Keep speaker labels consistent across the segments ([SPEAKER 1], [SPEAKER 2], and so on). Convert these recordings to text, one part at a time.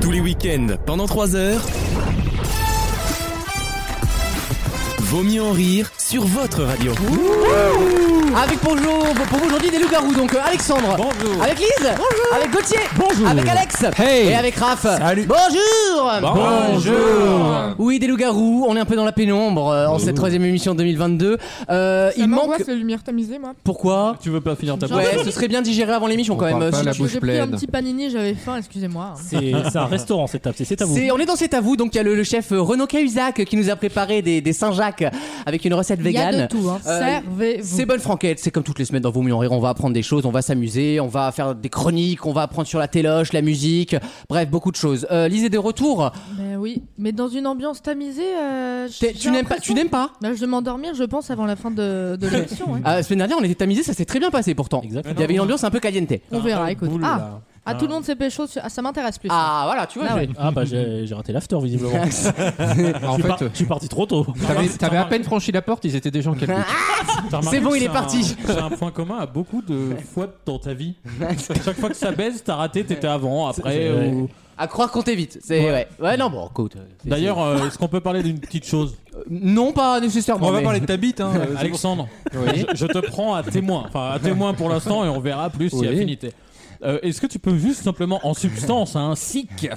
[SPEAKER 1] Tous les week-ends, pendant 3 heures. Vaut mieux en rire sur votre radio.
[SPEAKER 2] Avec bonjour, pour vous aujourd'hui des loups-garous, donc euh, Alexandre.
[SPEAKER 3] Bonjour.
[SPEAKER 2] Avec Lise. Bonjour. Avec Gauthier. Bonjour. Avec Alex.
[SPEAKER 3] Hey.
[SPEAKER 2] Et avec Raph.
[SPEAKER 3] Salut.
[SPEAKER 2] Bonjour.
[SPEAKER 3] Bonjour.
[SPEAKER 2] Oui, des loups-garous, on est un peu dans la pénombre euh, en cette troisième émission de 2022. Euh,
[SPEAKER 4] Ça
[SPEAKER 2] il
[SPEAKER 4] m'angoisse
[SPEAKER 2] manque.
[SPEAKER 4] la lumière tamisée, moi.
[SPEAKER 2] Pourquoi
[SPEAKER 3] Tu veux pas finir ta
[SPEAKER 2] Ouais, ce serait bien digéré avant l'émission quand même.
[SPEAKER 5] parle pas
[SPEAKER 2] Si-
[SPEAKER 5] la
[SPEAKER 4] J'ai
[SPEAKER 5] bouche
[SPEAKER 4] pris un
[SPEAKER 5] pleine.
[SPEAKER 4] petit panini, j'avais faim, excusez-moi. hein.
[SPEAKER 3] C'est c'est un restaurant cette table, c'est- c'est à vous.
[SPEAKER 2] C'est- on est dans C'est à vous, donc il y a le, le chef euh, Renaud Cahuzac qui nous a préparé des, des Saint-Jacques avec une recette
[SPEAKER 4] Il y a
[SPEAKER 2] végane.
[SPEAKER 4] de tout, hein.
[SPEAKER 2] Euh,
[SPEAKER 4] Servez-vous.
[SPEAKER 2] C'est bonne franquette, c'est comme toutes les semaines dans Vos Millions Rires, on va apprendre des choses, on va s'amuser, on va faire des chroniques, on va apprendre sur la téloche, la musique, bref, beaucoup de choses. Euh, Lise est de retour,
[SPEAKER 4] Mais oui, mais dans une ambiance tamisée, euh, j'ai-
[SPEAKER 2] T'es-
[SPEAKER 4] j'ai
[SPEAKER 2] tu n'aimes pas, tu
[SPEAKER 4] l'impression-
[SPEAKER 2] n'aimes pas
[SPEAKER 4] Bah, je vais m'endormir, je pense, avant la fin de, de l'émission. hein. ouais.
[SPEAKER 2] Euh, La semaine dernière, on était tamisés, ça s'est très bien passé pourtant.
[SPEAKER 3] Exactement.
[SPEAKER 2] Il y avait une ambiance un peu caliente.
[SPEAKER 4] On verra, écoute.
[SPEAKER 3] Boule,
[SPEAKER 4] ah,
[SPEAKER 3] là.
[SPEAKER 4] ah, tout le monde s'est pécho, ah, ça m'intéresse plus.
[SPEAKER 2] Ah voilà, tu vois.
[SPEAKER 4] Là,
[SPEAKER 2] j'ai-
[SPEAKER 4] ouais.
[SPEAKER 3] Ah bah j'ai j'ai raté l'after visiblement.
[SPEAKER 5] En
[SPEAKER 3] Je suis par-
[SPEAKER 5] fait,
[SPEAKER 3] je suis parti trop tôt.
[SPEAKER 5] t'avais t'avais à peine franchi la porte, ils étaient déjà en calcul.
[SPEAKER 6] T'as remarqué
[SPEAKER 2] C'est bon,
[SPEAKER 6] que
[SPEAKER 2] il est
[SPEAKER 6] un-
[SPEAKER 2] parti.
[SPEAKER 6] Ah C'est un point commun à beaucoup de fois dans ta vie. Chaque fois que ça baisse, t'as raté, t'étais avant, après.
[SPEAKER 3] C'est-
[SPEAKER 6] ou-
[SPEAKER 2] à croire qu'on t'évite. C'est ouais. ouais, non bon, écoute. euh, c'est-
[SPEAKER 6] D'ailleurs, euh, est-ce qu'on peut parler d'une petite chose
[SPEAKER 2] c'est- non pas nécessairement. mais-
[SPEAKER 5] de ta bite. Hein.
[SPEAKER 6] euh, Alexandre,
[SPEAKER 5] Oui.
[SPEAKER 6] je, je te prends à témoin. Enfin, à témoin pour l'instant et on verra plus si
[SPEAKER 5] Oui.
[SPEAKER 6] affinité. Euh, est-ce que tu peux juste simplement, en substance, hein, sic,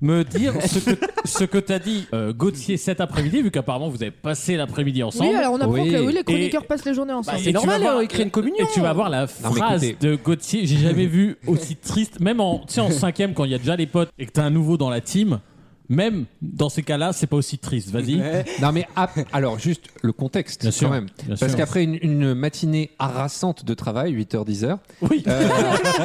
[SPEAKER 6] me dire ce que, ce que t'as dit euh, Gauthier cet après-midi, vu qu'apparemment vous avez passé l'après-midi ensemble
[SPEAKER 4] oui, alors on apprend
[SPEAKER 5] Oui.
[SPEAKER 4] que oui, les
[SPEAKER 6] Et-
[SPEAKER 4] chroniqueurs passent les journées
[SPEAKER 6] Bah,
[SPEAKER 4] ensemble.
[SPEAKER 6] et
[SPEAKER 2] c'est
[SPEAKER 6] tu
[SPEAKER 2] normal,
[SPEAKER 6] vas voir-
[SPEAKER 2] euh, il crée une communion.
[SPEAKER 6] Et tu vas voir la
[SPEAKER 5] Non, mais
[SPEAKER 6] phrase
[SPEAKER 5] écoutez.
[SPEAKER 6] de Gauthier. J'ai jamais vu aussi triste, même en, tu sais, en cinquième, quand il y a déjà les potes et que t'as un nouveau dans la team. Même dans ces cas-là, c'est pas aussi triste. Vas-y.
[SPEAKER 5] Non mais ap- alors juste le contexte
[SPEAKER 6] Bien
[SPEAKER 5] quand
[SPEAKER 6] sûr,
[SPEAKER 5] même.
[SPEAKER 6] bien
[SPEAKER 5] Parce
[SPEAKER 6] sûr.
[SPEAKER 5] qu'après une, une matinée harassante de travail, 8h-10h,
[SPEAKER 6] Oui.
[SPEAKER 2] Euh,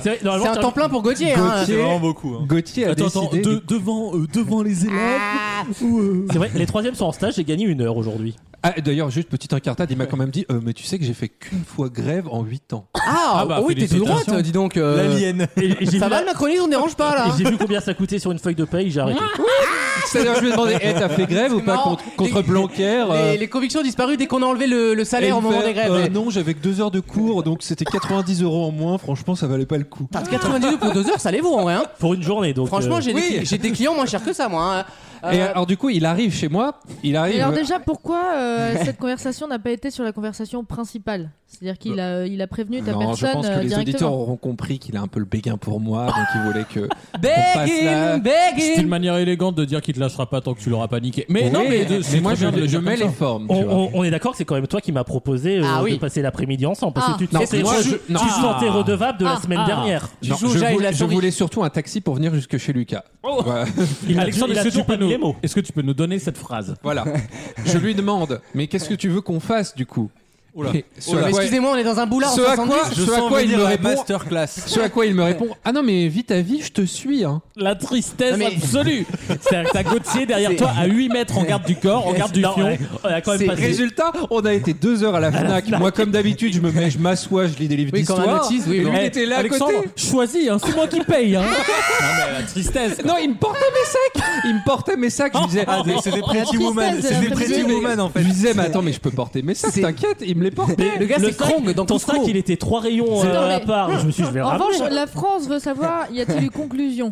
[SPEAKER 2] C'est un temps plein pour Gauthier. hein.
[SPEAKER 5] Gauthier,
[SPEAKER 6] beaucoup.
[SPEAKER 5] Gauthier a
[SPEAKER 6] Attends, attends,
[SPEAKER 5] décidé...
[SPEAKER 6] de- devant, euh, devant les élèves.
[SPEAKER 4] Ah.
[SPEAKER 3] euh, C'est vrai, les troisièmes sont en stage, j'ai gagné une heure aujourd'hui.
[SPEAKER 5] Ah, D'ailleurs, juste petite incartade, il m'a quand même dit euh, Mais tu sais que j'ai fait qu'une fois grève en 8 ans.
[SPEAKER 2] Ah,
[SPEAKER 6] Ah bah,
[SPEAKER 2] oui, t'es tout droite,
[SPEAKER 6] félicitations.
[SPEAKER 2] dis donc. euh,
[SPEAKER 3] Et, et j'ai vu,
[SPEAKER 2] Ça va le
[SPEAKER 3] la-
[SPEAKER 2] hein macronisme, on ne dérange pas là.
[SPEAKER 3] et j'ai vu combien ça coûtait sur une feuille de paye, j'ai arrêté.
[SPEAKER 2] Ah.
[SPEAKER 5] C'est-à-dire, je lui ai demandé Eh, T'as fait grève ou pas
[SPEAKER 2] marrant.
[SPEAKER 5] contre, contre
[SPEAKER 2] Les-
[SPEAKER 5] Blanquer euh,
[SPEAKER 2] Les, les convictions ont disparu dès qu'on a enlevé le, le
[SPEAKER 5] Et il
[SPEAKER 2] salaire au moment
[SPEAKER 5] fait,
[SPEAKER 2] des grèves.
[SPEAKER 5] euh,
[SPEAKER 2] ouais.
[SPEAKER 5] Non, j'avais que deux heures de cours, donc c'était 90 euros en moins. Franchement, ça valait pas le coup.
[SPEAKER 2] Putain, 92 pour 2 heures, ça les vaut en vrai. hein.
[SPEAKER 3] Pour une journée donc.
[SPEAKER 2] Franchement,
[SPEAKER 3] euh,
[SPEAKER 2] j'ai
[SPEAKER 5] oui.
[SPEAKER 2] des, j'ai des clients moins chers que ça, moi. hein. Euh,
[SPEAKER 5] Et alors, du coup, il arrive chez moi. Il
[SPEAKER 4] Et
[SPEAKER 5] arrive.
[SPEAKER 4] alors déjà, pourquoi euh, cette conversation n'a pas été sur la conversation principale C'est-à-dire qu'il a, il a prévenu ta
[SPEAKER 5] Non, je
[SPEAKER 4] personne
[SPEAKER 5] pense que
[SPEAKER 4] euh,
[SPEAKER 5] les auditeurs
[SPEAKER 4] directement.
[SPEAKER 5] auront compris qu'il a un peu le béguin pour moi, donc il voulait que. passe là.
[SPEAKER 2] begging,
[SPEAKER 6] C'est une
[SPEAKER 2] begging.
[SPEAKER 6] manière élégante de dire qu'il te lâchera pas tant que tu l'auras paniqué. Mais non,
[SPEAKER 5] Oui,
[SPEAKER 6] mais, de- c'est
[SPEAKER 5] moi
[SPEAKER 6] très
[SPEAKER 5] je,
[SPEAKER 6] bien de le
[SPEAKER 5] je
[SPEAKER 6] dire
[SPEAKER 5] mets
[SPEAKER 6] comme
[SPEAKER 5] les
[SPEAKER 6] ça.
[SPEAKER 5] formes.
[SPEAKER 3] On,
[SPEAKER 5] tu vois.
[SPEAKER 3] on- on est d'accord que c'est quand même toi qui m'as proposé euh,
[SPEAKER 2] Ah oui.
[SPEAKER 3] de passer l'après-midi ensemble parce
[SPEAKER 4] Ah.
[SPEAKER 3] que tu te
[SPEAKER 5] Non,
[SPEAKER 3] sentais-
[SPEAKER 5] moi,
[SPEAKER 3] tu-
[SPEAKER 5] je-
[SPEAKER 3] tu
[SPEAKER 5] non.
[SPEAKER 3] te sentais
[SPEAKER 5] Ah.
[SPEAKER 3] redevable de la
[SPEAKER 4] Ah.
[SPEAKER 3] semaine
[SPEAKER 4] Ah.
[SPEAKER 3] dernière.
[SPEAKER 2] Tu
[SPEAKER 5] Non,
[SPEAKER 2] joues au
[SPEAKER 5] je,
[SPEAKER 2] chat et
[SPEAKER 5] voulais,
[SPEAKER 2] la
[SPEAKER 5] je
[SPEAKER 2] souris.
[SPEAKER 5] voulais surtout un taxi pour venir jusque chez Lucas.
[SPEAKER 4] Oh.
[SPEAKER 5] Voilà.
[SPEAKER 3] Il a-
[SPEAKER 6] Alexandre,
[SPEAKER 3] il a
[SPEAKER 6] est-ce que,
[SPEAKER 3] toujours
[SPEAKER 6] tu peux
[SPEAKER 3] pas mis
[SPEAKER 6] nous-
[SPEAKER 3] les mots.
[SPEAKER 6] est-ce que tu peux nous donner cette phrase
[SPEAKER 5] Voilà. Je lui demande, mais qu'est-ce que tu veux qu'on fasse du coup Et ce, à
[SPEAKER 2] Mais
[SPEAKER 5] quoi,
[SPEAKER 2] Excusez-moi, on est dans un boulard en
[SPEAKER 5] ce à quoi-
[SPEAKER 2] 70.
[SPEAKER 5] ce à quoi il me répond,
[SPEAKER 6] Masterclass.
[SPEAKER 5] ce à quoi il me répond, ah non mais vite à vie, je te suis. Hein.
[SPEAKER 3] La tristesse
[SPEAKER 2] Non, mais-
[SPEAKER 3] absolue.
[SPEAKER 6] C'est-à-dire que t'as Gauthier derrière
[SPEAKER 2] C'est-
[SPEAKER 6] toi à 8 mètres en garde du corps, en garde du
[SPEAKER 3] Non,
[SPEAKER 6] fion.
[SPEAKER 3] ouais, on a quand même
[SPEAKER 2] C'est
[SPEAKER 3] passé-
[SPEAKER 5] Résultat, on a été deux heures à la Fnac. Moi, comme d'habitude, je me mets, je m'assois, je lis des livres
[SPEAKER 2] Oui, comme un
[SPEAKER 5] d'histoire.
[SPEAKER 2] autiste, oui,
[SPEAKER 5] Et
[SPEAKER 2] bon.
[SPEAKER 5] lui, il
[SPEAKER 6] Eh,
[SPEAKER 5] était là à
[SPEAKER 6] Alexandre,
[SPEAKER 5] côté.
[SPEAKER 6] choisis, hein, c'est moi qui paye. Hein. non, mais la tristesse.
[SPEAKER 5] Non, il me portait mes sacs. Il me portait mes sacs. Je lui disais,
[SPEAKER 6] Ah,
[SPEAKER 5] Ah,
[SPEAKER 7] C'est des
[SPEAKER 4] La
[SPEAKER 7] Pretty
[SPEAKER 4] tristesse
[SPEAKER 7] Woman,
[SPEAKER 4] de
[SPEAKER 7] c'est des
[SPEAKER 4] la
[SPEAKER 7] Pretty
[SPEAKER 4] famille.
[SPEAKER 7] Woman en
[SPEAKER 5] Je
[SPEAKER 7] fait.
[SPEAKER 5] lui disais, mais attends, mais je peux porter mes sacs,
[SPEAKER 2] C'est-
[SPEAKER 5] t'inquiète, il me les porte.
[SPEAKER 2] Le gars, c'est
[SPEAKER 3] sac-
[SPEAKER 2] Krong dans
[SPEAKER 3] ton
[SPEAKER 2] Cusco.
[SPEAKER 3] sac, il était trois rayons euh,
[SPEAKER 4] Non, mais-
[SPEAKER 3] à part. Je me suis dit, je vais
[SPEAKER 6] Ah,
[SPEAKER 4] En
[SPEAKER 3] ramener.
[SPEAKER 4] revanche, la France veut savoir, y a-t-il eu conclusion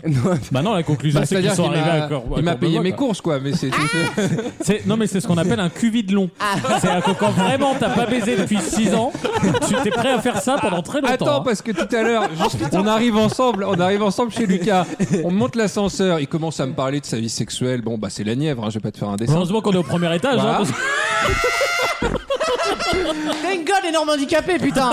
[SPEAKER 6] Bah non, la conclusion,
[SPEAKER 5] Bah,
[SPEAKER 6] c'est qu'ils
[SPEAKER 5] C'est-à-dire
[SPEAKER 6] sont
[SPEAKER 5] qu'il
[SPEAKER 6] arrivés à
[SPEAKER 5] m'a-
[SPEAKER 6] Cor- à
[SPEAKER 5] il m'a payé
[SPEAKER 6] Cordoba,
[SPEAKER 5] mes
[SPEAKER 6] quoi.
[SPEAKER 5] courses, quoi. Mais c'est c'est-
[SPEAKER 6] C'est- Non, mais c'est ce qu'on appelle un cuvide long. C'est à- quand vraiment t'as pas baisé depuis 6 ans, tu t'es prêt à faire ça pendant très longtemps.
[SPEAKER 5] Attends,
[SPEAKER 6] hein.
[SPEAKER 5] parce que tout à l'heure, juste- on arrive ensemble, on arrive ensemble chez Lucas, on monte l'ascenseur, il commence à me parler de sa vie sexuelle. Bon, bah c'est la Nièvre, hein, je vais pas te faire un dessin.
[SPEAKER 6] Heureusement qu'on est au premier étage.
[SPEAKER 5] Voilà.
[SPEAKER 6] hein, parce que-
[SPEAKER 2] Thank God, énorme handicapé, putain.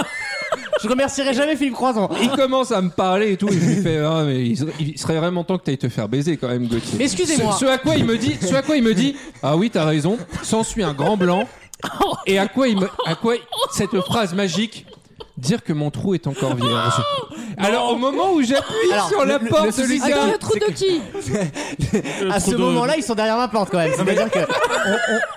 [SPEAKER 2] Je remercierai jamais Philippe Croison.
[SPEAKER 5] Il commence à me parler et tout, et je lui fais, ah, mais il, serait- il serait vraiment temps que t'ailles te faire baiser quand même, Gauthier.
[SPEAKER 2] Mais excusez-moi.
[SPEAKER 5] Ce, ce à quoi il me dit, ce à quoi il me dit, ah oui, t'as raison, s'ensuit un grand blanc. Et à quoi il me, à quoi cette phrase magique, dire que mon trou est encore vierge. Alors au moment où j'appuie
[SPEAKER 2] Alors,
[SPEAKER 5] sur la
[SPEAKER 2] le- le-
[SPEAKER 5] porte
[SPEAKER 2] le
[SPEAKER 5] de
[SPEAKER 2] souci,
[SPEAKER 5] Lucas,
[SPEAKER 4] Attends, le trou de qui
[SPEAKER 2] À ce
[SPEAKER 6] trop de-
[SPEAKER 2] moment-là, ils sont derrière ma plante quand même. C'est-à-dire que.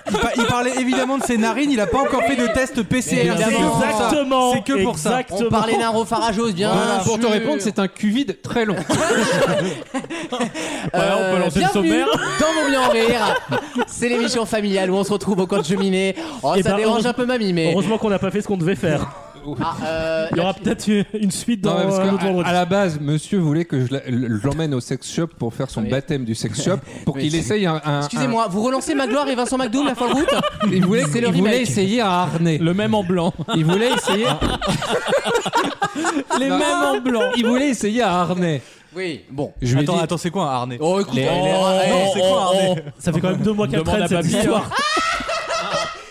[SPEAKER 7] Il, pa- il parlait évidemment de ses narines, il a pas encore fait de test PCR.
[SPEAKER 2] Mais
[SPEAKER 7] C'est que pour ça.
[SPEAKER 3] Exactement.
[SPEAKER 7] C'est que pour ça.
[SPEAKER 2] On
[SPEAKER 3] Exactement.
[SPEAKER 2] parlait naropharagose, bien.
[SPEAKER 5] Voilà, pour
[SPEAKER 2] sûr.
[SPEAKER 5] te répondre, c'est un cul vide très long.
[SPEAKER 6] Voilà, on peut lancer le
[SPEAKER 2] Euh, bienvenue
[SPEAKER 6] sommaire.
[SPEAKER 2] dans mon bien en rire. C'est l'émission familiale où on se retrouve au coin de cheminée. Oh,
[SPEAKER 3] Eh
[SPEAKER 2] ça
[SPEAKER 3] ben,
[SPEAKER 2] dérange
[SPEAKER 3] heureusement-
[SPEAKER 2] un peu mamie, mais.
[SPEAKER 3] Heureusement qu'on n'a pas fait ce qu'on devait faire.
[SPEAKER 2] Ah, euh,
[SPEAKER 3] Il y aura peut-être une- une suite
[SPEAKER 5] Non,
[SPEAKER 3] dans
[SPEAKER 5] mais parce
[SPEAKER 3] euh,
[SPEAKER 5] que
[SPEAKER 3] l'autre
[SPEAKER 5] à-
[SPEAKER 3] vendredi.
[SPEAKER 5] à, la base, monsieur voulait que je la- l- l'emmène au sex shop pour faire son
[SPEAKER 2] Oui.
[SPEAKER 5] baptême du sex shop pour
[SPEAKER 2] Oui,
[SPEAKER 5] qu'il
[SPEAKER 2] c'est-
[SPEAKER 5] essaye un. un-
[SPEAKER 2] Excusez-moi, vous relancez Magloire et Vincent McDoom la folle route
[SPEAKER 5] un- Il voulait,
[SPEAKER 2] C'est le
[SPEAKER 5] il voulait
[SPEAKER 2] remake.
[SPEAKER 5] essayer à harnais.
[SPEAKER 6] Le même en blanc.
[SPEAKER 5] Il voulait essayer.
[SPEAKER 6] Les
[SPEAKER 5] Non.
[SPEAKER 6] mêmes en blanc.
[SPEAKER 5] il voulait essayer à harnais.
[SPEAKER 2] Oui, bon.
[SPEAKER 5] Je lui ai
[SPEAKER 7] attends,
[SPEAKER 5] dit-
[SPEAKER 7] attends, c'est quoi un harnais
[SPEAKER 2] Oh, écoute,
[SPEAKER 6] Les-
[SPEAKER 2] oh,
[SPEAKER 6] les-
[SPEAKER 2] eh,
[SPEAKER 6] non,
[SPEAKER 7] c'est quoi,
[SPEAKER 6] oh, oh.
[SPEAKER 3] Ça fait quand même deux mois qu'elle
[SPEAKER 6] Demande
[SPEAKER 3] traîne
[SPEAKER 6] à
[SPEAKER 3] cette
[SPEAKER 6] Babi.
[SPEAKER 3] histoire.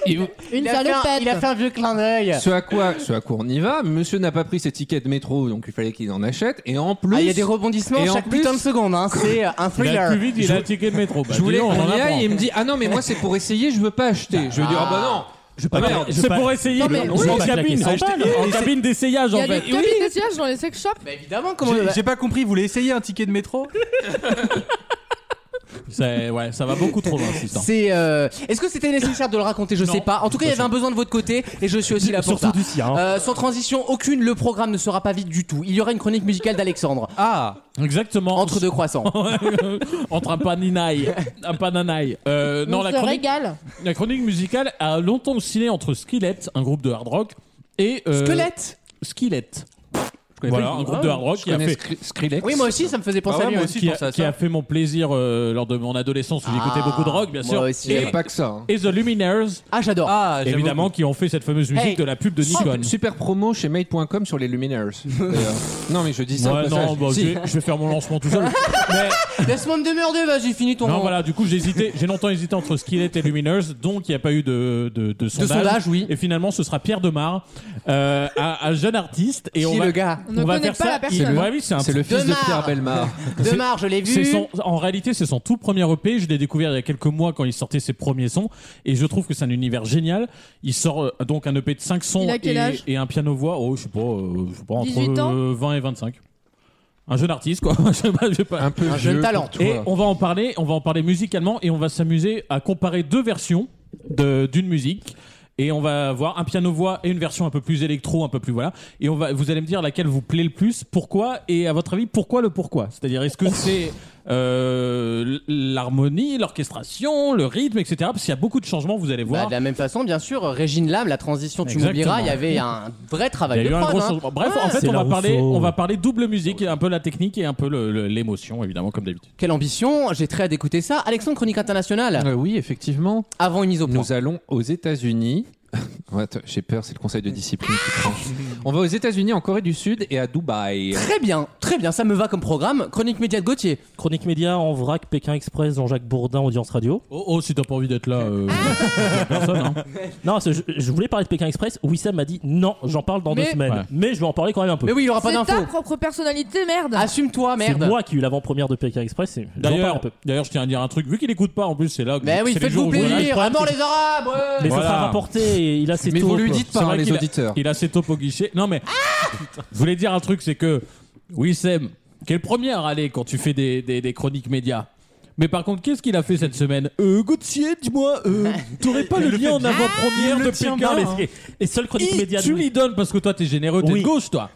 [SPEAKER 4] Une
[SPEAKER 2] il, a fait un, il a
[SPEAKER 4] salopette.
[SPEAKER 2] fait un vieux clin d'œil.
[SPEAKER 5] Ce à quoi, ce à quoi on y va. Monsieur n'a pas pris ses tickets de métro, donc il fallait qu'il en achète. Et en plus,
[SPEAKER 2] Ah, il y a des rebondissements
[SPEAKER 5] Et en
[SPEAKER 2] chaque
[SPEAKER 5] plus-
[SPEAKER 2] putain de seconde, hein. c'est euh, un
[SPEAKER 6] Il a
[SPEAKER 2] thriller.
[SPEAKER 6] plus vite, il a un ticket de métro. Bah,
[SPEAKER 5] je voulais
[SPEAKER 6] dis donc, on
[SPEAKER 5] qu'on
[SPEAKER 6] en
[SPEAKER 5] y
[SPEAKER 6] apprend.
[SPEAKER 5] aille. Et il me dit ah non mais moi c'est pour essayer, je veux pas acheter. Je lui ai dit ah bah non.
[SPEAKER 3] Je vais
[SPEAKER 5] Ah,
[SPEAKER 3] pas
[SPEAKER 5] merde.
[SPEAKER 3] cla- je vais
[SPEAKER 6] C'est
[SPEAKER 3] pas-
[SPEAKER 6] pour essayer
[SPEAKER 4] Non, mais-
[SPEAKER 6] le-
[SPEAKER 4] Oui,
[SPEAKER 6] en
[SPEAKER 3] mais
[SPEAKER 6] cabine,
[SPEAKER 3] claquer,
[SPEAKER 6] en
[SPEAKER 3] ça,
[SPEAKER 6] balle, en cabine d'essayage
[SPEAKER 4] Il
[SPEAKER 6] en
[SPEAKER 4] y a des
[SPEAKER 6] fait.
[SPEAKER 4] cabines d'essayage dans les sex shops.
[SPEAKER 2] Bah, évidemment, comment.
[SPEAKER 7] J'ai j'ai pas compris, vous voulez essayer un ticket de métro
[SPEAKER 6] C'est- ouais, ça va beaucoup trop loin cette histoire.
[SPEAKER 2] C'est. euh, Est-ce que c'était nécessaire de le raconter Je
[SPEAKER 6] Non.
[SPEAKER 2] sais pas. En tout cas, il y avait un besoin de votre côté et je suis aussi là pour
[SPEAKER 3] Surtout
[SPEAKER 2] ça.
[SPEAKER 3] du sien. hein.
[SPEAKER 2] Euh, sans transition aucune, le programme ne sera pas vide du tout. Il y aura une chronique musicale d'Alexandre
[SPEAKER 7] Ah
[SPEAKER 6] Euh, Exactement. euh,
[SPEAKER 2] entre deux croissants.
[SPEAKER 6] Entre un paninaï, un pananaï. Euh, non,
[SPEAKER 4] On
[SPEAKER 6] la
[SPEAKER 4] se
[SPEAKER 6] chronique,
[SPEAKER 4] régale.
[SPEAKER 6] la chronique musicale a longtemps oscillé entre Skillet, un groupe de hard rock, et euh,
[SPEAKER 2] Squelette
[SPEAKER 6] Skillet.
[SPEAKER 2] connais
[SPEAKER 6] Voilà,
[SPEAKER 2] pas du
[SPEAKER 6] un
[SPEAKER 2] tout.
[SPEAKER 6] groupe de hard rock
[SPEAKER 5] Je
[SPEAKER 6] qui a
[SPEAKER 5] connais
[SPEAKER 6] fait.
[SPEAKER 5] Skri- Skrillex.
[SPEAKER 2] Oui, moi aussi, ça me faisait penser
[SPEAKER 7] Bah ouais,
[SPEAKER 2] à lui. hein.
[SPEAKER 7] moi
[SPEAKER 2] ouais.
[SPEAKER 7] aussi,
[SPEAKER 6] Qui
[SPEAKER 7] je
[SPEAKER 6] a,
[SPEAKER 7] pense à
[SPEAKER 6] qui
[SPEAKER 7] ça.
[SPEAKER 6] a fait mon plaisir euh, lors de mon adolescence où j'écoutais
[SPEAKER 2] Ah,
[SPEAKER 6] beaucoup de rock, bien
[SPEAKER 2] moi
[SPEAKER 6] sûr.
[SPEAKER 2] aussi,
[SPEAKER 5] Il y
[SPEAKER 6] et,
[SPEAKER 5] a pas que ça. hein.
[SPEAKER 6] et The Luminaires,
[SPEAKER 2] Ah, j'adore.
[SPEAKER 7] Ah, j'aime
[SPEAKER 6] évidemment, qui ont fait cette fameuse musique
[SPEAKER 2] Hey.
[SPEAKER 6] de la pub de Nikon.
[SPEAKER 5] Super, super promo chez made.com sur les luminaires. d'ailleurs. non mais je dis ça. au
[SPEAKER 6] Ouais, non,
[SPEAKER 5] passage.
[SPEAKER 6] bah,
[SPEAKER 5] Si.
[SPEAKER 6] je, vais- je vais faire mon lancement tout seul. Mais-
[SPEAKER 2] Laisse-moi me demeurer, vas-y, finis ton.
[SPEAKER 6] Non, voilà, du coup, j'ai hésité, j'ai longtemps hésité entre Skillet et Luminers, donc il n'y a pas eu de, de, de
[SPEAKER 2] De
[SPEAKER 6] sondage.
[SPEAKER 2] sondage, oui.
[SPEAKER 6] Et finalement, ce sera Pierre Demar, euh, un, un jeune artiste. Et
[SPEAKER 2] Qui
[SPEAKER 6] on va,
[SPEAKER 2] le gars
[SPEAKER 4] On ne
[SPEAKER 6] va
[SPEAKER 4] connaît
[SPEAKER 6] faire
[SPEAKER 4] pas
[SPEAKER 6] ça.
[SPEAKER 4] la personne.
[SPEAKER 6] Ouais, oui, c'est un
[SPEAKER 5] C'est le fils de
[SPEAKER 2] Demar.
[SPEAKER 5] Pierre Belmar.
[SPEAKER 2] De marge, je l'ai
[SPEAKER 6] c'est
[SPEAKER 2] vu.
[SPEAKER 6] son, en réalité, c'est son tout premier EP. Je l'ai découvert il y a quelques mois quand il sortait ses premiers sons. Et je trouve que c'est un univers génial. Il sort euh, donc un EP de 5 sons
[SPEAKER 4] Il a quel
[SPEAKER 6] et,
[SPEAKER 4] âge
[SPEAKER 6] et un piano-voix. Oh, je sais pas, euh, je sais pas, entre
[SPEAKER 4] 18 ans
[SPEAKER 6] euh, 20 et 25. Un jeune artiste, quoi. je sais pas, je sais pas.
[SPEAKER 5] Un peu
[SPEAKER 2] Un jeune
[SPEAKER 5] vieux
[SPEAKER 2] talent.
[SPEAKER 5] pour toi.
[SPEAKER 6] Et on va en parler, on va en parler musicalement et on va s'amuser à comparer deux versions de- d'une musique. Et on va voir un piano-voix et une version un peu plus électro, un peu plus voilà. Et on va, vous allez me dire laquelle vous plaît le plus, pourquoi, et à votre avis, pourquoi le pourquoi C'est-à-dire, est-ce que c'est euh, l'harmonie, l'orchestration, le rythme, etc. Parce qu'il y a beaucoup de changements, vous allez
[SPEAKER 2] Bah,
[SPEAKER 6] voir.
[SPEAKER 2] de la même façon, bien sûr, Régine Lame, la transition, tu m'oublieras,
[SPEAKER 6] Exactement.
[SPEAKER 2] il y avait un vrai
[SPEAKER 6] Il y
[SPEAKER 2] travail
[SPEAKER 6] a
[SPEAKER 2] de
[SPEAKER 6] eu un
[SPEAKER 2] prod,
[SPEAKER 6] gros
[SPEAKER 2] hein.
[SPEAKER 6] changement. Bref,
[SPEAKER 2] Ouais.
[SPEAKER 6] en fait,
[SPEAKER 3] C'est
[SPEAKER 6] on
[SPEAKER 3] la
[SPEAKER 6] va, parler,
[SPEAKER 3] Rousseau.
[SPEAKER 6] on va parler double musique, un peu la technique et un peu le- le- l'émotion, évidemment, comme d'habitude.
[SPEAKER 2] Quelle ambition, j'ai très hâte d'écouter ça. Alexandre Chronique Internationale,
[SPEAKER 5] Euh, oui, effectivement.
[SPEAKER 2] avant une mise au point.
[SPEAKER 5] Nous allons aux États-Unis. Ouais, attends, J'ai peur, c'est le conseil de discipline qui prend. On va aux États-Unis, en Corée du Sud et à Dubaï.
[SPEAKER 2] Très bien, très bien, ça me va comme programme. Chronique média de Gauthier.
[SPEAKER 3] Chronique média en vrac, Pékin Express, Jean-Jacques Bourdin, Audience Radio.
[SPEAKER 6] Oh, oh si t'as pas envie d'être là, euh,
[SPEAKER 2] Ah.
[SPEAKER 6] personne, hein.
[SPEAKER 3] Non, c'est- je, je voulais parler de Pékin Express. Wissam m'a dit non, j'en parle dans
[SPEAKER 4] Mais-
[SPEAKER 3] deux semaines.
[SPEAKER 6] Ouais.
[SPEAKER 3] Mais je vais en parler quand même un peu.
[SPEAKER 2] Mais oui, il y aura pas Ah,
[SPEAKER 4] C'est ta
[SPEAKER 2] d'infos.
[SPEAKER 4] propre personnalité, merde.
[SPEAKER 2] Assume-toi,
[SPEAKER 3] C'est
[SPEAKER 2] merde.
[SPEAKER 3] moi qui ai eu l'avant-première de Pékin Express. et J'en parle un
[SPEAKER 6] D'ailleurs,
[SPEAKER 3] peu.
[SPEAKER 6] d'ailleurs, je tiens à dire un truc. Vu qu'il écoute pas, en plus, c'est là. que-
[SPEAKER 2] Mais oui,
[SPEAKER 6] c'est les jours
[SPEAKER 2] faites-vous
[SPEAKER 6] où je
[SPEAKER 3] voilà, le
[SPEAKER 2] plaisir. À
[SPEAKER 3] problème,
[SPEAKER 2] mort
[SPEAKER 3] c'est-
[SPEAKER 2] les Arabes. ouais.
[SPEAKER 3] Mais
[SPEAKER 6] Voilà.
[SPEAKER 3] ça sera rapporté et il a ses
[SPEAKER 5] Mais
[SPEAKER 3] taux,
[SPEAKER 5] vous lui
[SPEAKER 3] quoi.
[SPEAKER 5] dites
[SPEAKER 6] C'est
[SPEAKER 5] par
[SPEAKER 6] vrai
[SPEAKER 5] les
[SPEAKER 6] qu'il a-
[SPEAKER 5] auditeurs.
[SPEAKER 6] Il a ses taupes au guichet. Non, mais je voulais dire un truc, c'est que Wissem, qui est le premier à râler quand tu fais des, des, des chroniques médias. Mais par contre, qu'est-ce qu'il a fait cette semaine Euh, Gauthier, dis-moi, euh, t'aurais pas le Ah, lien en avant-première
[SPEAKER 3] Le
[SPEAKER 6] de
[SPEAKER 3] tien,
[SPEAKER 6] Pékin
[SPEAKER 3] non, mais les, les seules chroniques
[SPEAKER 6] Hi,
[SPEAKER 3] médias de
[SPEAKER 6] tu lui donnes parce que toi t'es généreux, t'es
[SPEAKER 3] Oui.
[SPEAKER 6] de gauche toi.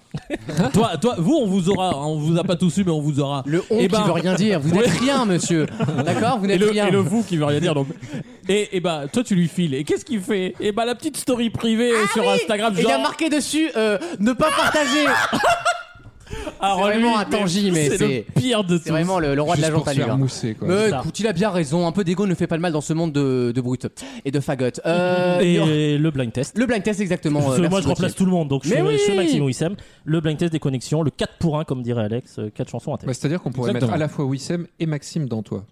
[SPEAKER 6] toi. Toi, vous on vous aura, on vous a pas tous eu mais on vous aura.
[SPEAKER 2] Le on
[SPEAKER 6] Eh ben-
[SPEAKER 2] qui veut rien dire. Vous n'êtes rien, monsieur. D'accord Vous
[SPEAKER 6] Et
[SPEAKER 2] n'êtes
[SPEAKER 6] le,
[SPEAKER 2] rien.
[SPEAKER 6] et le vous qui veut rien dire donc. Et, et bah toi tu lui files. Et qu'est-ce qu'il fait Et bah la petite story privée sur Instagram
[SPEAKER 2] Et Ah il y a
[SPEAKER 6] genre.
[SPEAKER 2] marqué dessus euh, ne pas partager.
[SPEAKER 6] ah,
[SPEAKER 2] c'est
[SPEAKER 6] relou,
[SPEAKER 2] vraiment un tangi, mais
[SPEAKER 6] c'est
[SPEAKER 2] c'est-
[SPEAKER 6] le pire de
[SPEAKER 2] C'est
[SPEAKER 6] tout.
[SPEAKER 2] vraiment le, le roi de la hein.
[SPEAKER 5] Juste pour se
[SPEAKER 2] jantalure.
[SPEAKER 5] faire mousser, quoi.
[SPEAKER 2] Mais
[SPEAKER 3] ça.
[SPEAKER 2] écoute, il a bien raison. Un peu d'ego ne fait pas de mal dans ce monde de, de brutes et de fagottes. Euh, il y aura-
[SPEAKER 3] Et le blind test.
[SPEAKER 2] Le blind test, exactement.
[SPEAKER 3] Parce
[SPEAKER 2] euh,
[SPEAKER 3] que
[SPEAKER 2] merci,
[SPEAKER 3] moi je
[SPEAKER 2] Gauthier.
[SPEAKER 3] remplace tout le monde, donc je
[SPEAKER 2] Mais
[SPEAKER 3] suis,
[SPEAKER 2] oui
[SPEAKER 3] je suis Maxime Wissem. Le blind test des connexions, le 4 pour 1 comme dirait Alex, 4 chansons à
[SPEAKER 5] Bah,
[SPEAKER 3] tête.
[SPEAKER 5] C'est-à-dire qu'on pourrait
[SPEAKER 6] Exactement.
[SPEAKER 5] mettre à la fois Wissem et Maxime dans toi.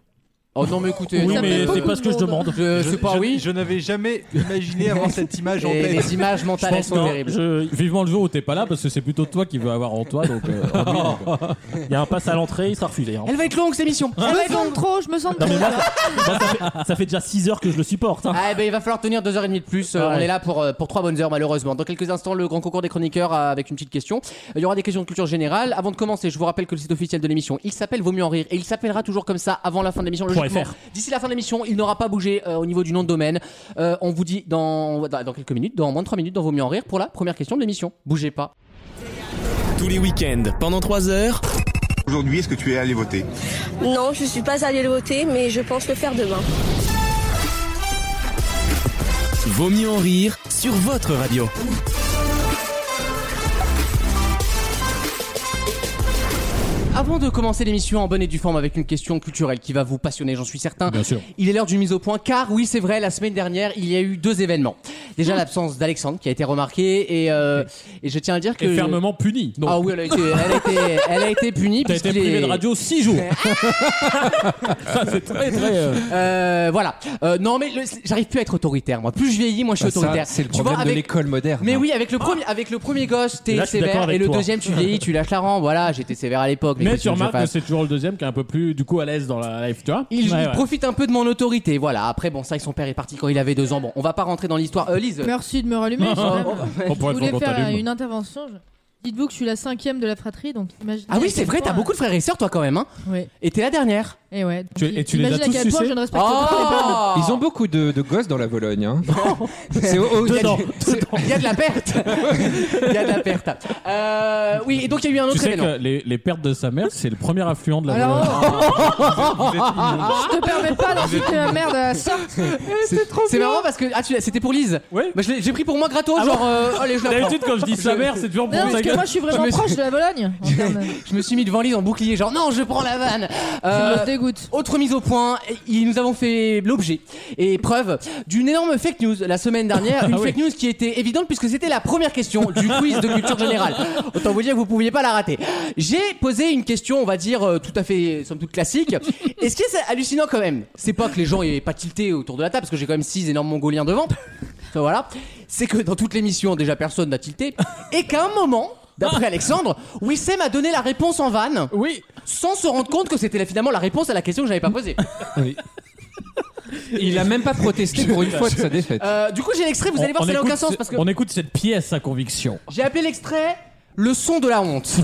[SPEAKER 2] Oh non, mais écoutez.
[SPEAKER 3] oui,
[SPEAKER 2] non,
[SPEAKER 3] mais
[SPEAKER 4] fait
[SPEAKER 3] c'est
[SPEAKER 4] beaucoup
[SPEAKER 3] pas ce que je
[SPEAKER 4] de monde.
[SPEAKER 3] demande.
[SPEAKER 2] Je sais pas,
[SPEAKER 7] je,
[SPEAKER 2] oui.
[SPEAKER 7] Je n'avais jamais imaginé avoir cette image en
[SPEAKER 2] Et
[SPEAKER 7] tête.
[SPEAKER 2] les images mentales, Ah, elles
[SPEAKER 3] pense
[SPEAKER 2] sont
[SPEAKER 3] que-
[SPEAKER 2] terribles.
[SPEAKER 3] je-
[SPEAKER 6] Vivement le jour où t'es pas là parce que c'est plutôt toi qui veux avoir en toi donc. euh, ennuie, donc.
[SPEAKER 3] Il y a un pass à l'entrée, il sera refusé. hein.
[SPEAKER 2] Elle va être longue, cette émission.
[SPEAKER 4] Je me sens trop, je me sens trop.
[SPEAKER 3] Moi, ça, fait, ça fait déjà 6 heures que je le supporte. hein.
[SPEAKER 2] Ah, eh ben, il va falloir tenir deux heures et demie de plus. Euh,
[SPEAKER 3] Ah ouais.
[SPEAKER 2] On est là pour, euh, pour trois bonnes heures, malheureusement. Dans quelques instants, le grand concours des chroniqueurs euh, avec une petite question. Euh, Il y aura des questions de culture générale. Avant de commencer, je vous rappelle que le site officiel de l'émission, il s'appelle Vaut mieux en rire et il s'appellera toujours comme ça avant la fin de l'émission. logiquement.
[SPEAKER 3] .fr.
[SPEAKER 2] D'ici la fin de l'émission, il n'aura pas bougé euh, au niveau du nom de domaine. Euh, on vous dit dans, dans, dans quelques minutes, dans moins de trois minutes, dans Vaut mieux en rire pour la première question de l'émission. Bougez pas.
[SPEAKER 1] Tous les week-ends, pendant 3 heures,
[SPEAKER 8] Aujourd'hui, est-ce que tu es allé voter
[SPEAKER 9] Non, je suis pas allée le voter, mais je pense le faire demain.
[SPEAKER 1] Vaut mieux en rire sur votre radio.
[SPEAKER 2] Avant de commencer l'émission en bonne et due forme avec une question culturelle qui va vous passionner, j'en suis certain.
[SPEAKER 6] Bien sûr.
[SPEAKER 2] Il est l'heure d'une mise au point car oui, c'est vrai, la semaine dernière, il y a eu deux événements. Déjà l'absence d'Alexandre qui a été remarquée et, euh, et je tiens à dire que
[SPEAKER 6] Et fermement puni. Donc,
[SPEAKER 2] Ah oui, elle a été, elle a été, elle a été punie.
[SPEAKER 6] t'as été
[SPEAKER 2] puisqu'il
[SPEAKER 6] privé
[SPEAKER 2] est-
[SPEAKER 6] de radio 6 jours. Ça, c'est très, très. euh,
[SPEAKER 2] Euh, voilà. Euh, non, mais le- j'arrive plus à être autoritaire, moi. Plus je vieillis, moi, je suis
[SPEAKER 5] Bah, ça,
[SPEAKER 2] autoritaire.
[SPEAKER 5] c'est le
[SPEAKER 2] Tu
[SPEAKER 5] problème
[SPEAKER 2] vois,
[SPEAKER 5] de
[SPEAKER 2] avec-
[SPEAKER 5] l'école
[SPEAKER 6] hein.
[SPEAKER 5] moderne.
[SPEAKER 2] Mais oui, avec le premier, avec le premier gosse,
[SPEAKER 3] Et
[SPEAKER 2] t'es
[SPEAKER 3] là, je suis d'accord
[SPEAKER 2] sévère,
[SPEAKER 3] avec
[SPEAKER 2] et le
[SPEAKER 3] toi.
[SPEAKER 2] deuxième, tu vieillis, tu lâches la rampe. Voilà, j'étais sévère à l'époque.
[SPEAKER 6] Mais
[SPEAKER 2] qu'est-ce
[SPEAKER 6] tu
[SPEAKER 2] que veux
[SPEAKER 6] remarques
[SPEAKER 2] je
[SPEAKER 6] que
[SPEAKER 2] fasse
[SPEAKER 6] c'est toujours le deuxième qui est un peu plus, du coup, à l'aise dans la live, tu vois.
[SPEAKER 2] il,
[SPEAKER 6] Ouais,
[SPEAKER 2] il
[SPEAKER 6] ouais.
[SPEAKER 2] profite un peu de mon autorité, voilà. Après, bon, ça, avec son père est parti quand il avait deux ans. Bon, on va pas rentrer dans l'histoire. Euh, Lise,
[SPEAKER 4] Merci de me rallumer. je
[SPEAKER 6] Oh,
[SPEAKER 4] sais pas.
[SPEAKER 6] On
[SPEAKER 4] Je
[SPEAKER 6] pourrait être
[SPEAKER 4] voulais
[SPEAKER 6] content,
[SPEAKER 4] faire
[SPEAKER 6] t'allumes.
[SPEAKER 4] une intervention. je- Dites-vous que je suis la cinquième de la fratrie, donc imaginez.
[SPEAKER 2] ah
[SPEAKER 4] à
[SPEAKER 2] oui,
[SPEAKER 4] quel
[SPEAKER 2] c'est vrai,
[SPEAKER 4] point-
[SPEAKER 2] t'as beaucoup de frères et sœurs, toi, quand même, hein.
[SPEAKER 4] Ouais.
[SPEAKER 2] Et t'es la dernière.
[SPEAKER 4] Et ouais.
[SPEAKER 6] Tu-
[SPEAKER 4] Donc,
[SPEAKER 6] et tu les as
[SPEAKER 4] imagine à
[SPEAKER 6] tous
[SPEAKER 4] quel point
[SPEAKER 6] sucés
[SPEAKER 4] je ne respecte
[SPEAKER 2] Oh
[SPEAKER 4] pas
[SPEAKER 5] Ils ont beaucoup de, de gosses dans la Vologne. hein. C'est au- au-
[SPEAKER 2] Il y a
[SPEAKER 3] Dedans,
[SPEAKER 2] du- c'est- il y a de la perte. Il y a de la perte. Euh, oui, et donc il y a eu un autre
[SPEAKER 6] Tu sais
[SPEAKER 2] événement.
[SPEAKER 6] que les, les pertes de sa mère, c'est le premier affluent de la
[SPEAKER 4] Alors,
[SPEAKER 6] Vologne.
[SPEAKER 4] les gens. Je te permets pas d'insulter ma mère de la sorte.
[SPEAKER 2] C'est marrant parce que ah, tu l'as- c'était pour Lise.
[SPEAKER 6] Ouais.
[SPEAKER 2] Bah, je l'ai- j'ai pris pour moi gratos,
[SPEAKER 6] Ah
[SPEAKER 2] genre euh, allez, je la prends.
[SPEAKER 6] D'habitude, quand je dis sa mère, c'est toujours
[SPEAKER 4] Mais
[SPEAKER 6] pour
[SPEAKER 4] non,
[SPEAKER 6] ta
[SPEAKER 4] parce que
[SPEAKER 6] gueule.
[SPEAKER 4] moi je suis vraiment proche de la Bologne. en termes-
[SPEAKER 2] Je me suis mis devant Lise en bouclier, genre non, je prends la vanne. Euh,
[SPEAKER 4] Ça me dégoûte.
[SPEAKER 2] autre mise au point, et- et nous avons fait l'objet et preuve d'une énorme fake news la semaine dernière, une
[SPEAKER 6] Ah oui.
[SPEAKER 2] fake news qui était évidente puisque c'était la première question du quiz de culture générale. Autant vous dire que vous pouviez pas la rater. J'ai posé une question, on va dire euh, tout à fait somme toute classique. Et ce qui est hallucinant quand même, c'est pas que les gens aient pas tilté autour de la table parce que j'ai quand même six énormes mongoliens devant. Ça, voilà, c'est que dans toute l'émission, déjà personne n'a tilté et qu'à un moment D'après Alexandre, Wissem a donné la réponse en vanne
[SPEAKER 6] Ah. Oui,
[SPEAKER 2] sans se rendre compte que c'était là, finalement la réponse à la question que j'avais pas posée.
[SPEAKER 5] Il a même pas protesté pour une fois de sa défaite.
[SPEAKER 2] Euh, du coup, j'ai l'extrait, vous allez voir, ça n'a
[SPEAKER 6] écoute
[SPEAKER 2] aucun sens
[SPEAKER 6] ce-
[SPEAKER 2] parce que
[SPEAKER 6] on écoute cette pièce à conviction.
[SPEAKER 2] j'ai appelé l'extrait le son de la honte.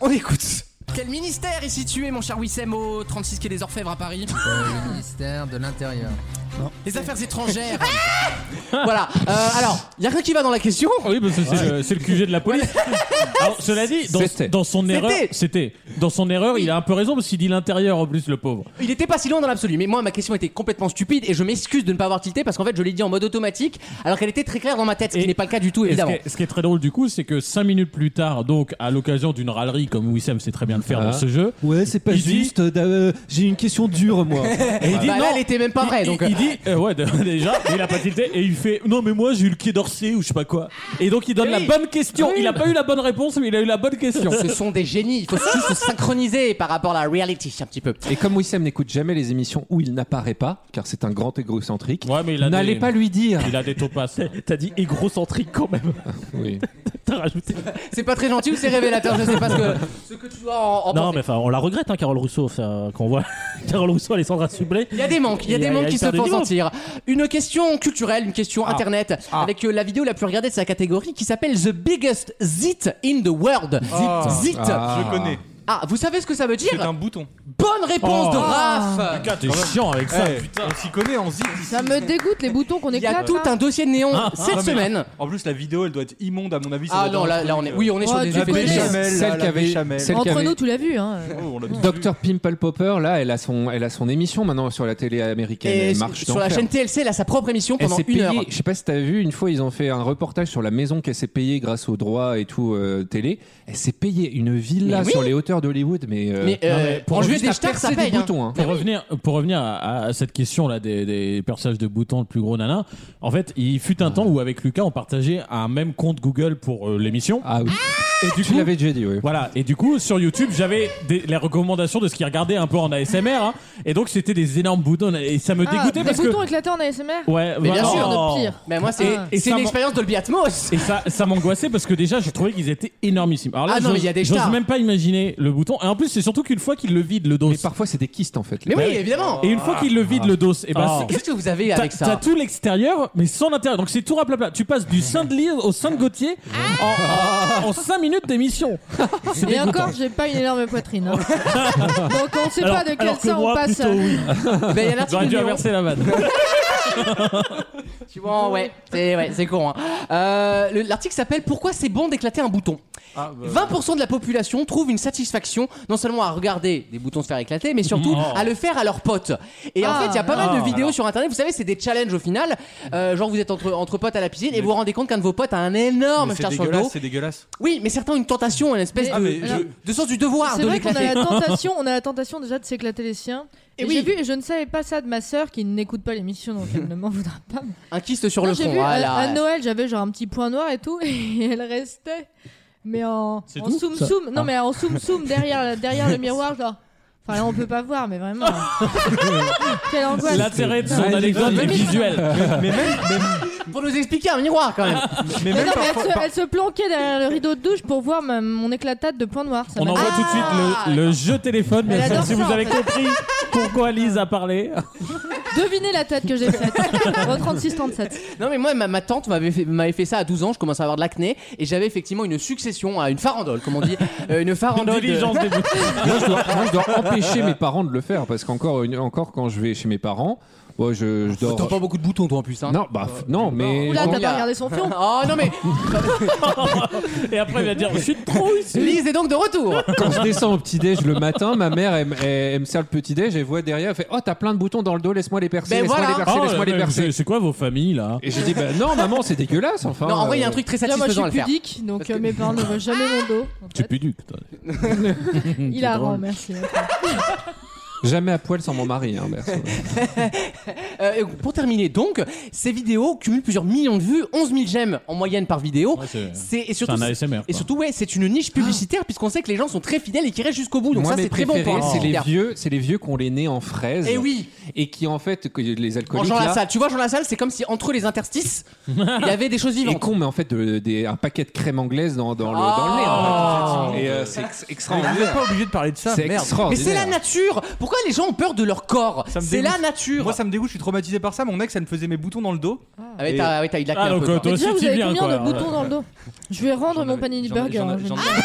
[SPEAKER 2] on écoute. Quel ministère est situé, mon cher Wissem, au 36 quai des Orfèvres à Paris
[SPEAKER 10] Euh, Le ministère de l'Intérieur.
[SPEAKER 2] Les affaires étrangères. voilà. Euh, alors, il y a rien qui va dans la question.
[SPEAKER 6] Oui, parce que c'est le- c'est le, QG de la police. Alors, cela dit, dans,
[SPEAKER 5] C'était.
[SPEAKER 6] dans son
[SPEAKER 2] C'était.
[SPEAKER 6] erreur, c'était. Dans son erreur, il a un peu raison parce qu'il dit l'intérieur en plus, le pauvre.
[SPEAKER 2] Il était pas si loin dans l'absolu, mais moi ma question était complètement stupide et je m'excuse de ne pas avoir tilté parce qu'en fait je l'ai dit en mode automatique alors qu'elle était très claire dans ma tête, ce qui
[SPEAKER 6] Et-
[SPEAKER 2] n'est pas le cas du tout
[SPEAKER 6] Et ce,
[SPEAKER 2] évidemment.
[SPEAKER 6] qui est, ce qui est très drôle du coup, c'est que 5 minutes plus tard, donc à l'occasion d'une râlerie comme Wissem sait très bien le faire dans ce jeu,
[SPEAKER 7] Ouais, c'est pas
[SPEAKER 6] Il dit-
[SPEAKER 7] juste. d'a- euh, J'ai une question dure, moi.
[SPEAKER 6] et il dit
[SPEAKER 2] Bah,
[SPEAKER 6] non.
[SPEAKER 2] là, elle était même pas
[SPEAKER 6] il-
[SPEAKER 2] vraie
[SPEAKER 6] il-
[SPEAKER 2] donc.
[SPEAKER 6] il, dit euh, ouais de- déjà mais il a pas tilté et il fait non mais moi j'ai eu le quai d'Orsay ou je sais pas quoi et donc il donne
[SPEAKER 2] Eh
[SPEAKER 6] la
[SPEAKER 2] oui.
[SPEAKER 6] bonne question
[SPEAKER 2] Oui.
[SPEAKER 6] il a pas eu la bonne réponse mais il a eu la bonne question
[SPEAKER 2] Ce sont des génies, il faut juste se synchroniser par rapport à la reality un petit peu.
[SPEAKER 5] Et comme Wissem n'écoute jamais les émissions où il n'apparaît pas, car c'est un grand égocentrique,
[SPEAKER 6] ouais mais il a
[SPEAKER 5] n'allez
[SPEAKER 6] des-
[SPEAKER 5] pas lui dire.
[SPEAKER 6] il a des topasses
[SPEAKER 3] T'as dit égocentrique quand même.
[SPEAKER 5] Oui.
[SPEAKER 3] T'as rajouté.
[SPEAKER 2] C'est pas très gentil ou c'est révélateur Je sais pas ce que, ce que tu dois en, en
[SPEAKER 3] Non,
[SPEAKER 2] penser.
[SPEAKER 3] mais enfin, on la regrette, hein, Carole Rousseau, ça, quand on voit Carole Rousseau, Alessandra Sublet.
[SPEAKER 2] Il y a des manques, il y a des manques qui se
[SPEAKER 3] une perte de
[SPEAKER 2] font
[SPEAKER 3] niveau.
[SPEAKER 2] sentir. Une question culturelle, une question
[SPEAKER 10] Ah.
[SPEAKER 2] internet, avec euh, la vidéo la plus regardée de sa catégorie qui s'appelle The Biggest Zit in the World. Zit. Zit. Ah.
[SPEAKER 5] Ah.
[SPEAKER 10] Je connais.
[SPEAKER 2] vous savez ce que ça veut
[SPEAKER 10] Oh. C'est
[SPEAKER 2] dire
[SPEAKER 10] un bouton.
[SPEAKER 2] Bonne réponse
[SPEAKER 6] Oh.
[SPEAKER 2] de
[SPEAKER 4] Ah.
[SPEAKER 2] Raph
[SPEAKER 6] Lucas t'es chiant avec ça
[SPEAKER 10] Eh, on s'y connaît en zip. ici.
[SPEAKER 4] Ça me dégoûte les boutons qu'on
[SPEAKER 2] Il y a
[SPEAKER 4] éclate.
[SPEAKER 2] tout
[SPEAKER 4] là.
[SPEAKER 2] un dossier de néon cette
[SPEAKER 10] Ah, mais-
[SPEAKER 2] semaine.
[SPEAKER 10] En plus, la vidéo, elle doit être immonde, à mon avis. ça
[SPEAKER 2] Ah
[SPEAKER 10] doit être
[SPEAKER 2] non,
[SPEAKER 10] un
[SPEAKER 2] là, là on
[SPEAKER 10] truc,
[SPEAKER 2] est.
[SPEAKER 10] euh,
[SPEAKER 2] Oui, on est sur
[SPEAKER 4] Oh,
[SPEAKER 2] des
[SPEAKER 4] tu
[SPEAKER 2] effets
[SPEAKER 4] connais.
[SPEAKER 2] spéciaux.
[SPEAKER 10] Béchamel,
[SPEAKER 5] Celle
[SPEAKER 10] là,
[SPEAKER 5] qui
[SPEAKER 10] la
[SPEAKER 5] avait-
[SPEAKER 10] béchamel.
[SPEAKER 5] celle-
[SPEAKER 4] Entre
[SPEAKER 5] qu'avait-
[SPEAKER 4] nous, tu l'as vu. Hein.
[SPEAKER 10] Oh, on l'a tous vu.
[SPEAKER 5] Dr Pimple Popper, là, elle a son, elle a son émission maintenant sur la télé américaine.
[SPEAKER 2] Et
[SPEAKER 5] elle
[SPEAKER 2] sur-
[SPEAKER 5] marche
[SPEAKER 2] sur la
[SPEAKER 5] d'enfer.
[SPEAKER 2] chaîne TLC, elle a sa propre émission
[SPEAKER 5] Elle
[SPEAKER 2] pendant
[SPEAKER 5] s'est
[SPEAKER 2] une heure.
[SPEAKER 5] payée. Je sais pas si t'as vu, une fois ils ont fait un reportage sur la maison qu'elle s'est payée grâce aux droits et tout euh, télé. Elle s'est payée une villa
[SPEAKER 2] Mais oui.
[SPEAKER 5] sur les hauteurs d'Hollywood, mais, euh,
[SPEAKER 2] Mais, euh,
[SPEAKER 6] Non, mais pour
[SPEAKER 2] en juillet
[SPEAKER 5] juste à
[SPEAKER 2] des stars, ça
[SPEAKER 5] percer des
[SPEAKER 2] paye. hein.
[SPEAKER 5] boutons. hein.
[SPEAKER 6] Pour revenir, pour revenir à, à cette question là des, des personnages de boutons, le plus gros nana, en fait, il fut un temps où avec Lucas on partageait un même compte Google pour euh, l'émission.
[SPEAKER 5] Ah oui.
[SPEAKER 6] Et du
[SPEAKER 5] Tu
[SPEAKER 6] coup,
[SPEAKER 5] l'avais déjà dit, oui.
[SPEAKER 6] voilà. Et du coup, sur YouTube, j'avais des- les recommandations de ce qu'il regardait un peu en ASMR. hein. et donc, c'était des énormes boutons. Et ça me
[SPEAKER 4] Ah,
[SPEAKER 6] dégoûtait
[SPEAKER 4] des
[SPEAKER 6] parce que.
[SPEAKER 4] boutons éclatés en ASMR
[SPEAKER 6] Ouais,
[SPEAKER 2] Mais bien
[SPEAKER 6] voilà.
[SPEAKER 2] sûr.
[SPEAKER 6] Oh.
[SPEAKER 4] de pire.
[SPEAKER 2] Mais moi, c'est
[SPEAKER 4] Ah.
[SPEAKER 2] c'est
[SPEAKER 6] Et
[SPEAKER 2] une
[SPEAKER 6] ça-
[SPEAKER 2] expérience Dolby Atmos.
[SPEAKER 6] Et ça, ça m'angoissait parce que déjà, je trouvais qu'ils étaient énormissimes. Alors là,
[SPEAKER 2] Ah non,
[SPEAKER 6] j'ose-
[SPEAKER 2] mais il y a des
[SPEAKER 6] j'ose
[SPEAKER 2] stars.
[SPEAKER 6] même pas imaginer le bouton. Et en plus, c'est surtout qu'une fois qu'il le vide, le dos.
[SPEAKER 5] Mais parfois c'est des kystes en fait.
[SPEAKER 2] Mais
[SPEAKER 5] les-
[SPEAKER 2] oui,
[SPEAKER 6] oui.
[SPEAKER 2] évidemment.
[SPEAKER 6] Et une fois qu'il le vide, le dos. Et ben,
[SPEAKER 3] Ah.
[SPEAKER 6] c'est-
[SPEAKER 2] Qu'est-ce que vous avez
[SPEAKER 6] T'as-
[SPEAKER 2] avec
[SPEAKER 6] T'as
[SPEAKER 2] ça
[SPEAKER 6] tout l'extérieur, mais sans l'intérieur. Donc c'est tout raplapla. Tu passes du Saint de Lise au Saint de Gauthier en- en 5 minutes d'émission.
[SPEAKER 4] Et encore, j'ai pas une énorme poitrine. hein. Donc on sait pas de quel
[SPEAKER 3] alors que
[SPEAKER 4] ça on
[SPEAKER 3] moi,
[SPEAKER 4] passe.
[SPEAKER 3] plutôt oui.
[SPEAKER 2] Ben, il y a un article
[SPEAKER 6] J'aurais dû
[SPEAKER 2] de Lyon.
[SPEAKER 6] inverser la vanne.
[SPEAKER 2] Tu vois, ouais, c'est ouais, c'est con. hein. Euh, le- L'article s'appelle Pourquoi c'est bon d'éclater un bouton
[SPEAKER 5] Ah, bah.
[SPEAKER 2] 20% de la population trouve une satisfaction non seulement à regarder des boutons se faire éclater, mais surtout
[SPEAKER 6] Oh.
[SPEAKER 2] à le faire à leurs potes. Et en
[SPEAKER 4] Ah.
[SPEAKER 2] fait, il y a pas mal
[SPEAKER 6] Ah.
[SPEAKER 2] de vidéos sur internet, vous savez, c'est des challenges au final. Euh, genre, vous êtes entre, entre potes à la piscine et vous vous rendez compte qu'un de vos potes a un énorme
[SPEAKER 7] Mais
[SPEAKER 2] chien
[SPEAKER 7] c'est
[SPEAKER 2] sur le dos.
[SPEAKER 7] dégueulasse, c'est dégueulasse.
[SPEAKER 2] Oui, mais certains ont une tentation, une espèce
[SPEAKER 4] Ah,
[SPEAKER 2] de,
[SPEAKER 4] mais je-
[SPEAKER 2] de sens du devoir
[SPEAKER 4] C'est
[SPEAKER 2] de
[SPEAKER 4] vrai qu'on
[SPEAKER 2] l'éclater.
[SPEAKER 4] a la tentation, on a la tentation déjà de s'éclater les siens.
[SPEAKER 2] Et
[SPEAKER 4] Et,
[SPEAKER 2] oui.
[SPEAKER 4] j'ai vu, et je ne savais pas ça de ma sœur qui n'écoute pas l'émission, donc elle ne m'en voudra pas.
[SPEAKER 2] Un kyste sur
[SPEAKER 4] Non,
[SPEAKER 2] le
[SPEAKER 4] j'ai
[SPEAKER 2] front. Ah
[SPEAKER 4] vu, à-
[SPEAKER 2] voilà.
[SPEAKER 4] à, Noël, j'avais genre un petit point noir et tout, et elle restait. Mais en,
[SPEAKER 6] C'est
[SPEAKER 4] en
[SPEAKER 6] tout,
[SPEAKER 4] soum
[SPEAKER 6] ça
[SPEAKER 4] soum, non
[SPEAKER 6] Ah.
[SPEAKER 4] mais en soum soum derrière, derrière le miroir, genre. Enfin là, on peut pas voir, mais vraiment. Quelle angoisse.
[SPEAKER 6] L'intérêt de son anecdote Ah, est visuel.
[SPEAKER 10] Mais même,
[SPEAKER 2] Pour nous expliquer un miroir quand même.
[SPEAKER 10] mais
[SPEAKER 4] Mais
[SPEAKER 10] même
[SPEAKER 4] non, mais elle,
[SPEAKER 10] parfois-
[SPEAKER 4] se,
[SPEAKER 10] par-
[SPEAKER 4] elle se planquait derrière le rideau de douche pour voir ma- mon éclatade de point noir. Ça
[SPEAKER 6] On
[SPEAKER 4] m'a-
[SPEAKER 6] envoie tout de suite le, le jeu téléphone,
[SPEAKER 4] Elle
[SPEAKER 6] mais
[SPEAKER 4] adore
[SPEAKER 6] si
[SPEAKER 4] ça,
[SPEAKER 6] vous
[SPEAKER 4] en
[SPEAKER 6] avez
[SPEAKER 4] fait.
[SPEAKER 6] compris pourquoi Lise a parlé.
[SPEAKER 4] Devinez la tête que j'ai faite. Au 36-37.
[SPEAKER 2] Non mais moi ma, ma tante m'avait fait, m'avait fait ça à 12 ans, je commençais à avoir de l'acné et j'avais effectivement une succession à une farandole comme on dit, Euh, une
[SPEAKER 6] Une
[SPEAKER 2] farandole. de-
[SPEAKER 6] diligence des boutons.
[SPEAKER 5] moi, je dois, moi, je dois empêcher mes parents de le faire parce qu'encore une- encore quand je vais chez mes parents, moi, je, je
[SPEAKER 2] T'as
[SPEAKER 5] dors.
[SPEAKER 2] pas beaucoup de boutons toi en plus hein.
[SPEAKER 5] Non, bah f- non, mais
[SPEAKER 4] Oula,
[SPEAKER 5] quand-
[SPEAKER 4] t'as pas regardé son fion
[SPEAKER 2] Oh non mais
[SPEAKER 6] Et après, il va dire Je suis trop ici.
[SPEAKER 2] Lise est donc de retour.
[SPEAKER 5] quand je descends au petit-déj le matin, ma mère, elle, me- elle- elle me sert le petit-déj, elle voit derrière, elle fait Oh, t'as plein de boutons dans le dos, laisse-moi les percer,
[SPEAKER 2] Ben
[SPEAKER 5] laisse-moi
[SPEAKER 2] voilà.
[SPEAKER 5] les percer,
[SPEAKER 6] Oh,
[SPEAKER 5] laisse-moi les
[SPEAKER 6] mais
[SPEAKER 5] percer.
[SPEAKER 6] c'est- C'est quoi vos familles là
[SPEAKER 5] Et j'ai dit Bah non, maman, c'est dégueulasse, enfin.
[SPEAKER 2] non en vrai il y a un
[SPEAKER 5] euh,
[SPEAKER 2] truc très
[SPEAKER 4] Déjà, moi je
[SPEAKER 2] satisfaisant à
[SPEAKER 4] suis
[SPEAKER 2] le faire.
[SPEAKER 4] pudique, donc
[SPEAKER 2] Parce
[SPEAKER 4] euh,
[SPEAKER 2] que-
[SPEAKER 4] mes parents ne voient jamais mon dos. en fait.
[SPEAKER 6] plus du
[SPEAKER 2] Hum,
[SPEAKER 4] Il a rang, merci.
[SPEAKER 5] Jamais à poil sans mon mari, hein, perso.
[SPEAKER 2] Euh, et pour terminer donc, ces vidéos cumulent plusieurs millions de vues, 11 000 j'aime en moyenne par vidéo.
[SPEAKER 6] C'est
[SPEAKER 2] C'est et
[SPEAKER 6] c'est
[SPEAKER 2] surtout
[SPEAKER 6] un ASMR.
[SPEAKER 2] et
[SPEAKER 6] quoi.
[SPEAKER 2] surtout ouais c'est une niche publicitaire puisqu'on sait que les gens sont très fidèles et qui restent jusqu'au bout donc
[SPEAKER 5] Moi,
[SPEAKER 2] ça
[SPEAKER 5] mes
[SPEAKER 2] c'est très bon pour
[SPEAKER 5] préférés,
[SPEAKER 2] un
[SPEAKER 5] c'est les
[SPEAKER 2] publicitaire.
[SPEAKER 5] vieux, c'est les vieux qu'on les nés en fraise.
[SPEAKER 2] Et oui,
[SPEAKER 5] Et qui en fait, que les
[SPEAKER 2] en
[SPEAKER 5] alcooliques
[SPEAKER 2] Jean
[SPEAKER 5] là,
[SPEAKER 2] Lassalle. Tu vois, Jean Lassalle, c'est comme si entre les interstices, il y avait des choses
[SPEAKER 5] et
[SPEAKER 2] vivantes.
[SPEAKER 5] qu'on met en fait de- des- un paquet de crème anglaise dans, dans le, dans le nez. en
[SPEAKER 2] Oh.
[SPEAKER 5] fait. Et euh, c'est
[SPEAKER 2] Ah,
[SPEAKER 5] ex-
[SPEAKER 7] Vous n'êtes
[SPEAKER 5] extraordinaire.
[SPEAKER 7] pas obligé de parler de ça,
[SPEAKER 5] C'est
[SPEAKER 7] merde.
[SPEAKER 2] Mais
[SPEAKER 5] extraordinaire.
[SPEAKER 2] c'est la nature Pourquoi les gens ont peur de leur corps
[SPEAKER 7] Ça me
[SPEAKER 2] C'est la
[SPEAKER 7] dégoûte.
[SPEAKER 2] nature
[SPEAKER 7] Moi ça me dégoûte, je suis traumatisé par ça. Mon ex, elle me faisait mes boutons dans le dos.
[SPEAKER 2] Ah ouais, t'as ouais, t'as eu de la
[SPEAKER 6] Ah,
[SPEAKER 2] un hein,
[SPEAKER 6] donc,
[SPEAKER 2] peu,
[SPEAKER 6] euh,
[SPEAKER 2] toi.
[SPEAKER 6] toi
[SPEAKER 4] Mais
[SPEAKER 6] aussi,
[SPEAKER 4] déjà, vous
[SPEAKER 6] tu
[SPEAKER 4] avez
[SPEAKER 6] viens quoi.
[SPEAKER 4] combien de boutons dans le dos Je vais rendre mon panini burger. hein. en
[SPEAKER 7] J'en-
[SPEAKER 4] général.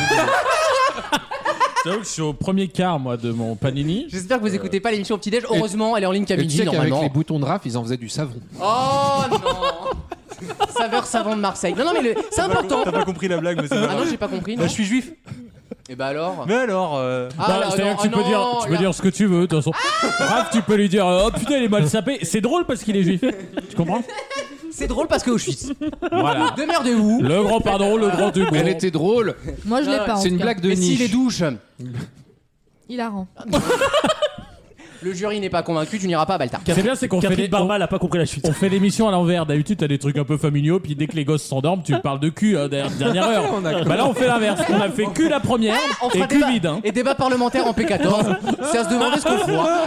[SPEAKER 6] J'avoue que je suis au premier quart, moi, de mon panini.
[SPEAKER 2] J'espère que vous écoutez pas l'émission au petit-déj. Heureusement, elle est en ligne qu'à
[SPEAKER 5] Et tu
[SPEAKER 2] midi,
[SPEAKER 5] sais qu'avec
[SPEAKER 2] normalement.
[SPEAKER 5] les boutons de raf, ils en faisaient du savon.
[SPEAKER 2] Oh non Saveur savon de Marseille. Non, non, mais le- c'est important.
[SPEAKER 7] T'as pas compris la blague, mais c'est pas
[SPEAKER 2] Ah non,
[SPEAKER 7] grave.
[SPEAKER 2] j'ai pas compris.
[SPEAKER 7] Bah,
[SPEAKER 2] Non.
[SPEAKER 7] je suis juif.
[SPEAKER 2] Et bah alors
[SPEAKER 7] Mais alors euh,
[SPEAKER 2] Ah,
[SPEAKER 6] Bah,
[SPEAKER 2] là,
[SPEAKER 6] C'est-à-dire
[SPEAKER 2] non,
[SPEAKER 6] que tu
[SPEAKER 2] ah,
[SPEAKER 6] peux, dire,
[SPEAKER 2] non,
[SPEAKER 6] tu peux
[SPEAKER 2] là.
[SPEAKER 6] dire ce que tu veux, de toute façon.
[SPEAKER 2] Ah
[SPEAKER 6] Raph, tu peux lui dire euh, Oh putain, il est mal sapé. C'est drôle parce qu'il est juif. Tu comprends
[SPEAKER 2] C'est drôle parce que Auschwitz.
[SPEAKER 6] Voilà.
[SPEAKER 2] Demeurez-vous.
[SPEAKER 6] Le grand pardon, le grand humour.
[SPEAKER 5] Elle était drôle.
[SPEAKER 4] Moi je l'ai
[SPEAKER 2] Ah,
[SPEAKER 4] pas. en
[SPEAKER 5] C'est
[SPEAKER 4] tout
[SPEAKER 5] une
[SPEAKER 4] cas.
[SPEAKER 5] blague de
[SPEAKER 2] Oh. Et si
[SPEAKER 5] niche.
[SPEAKER 2] les douches
[SPEAKER 4] Il a rang.
[SPEAKER 2] Le jury n'est pas convaincu, tu n'iras pas à Baltar.
[SPEAKER 6] C'est bien, c'est qu'on fait des.
[SPEAKER 3] Catherine Barma n'a pas compris la suite.
[SPEAKER 6] On fait l'émission à l'envers. D'habitude, t'as des trucs un peu familiaux, puis dès que les gosses s'endorment, tu parles de cul, hein, dernière, dernière heure. bah là, on fait l'inverse. On a fait cul la première
[SPEAKER 2] Ah, On
[SPEAKER 6] et
[SPEAKER 2] fera
[SPEAKER 6] cul
[SPEAKER 2] débat-
[SPEAKER 6] vide. hein.
[SPEAKER 2] Et débat parlementaire en P14. C'est à se demander ce qu'on fout. hein.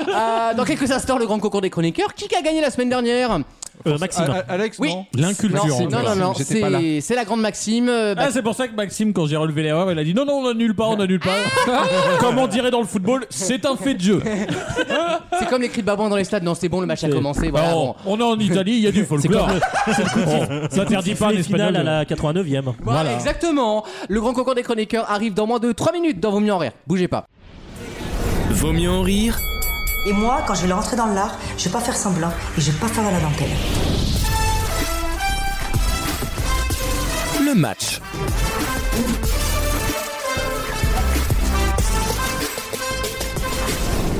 [SPEAKER 2] Euh, dans quelques instants, le grand concours des chroniqueurs. Qui a gagné la semaine dernière
[SPEAKER 3] Euh,
[SPEAKER 7] A-
[SPEAKER 3] Maxime.
[SPEAKER 7] A- Alex,
[SPEAKER 2] Oui.
[SPEAKER 7] non
[SPEAKER 6] L'inculture.
[SPEAKER 2] Non,
[SPEAKER 6] en
[SPEAKER 2] c'est-
[SPEAKER 6] tout
[SPEAKER 2] non,
[SPEAKER 6] cas.
[SPEAKER 2] non, non,
[SPEAKER 5] J'étais pas là.
[SPEAKER 2] c'est c'est la grande Maxime. euh, bah,
[SPEAKER 6] Ah, c'est pour ça que Maxime, quand j'ai relevé l'erreur, il a dit non, non, on annule pas, on annule pas. Comme on dirait dans le football, c'est un fait de jeu.
[SPEAKER 2] c'est comme les cris de babouin dans les stades. Non, c'est bon, le match a commencé. Voilà, bon.
[SPEAKER 6] Alors, On est en Italie, il y a du folklore. On s'interdit pas en
[SPEAKER 3] Ah, les
[SPEAKER 6] espagnol.
[SPEAKER 3] finales à la 89e.
[SPEAKER 2] Voilà, exactement. Le grand concours des chroniqueurs arrive dans moins de 3 minutes dans Vos mieux en rire. Bougez pas.
[SPEAKER 1] Vaut mieux en rire
[SPEAKER 11] Et moi, quand je vais rentrer dans l'art, je vais pas faire semblant et je vais pas faire la dentelle.
[SPEAKER 1] le match.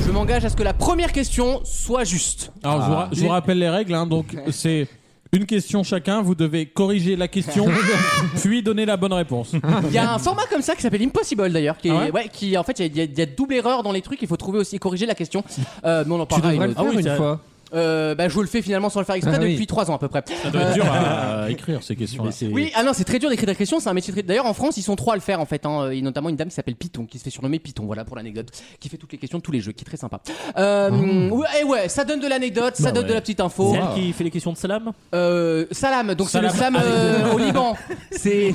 [SPEAKER 2] Je m'engage à ce que la première question soit juste.
[SPEAKER 6] Alors, je vous ra- je, vous, rappelle les règles. hein, donc, c'est une question chacun. Vous devez corriger la question, puis donner la bonne réponse.
[SPEAKER 2] Il y a un format comme ça qui s'appelle Impossible d'ailleurs, qui, est-
[SPEAKER 6] Ah ouais
[SPEAKER 2] ouais, qui en fait, il y a- il y, a- il y a double erreur dans les trucs. Il faut trouver aussi corriger la question. Euh, mais on en
[SPEAKER 5] Tu
[SPEAKER 2] parlera.
[SPEAKER 5] devrais
[SPEAKER 2] une autre-
[SPEAKER 5] Ah, le faire
[SPEAKER 3] oui,
[SPEAKER 5] une
[SPEAKER 3] ça-
[SPEAKER 5] fois.
[SPEAKER 2] Euh, bah, je le fais finalement sans le faire exprès
[SPEAKER 5] Ah oui.
[SPEAKER 2] depuis 3 ans à peu près.
[SPEAKER 6] Ça doit être dur à écrire ces questions.
[SPEAKER 2] Oui, ah non, c'est très dur d'écrire des questions, c'est un métier très... D'ailleurs, en France, ils sont trois à le faire, en fait. Hein. Et notamment une dame qui s'appelle Python, qui se fait surnommer Python, voilà, pour l'anecdote, qui fait toutes les questions de tous les jeux, qui est très sympa. Euh, ouais, eh ouais, ça donne de l'anecdote, ça
[SPEAKER 6] Ah. Bah
[SPEAKER 2] donne de
[SPEAKER 6] ouais.
[SPEAKER 2] la petite
[SPEAKER 3] C'est
[SPEAKER 2] info.
[SPEAKER 3] elle qui fait les questions de salam
[SPEAKER 2] Euh, salam, donc c'est le
[SPEAKER 6] Salam.
[SPEAKER 2] salam euh, au Liban. C'est...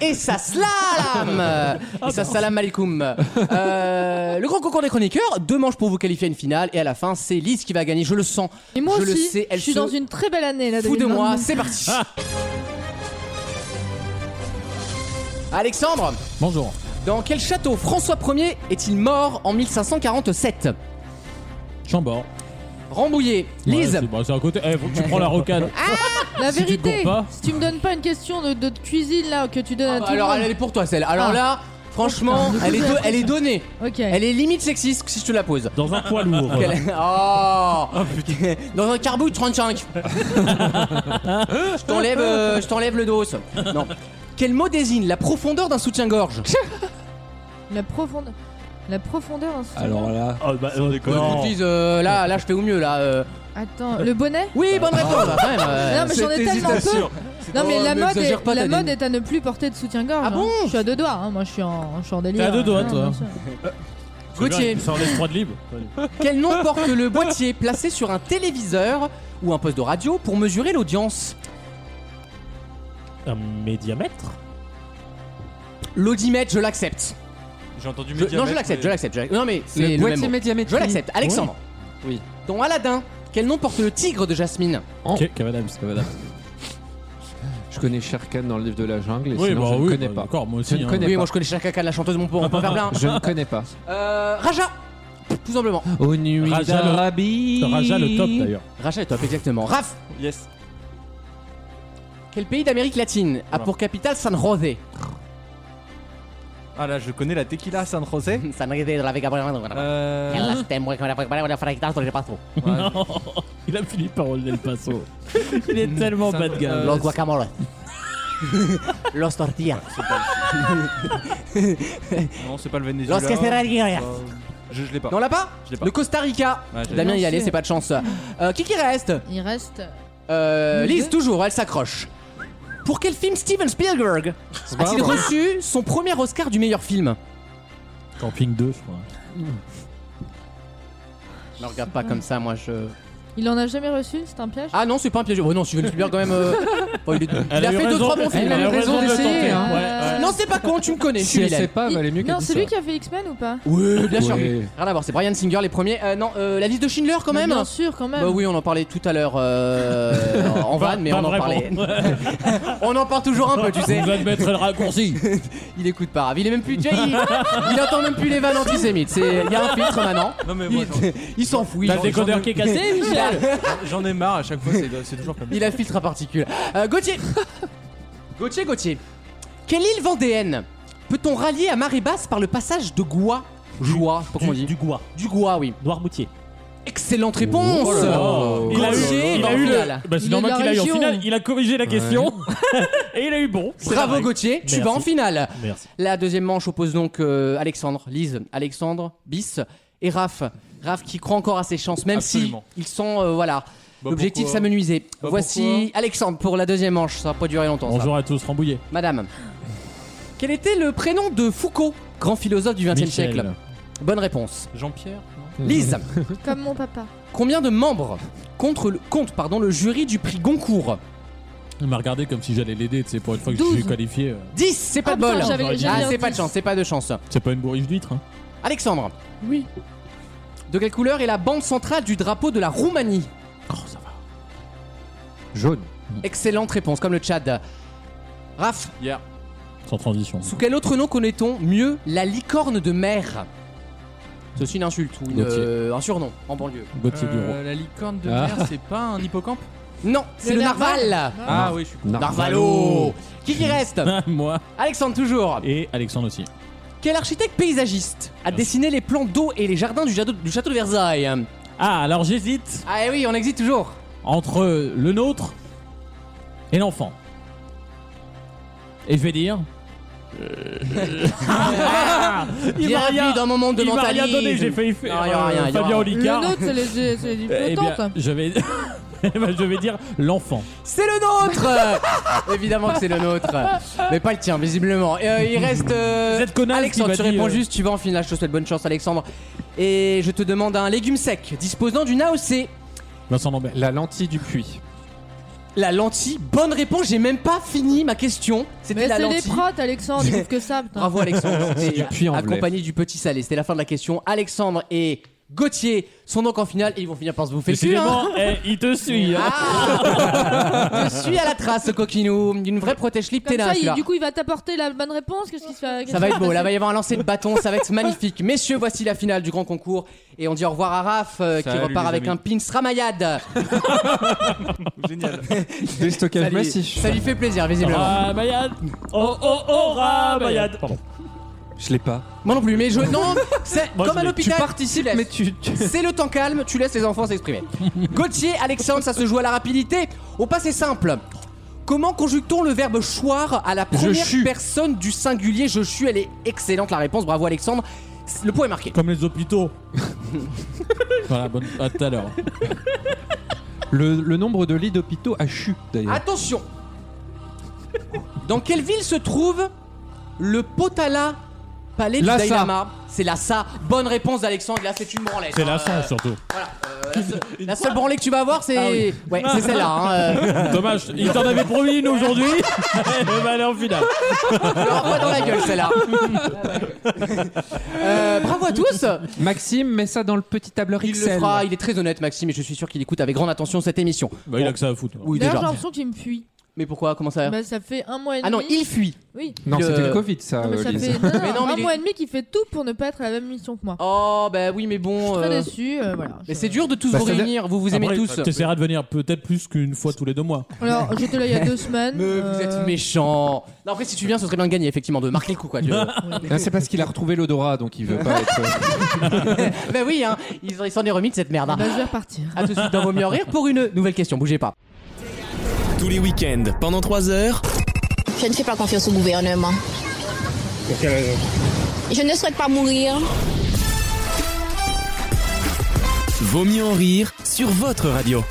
[SPEAKER 2] Et ça
[SPEAKER 6] Ah,
[SPEAKER 2] slam Et ça salam alaikum. Euh, le grand concours des chroniqueurs, deux manches pour vous qualifier à une finale, et à la fin, c'est Lise qui va gagner, je le sens.
[SPEAKER 4] Et moi
[SPEAKER 2] Je le
[SPEAKER 4] aussi,
[SPEAKER 2] sais, elle
[SPEAKER 4] je suis
[SPEAKER 2] se
[SPEAKER 4] dans une très belle année là.
[SPEAKER 2] Fou de
[SPEAKER 4] 2022.
[SPEAKER 2] moi, c'est parti Alexandre
[SPEAKER 6] Bonjour.
[SPEAKER 2] Dans quel château François Ier est-il mort en 1547
[SPEAKER 6] Chambord.
[SPEAKER 2] Rambouillet,
[SPEAKER 6] Ouais,
[SPEAKER 2] Lise,
[SPEAKER 6] c'est- bah, C'est à côté. Eh, faut que tu prends la rocade.
[SPEAKER 4] La
[SPEAKER 2] Si tu te
[SPEAKER 4] vérité,
[SPEAKER 2] gourres pas.
[SPEAKER 4] si tu me donnes pas une question de, de cuisine là que tu donnes à
[SPEAKER 2] Ah bah
[SPEAKER 4] Euh, tout
[SPEAKER 2] alors
[SPEAKER 4] le monde.
[SPEAKER 2] elle elle est pour toi celle. Alors
[SPEAKER 4] Ah.
[SPEAKER 2] là, franchement,
[SPEAKER 4] Putain,
[SPEAKER 2] elle est,
[SPEAKER 4] j'ai
[SPEAKER 2] do-
[SPEAKER 4] compris.
[SPEAKER 2] elle est donnée.
[SPEAKER 4] Ok.
[SPEAKER 2] Elle est limite sexiste si je te la pose. Oh.
[SPEAKER 3] Dans un poids lourd.
[SPEAKER 6] Oh
[SPEAKER 2] Dans un carbou de 35. je t'enlève, euh, je t'enlève le dos. Non. Quel mot désigne la profondeur d'un soutien-gorge
[SPEAKER 4] La profondeur. La profondeur. hein, c'est-
[SPEAKER 5] là.
[SPEAKER 2] Ah,
[SPEAKER 3] Ah, bah,
[SPEAKER 2] Je vous dis, euh, là, là, je fais au mieux là. euh.
[SPEAKER 4] Attends, le bonnet
[SPEAKER 2] Oui, bonne réponse. bah, quand même, euh,
[SPEAKER 4] Non, mais j'en ai
[SPEAKER 2] cette
[SPEAKER 4] tellement
[SPEAKER 2] hésitation.
[SPEAKER 4] peu. Non, mais
[SPEAKER 2] Oh,
[SPEAKER 4] la
[SPEAKER 2] ne
[SPEAKER 4] mode, est,
[SPEAKER 2] exagère pas,
[SPEAKER 4] la
[SPEAKER 2] Tadine.
[SPEAKER 4] mode est à ne plus porter de soutien-gorge.
[SPEAKER 2] Ah
[SPEAKER 4] hein.
[SPEAKER 2] bon
[SPEAKER 4] Je suis à deux doigts. hein. Moi, je suis en, je suis en délire.
[SPEAKER 3] à deux doigts,
[SPEAKER 4] Ouais,
[SPEAKER 3] toi.
[SPEAKER 4] bien sûr.
[SPEAKER 2] Gauthier.
[SPEAKER 3] Ça enlève trois de libre.
[SPEAKER 2] Quel nom porte le boîtier placé sur un téléviseur ou un poste de radio pour mesurer l'audience
[SPEAKER 3] Un Euh, médiamètre
[SPEAKER 2] L'audimètre, je l'accepte.
[SPEAKER 10] J'ai entendu
[SPEAKER 2] Je- non, je l'accepte, je l'accepte. je l'accepte. Non, mais c'est le, même mot. Je l'accepte. Alexandre.
[SPEAKER 5] Oui.
[SPEAKER 2] Dans Aladdin, quel nom porte le tigre de Jasmine
[SPEAKER 3] Ok.
[SPEAKER 5] Je connais Sharkan dans le livre de la jungle et
[SPEAKER 6] Oui,
[SPEAKER 5] sinon
[SPEAKER 6] bah
[SPEAKER 5] je ne
[SPEAKER 6] oui,
[SPEAKER 5] connais
[SPEAKER 6] bah,
[SPEAKER 5] pas.
[SPEAKER 6] d'accord, moi
[SPEAKER 5] Je
[SPEAKER 6] aussi.
[SPEAKER 5] ne
[SPEAKER 6] hein.
[SPEAKER 5] connais
[SPEAKER 2] Oui,
[SPEAKER 5] pas.
[SPEAKER 2] moi je connais Chaka Kaka, la chanteuse, mon pauvre, on peut faire plein.
[SPEAKER 5] Je ne connais pas.
[SPEAKER 2] Euh, Raja Tout simplement.
[SPEAKER 5] Au nuit
[SPEAKER 3] Raja le-
[SPEAKER 5] d'Arabie.
[SPEAKER 3] Raja le top d'ailleurs.
[SPEAKER 2] Raja est top, exactement. Raph
[SPEAKER 10] Yes.
[SPEAKER 2] Quel pays d'Amérique latine a pour capitale San José
[SPEAKER 10] Ah là, je connais la tequila San José.
[SPEAKER 2] San José de la Vega
[SPEAKER 10] Euh,
[SPEAKER 3] Il a fini par relever le passo. Il est tellement bas de gamme.
[SPEAKER 2] Los guacamoles. Los tortillas.
[SPEAKER 10] Non, c'est pas le Venezuela.
[SPEAKER 2] Los quesadillas.
[SPEAKER 10] Euh, Je, je l'ai pas.
[SPEAKER 2] Non, on l'a pas
[SPEAKER 10] Je l'ai pas.
[SPEAKER 2] Le Costa Rica.
[SPEAKER 10] Ouais, je l'ai
[SPEAKER 2] Damien
[SPEAKER 4] pas.
[SPEAKER 2] y allait, c'est pas de chance. Euh, qui qui reste
[SPEAKER 4] Il reste.
[SPEAKER 2] Euh,
[SPEAKER 4] Nous
[SPEAKER 2] Lise,
[SPEAKER 4] deux.
[SPEAKER 2] toujours, elle s'accroche. Pour quel film Steven Spielberg a-t-il reçu son premier Oscar du meilleur film
[SPEAKER 3] Camping 2, je crois.
[SPEAKER 2] Ne regarde pas comme ça, moi je.
[SPEAKER 4] Il en a jamais reçu C'est un piège
[SPEAKER 2] Ah non, c'est pas un piège. Oh non, Steven Spielberg quand même. euh, bon, il, est- il a, fait deux trois bons films.
[SPEAKER 5] elle a eu raison
[SPEAKER 3] de
[SPEAKER 5] d'essayer,
[SPEAKER 3] tenter,
[SPEAKER 5] hein.
[SPEAKER 3] ouais, ouais.
[SPEAKER 2] Non, c'est pas con, tu me connais, je
[SPEAKER 5] Si
[SPEAKER 2] suis
[SPEAKER 5] elle sait
[SPEAKER 2] vilaine.
[SPEAKER 5] pas,
[SPEAKER 4] Il-
[SPEAKER 5] elle est mieux qu'elle
[SPEAKER 4] Non,
[SPEAKER 5] dise
[SPEAKER 4] c'est
[SPEAKER 5] ça.
[SPEAKER 4] lui qui a fait X-Men ou pas
[SPEAKER 2] Oui, bien sûr.
[SPEAKER 5] Ouais.
[SPEAKER 2] Rien à voir, c'est Brian Singer les premiers. Euh, non, euh, la liste de Schindler quand même
[SPEAKER 4] Bien sûr, quand même.
[SPEAKER 2] Bah oui, on en parlait tout à l'heure euh, en
[SPEAKER 3] Pas-
[SPEAKER 2] vanne, mais
[SPEAKER 3] pas
[SPEAKER 2] on en
[SPEAKER 3] vraiment.
[SPEAKER 2] parlait. on en parle toujours un peu, tu sais.
[SPEAKER 3] On va te mettre le raccourci.
[SPEAKER 2] Il écoute pas, il est même plus déjà, il, il entend même plus les vannes antisémites. C'est, il y a un filtre maintenant.
[SPEAKER 10] Non, mais moi,
[SPEAKER 2] Il, il s'en fout.
[SPEAKER 3] T'as
[SPEAKER 2] il-
[SPEAKER 3] le décodeur qui est cassé, Michel
[SPEAKER 10] J'en ai marre à chaque fois, c'est c'est toujours comme ça.
[SPEAKER 2] Il a filtre à particules. Euh, Gauthier. Gauthier, Gauthier. Quelle île vendéenne peut-on rallier à marée basse par le passage de Goua Joie, je sais pas comment on
[SPEAKER 3] Du,
[SPEAKER 2] dit.
[SPEAKER 3] du Goua,
[SPEAKER 2] Du Goua, oui.
[SPEAKER 3] Noirmoutier.
[SPEAKER 2] Excellente réponse.
[SPEAKER 5] Oh là là.
[SPEAKER 3] Il a eu,
[SPEAKER 2] Gauthier
[SPEAKER 3] il
[SPEAKER 2] va
[SPEAKER 3] a
[SPEAKER 2] en
[SPEAKER 3] eu
[SPEAKER 2] finale.
[SPEAKER 3] le.
[SPEAKER 4] Il
[SPEAKER 3] Bah, c'est
[SPEAKER 4] est de
[SPEAKER 3] normal
[SPEAKER 4] la
[SPEAKER 3] qu'il aille en
[SPEAKER 4] région.
[SPEAKER 3] finale. Il a corrigé la question. Et il a eu bon. C'est
[SPEAKER 2] Bravo
[SPEAKER 3] vrai.
[SPEAKER 2] Gauthier, tu
[SPEAKER 3] Merci.
[SPEAKER 2] vas en finale.
[SPEAKER 3] Merci.
[SPEAKER 2] La deuxième manche oppose donc euh, Alexandre, Lise, Alexandre, Bis et Raph. Raph qui croit encore à ses chances, même
[SPEAKER 10] Absolument.
[SPEAKER 2] si ils sont, euh, voilà,
[SPEAKER 10] Bah,
[SPEAKER 2] l'objectif
[SPEAKER 10] pourquoi
[SPEAKER 2] s'amenuiser.
[SPEAKER 10] Bah,
[SPEAKER 2] Voici Alexandre pour la deuxième manche, ça va pas durer longtemps. ça.
[SPEAKER 3] Bonjour à tous, Rambouillet.
[SPEAKER 2] Madame. Quel était le prénom de Foucault, grand philosophe du XXe
[SPEAKER 3] Michel.
[SPEAKER 2] siècle Bonne réponse.
[SPEAKER 10] Jean-Pierre non
[SPEAKER 2] Lise,
[SPEAKER 4] Comme mon papa.
[SPEAKER 2] combien de membres contre le, compte pardon, le jury du prix Goncourt
[SPEAKER 6] Il m'a regardé comme si j'allais l'aider, tu sais, pour une fois que je
[SPEAKER 4] 12.
[SPEAKER 6] suis qualifié. euh,
[SPEAKER 2] 10, c'est pas
[SPEAKER 4] Ah,
[SPEAKER 2] de bol.
[SPEAKER 4] putain, j'avais- j'allais
[SPEAKER 2] ah,
[SPEAKER 4] dire
[SPEAKER 2] c'est pas de
[SPEAKER 4] 10.
[SPEAKER 2] chance, c'est pas de chance.
[SPEAKER 6] C'est pas une bourriche d'huître. Hein.
[SPEAKER 2] Alexandre.
[SPEAKER 4] Oui.
[SPEAKER 2] De quelle couleur est la bande centrale du drapeau de la Roumanie
[SPEAKER 5] Jaune.
[SPEAKER 2] Excellente réponse, comme le Tchad. Raph,
[SPEAKER 10] Hier.
[SPEAKER 3] Sans transition.
[SPEAKER 2] sous quel autre nom connaît-on mieux la licorne de mer Ceci une insulte ou une,
[SPEAKER 5] Gauthier.
[SPEAKER 2] euh, un surnom en banlieue.
[SPEAKER 3] Gauthier
[SPEAKER 10] Euh,
[SPEAKER 3] Bureau.
[SPEAKER 10] la licorne de
[SPEAKER 5] Ah.
[SPEAKER 10] mer, c'est pas un hippocampe
[SPEAKER 2] Non, c'est le,
[SPEAKER 4] Le
[SPEAKER 2] narval.
[SPEAKER 4] narval.
[SPEAKER 10] Ah oui, je suis con.
[SPEAKER 2] Narvalo Qui qui reste
[SPEAKER 6] Moi
[SPEAKER 2] Alexandre toujours
[SPEAKER 6] et Alexandre aussi.
[SPEAKER 2] Quel architecte paysagiste a dessiné les plans d'eau et les jardins du château, du château de Versailles
[SPEAKER 6] Ah, alors j'hésite
[SPEAKER 2] Ah eh oui, on existe toujours
[SPEAKER 6] entre le nôtre et l'enfant. Et je vais dire.
[SPEAKER 2] Il
[SPEAKER 6] m'a rien-
[SPEAKER 2] Euh, Bienvenue dans mon monde de
[SPEAKER 6] il m'a rien
[SPEAKER 2] mentalisme
[SPEAKER 6] donné, j'ai failli faire
[SPEAKER 2] Non, il y aura rien,
[SPEAKER 6] euh,
[SPEAKER 2] il y aura rien.
[SPEAKER 6] Fabien Olicard.
[SPEAKER 4] Le nôtre, c'est les, c'est- c'est du
[SPEAKER 6] Eh bien,
[SPEAKER 4] flottant.
[SPEAKER 6] je vais. Eh ben, je vais dire l'enfant.
[SPEAKER 2] C'est le nôtre Évidemment que c'est le nôtre Mais pas le tien, visiblement. Et, euh, il reste... euh,
[SPEAKER 6] Vous êtes connasse,
[SPEAKER 2] Alexandre,
[SPEAKER 6] il m'a
[SPEAKER 2] tu
[SPEAKER 6] dit,
[SPEAKER 2] réponds
[SPEAKER 6] euh,
[SPEAKER 2] juste, tu vas en finale, je te souhaite bonne chance Alexandre. Et je te demande un légume sec disposant d'une AOC.
[SPEAKER 6] Vincent Lambert.
[SPEAKER 5] La lentille du puits.
[SPEAKER 2] La lentille, bonne réponse, j'ai même pas fini ma question. C'était
[SPEAKER 4] Mais
[SPEAKER 2] la
[SPEAKER 4] c'est les
[SPEAKER 2] lentille.
[SPEAKER 4] protes, Alexandre, ils trouvent que ça. putain.
[SPEAKER 2] Bravo Alexandre. C'était
[SPEAKER 5] du puits en blé.
[SPEAKER 2] accompagné du petit salé. C'était la fin de la question. Alexandre et Gauthier sont donc en finale et ils vont finir par se bouffer le cul.
[SPEAKER 3] Décidément,
[SPEAKER 2] hein.
[SPEAKER 3] eh, il te suit. hein.
[SPEAKER 2] Ah Je suis à la trace, ce coquinou. Une vraie protège-slip
[SPEAKER 4] Comme
[SPEAKER 2] ténin,
[SPEAKER 4] ça, il-
[SPEAKER 2] celui-là.
[SPEAKER 4] du coup, il va t'apporter la bonne réponse. Qu'est-ce qui se fait
[SPEAKER 2] Ça va être beau, là va y avoir un lancer de bâton, ça va être magnifique. Messieurs, voici la finale du grand concours. Et on dit au revoir à Raph euh, qui
[SPEAKER 10] Salut,
[SPEAKER 2] repart
[SPEAKER 10] les
[SPEAKER 2] avec
[SPEAKER 10] amis.
[SPEAKER 2] un pins ramayade.
[SPEAKER 10] Génial.
[SPEAKER 5] Déstockage
[SPEAKER 2] Ça lui,
[SPEAKER 5] massif.
[SPEAKER 2] ça lui fait plaisir, visiblement.
[SPEAKER 5] Ah.
[SPEAKER 3] Ramayad. Oh oh oh Ramayad. Pardon.
[SPEAKER 5] Je l'ai pas.
[SPEAKER 2] Moi non plus, mais je. Non, c'est
[SPEAKER 3] Moi,
[SPEAKER 2] comme
[SPEAKER 3] je
[SPEAKER 2] à
[SPEAKER 3] l'ai.
[SPEAKER 2] l'hôpital.
[SPEAKER 5] Tu participes,
[SPEAKER 2] laisses.
[SPEAKER 5] mais tu. tu-
[SPEAKER 2] C'est le temps calme, tu laisses les enfants s'exprimer. Gauthier, Alexandre, ça se joue à la rapidité. Au passé simple. Comment conjugue-t-on le verbe choir à la première
[SPEAKER 5] chue.
[SPEAKER 2] personne du singulier Je suis, elle est excellente la réponse, bravo Alexandre. Le point est marqué.
[SPEAKER 6] Comme les hôpitaux. voilà, bonne... à tout à l'heure.
[SPEAKER 5] Le, le nombre de lits d'hôpitaux a chu d'ailleurs.
[SPEAKER 2] Attention Dans quelle ville se trouve le Potala Palais du
[SPEAKER 5] Lhasa.
[SPEAKER 2] Dalai Lama C'est Lhasa. Bonne réponse d'Alexandre, là c'est une branlette.
[SPEAKER 6] C'est
[SPEAKER 2] hein.
[SPEAKER 6] lassant surtout.
[SPEAKER 2] Euh, la seule- La seule branlée que tu vas avoir, c'est. Ouais, c'est celle-là. hein, euh.
[SPEAKER 6] Dommage, il t'en avait promis une aujourd'hui. bah, Elle va aller en finale.
[SPEAKER 2] Alors, pas dans la gueule celle-là. Euh, bravo à tous.
[SPEAKER 5] Maxime, mets ça dans le petit tableur
[SPEAKER 2] Il
[SPEAKER 5] Excel.
[SPEAKER 2] le fera, il est très honnête Maxime et je suis sûr qu'il écoute avec grande attention cette émission.
[SPEAKER 6] Bah, il a que ça à foutre.
[SPEAKER 2] Oui
[SPEAKER 4] D'ailleurs, j'ai
[SPEAKER 2] déjà.
[SPEAKER 4] l'impression qu'il me fuit.
[SPEAKER 2] Mais pourquoi Comment ça
[SPEAKER 4] Bah, ça fait un mois et demi.
[SPEAKER 2] Ah non, il fuit.
[SPEAKER 4] Oui.
[SPEAKER 5] Non,
[SPEAKER 2] Le-
[SPEAKER 5] c'était le Covid, ça,
[SPEAKER 4] Non, mais ça
[SPEAKER 5] Lise.
[SPEAKER 4] fait non, non,
[SPEAKER 2] Mais non, mais
[SPEAKER 4] un
[SPEAKER 2] il-
[SPEAKER 4] mois et demi qu'il fait tout pour ne pas être à la même mission que moi.
[SPEAKER 2] Oh bah oui mais bon.
[SPEAKER 4] Très
[SPEAKER 2] euh,
[SPEAKER 4] déçu, euh, voilà.
[SPEAKER 2] Mais
[SPEAKER 4] Je-
[SPEAKER 2] c'est dur de tous
[SPEAKER 5] Bah,
[SPEAKER 2] vous
[SPEAKER 5] c'est-à-dire-
[SPEAKER 2] réunir, vous vous aimez
[SPEAKER 6] Après,
[SPEAKER 2] tous.
[SPEAKER 6] T'essaieras de venir peut-être plus qu'une fois tous les deux mois.
[SPEAKER 4] Alors, j'étais là il y a deux semaines.
[SPEAKER 2] Mais vous êtes
[SPEAKER 4] euh,
[SPEAKER 2] méchant. Non, après, si tu viens, ce serait bien de gagner, effectivement, de marquer le coup, quoi. tu vois.
[SPEAKER 5] Ah, c'est parce qu'il a retrouvé l'odorat, donc il veut pas être.
[SPEAKER 2] bah oui, hein, ils ils s'en est remis de cette merde.
[SPEAKER 4] Bah,
[SPEAKER 2] Hein.
[SPEAKER 4] je vais repartir.
[SPEAKER 2] À tout de suite dans Vaut mieux en rire pour une nouvelle question. Bougez pas.
[SPEAKER 1] Tous les week-ends, pendant 3 heures,
[SPEAKER 9] Je ne fais pas confiance au gouvernement. Je ne souhaite pas mourir.
[SPEAKER 1] Vaut mieux en rire sur votre radio.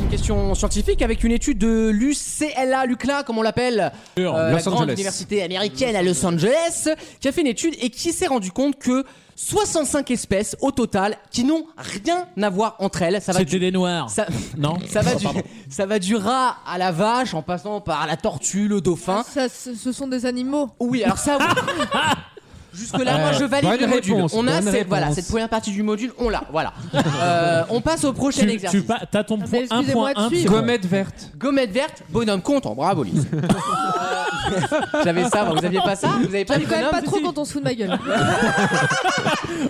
[SPEAKER 2] Une question scientifique avec une étude de l'UCLA, l'UCLA, comme on l'appelle, euh, la
[SPEAKER 5] Los
[SPEAKER 2] grande
[SPEAKER 5] Angeles.
[SPEAKER 2] université américaine à Los Angeles, qui a fait une étude et qui s'est rendu compte que 65 espèces au total qui n'ont rien à voir entre elles. Ça va
[SPEAKER 6] C'était des noirs.
[SPEAKER 2] ça-
[SPEAKER 6] Non
[SPEAKER 2] ça va,
[SPEAKER 6] Oh,
[SPEAKER 2] du,
[SPEAKER 6] pardon.
[SPEAKER 2] ça va du rat à la vache en passant par la tortue, le dauphin.
[SPEAKER 4] Ça, ce ce sont des animaux.
[SPEAKER 2] Oui, alors ça, oui. Jusque-là, moi,
[SPEAKER 5] Ouais,
[SPEAKER 2] je valide
[SPEAKER 5] Euh, bonne
[SPEAKER 2] le module.
[SPEAKER 5] réponse,
[SPEAKER 2] on a
[SPEAKER 5] bonne
[SPEAKER 2] cette, voilà,
[SPEAKER 5] réponse.
[SPEAKER 2] cette première partie du module, on l'a. Voilà. Euh, on passe au prochain
[SPEAKER 6] Tu,
[SPEAKER 2] exercice.
[SPEAKER 6] tu pas, t'as ton point 1.1.
[SPEAKER 4] mais excusez-moi de
[SPEAKER 6] c'est
[SPEAKER 4] suivre.
[SPEAKER 6] bon.
[SPEAKER 5] Gommette verte.
[SPEAKER 2] Gommette verte, bonhomme content. Bravo, Lise. Euh, J'avais ça, vous aviez pas ça Vous avez pas les
[SPEAKER 4] J'aime quand même
[SPEAKER 2] bonhommes
[SPEAKER 4] pas trop quand on se fout de ma gueule.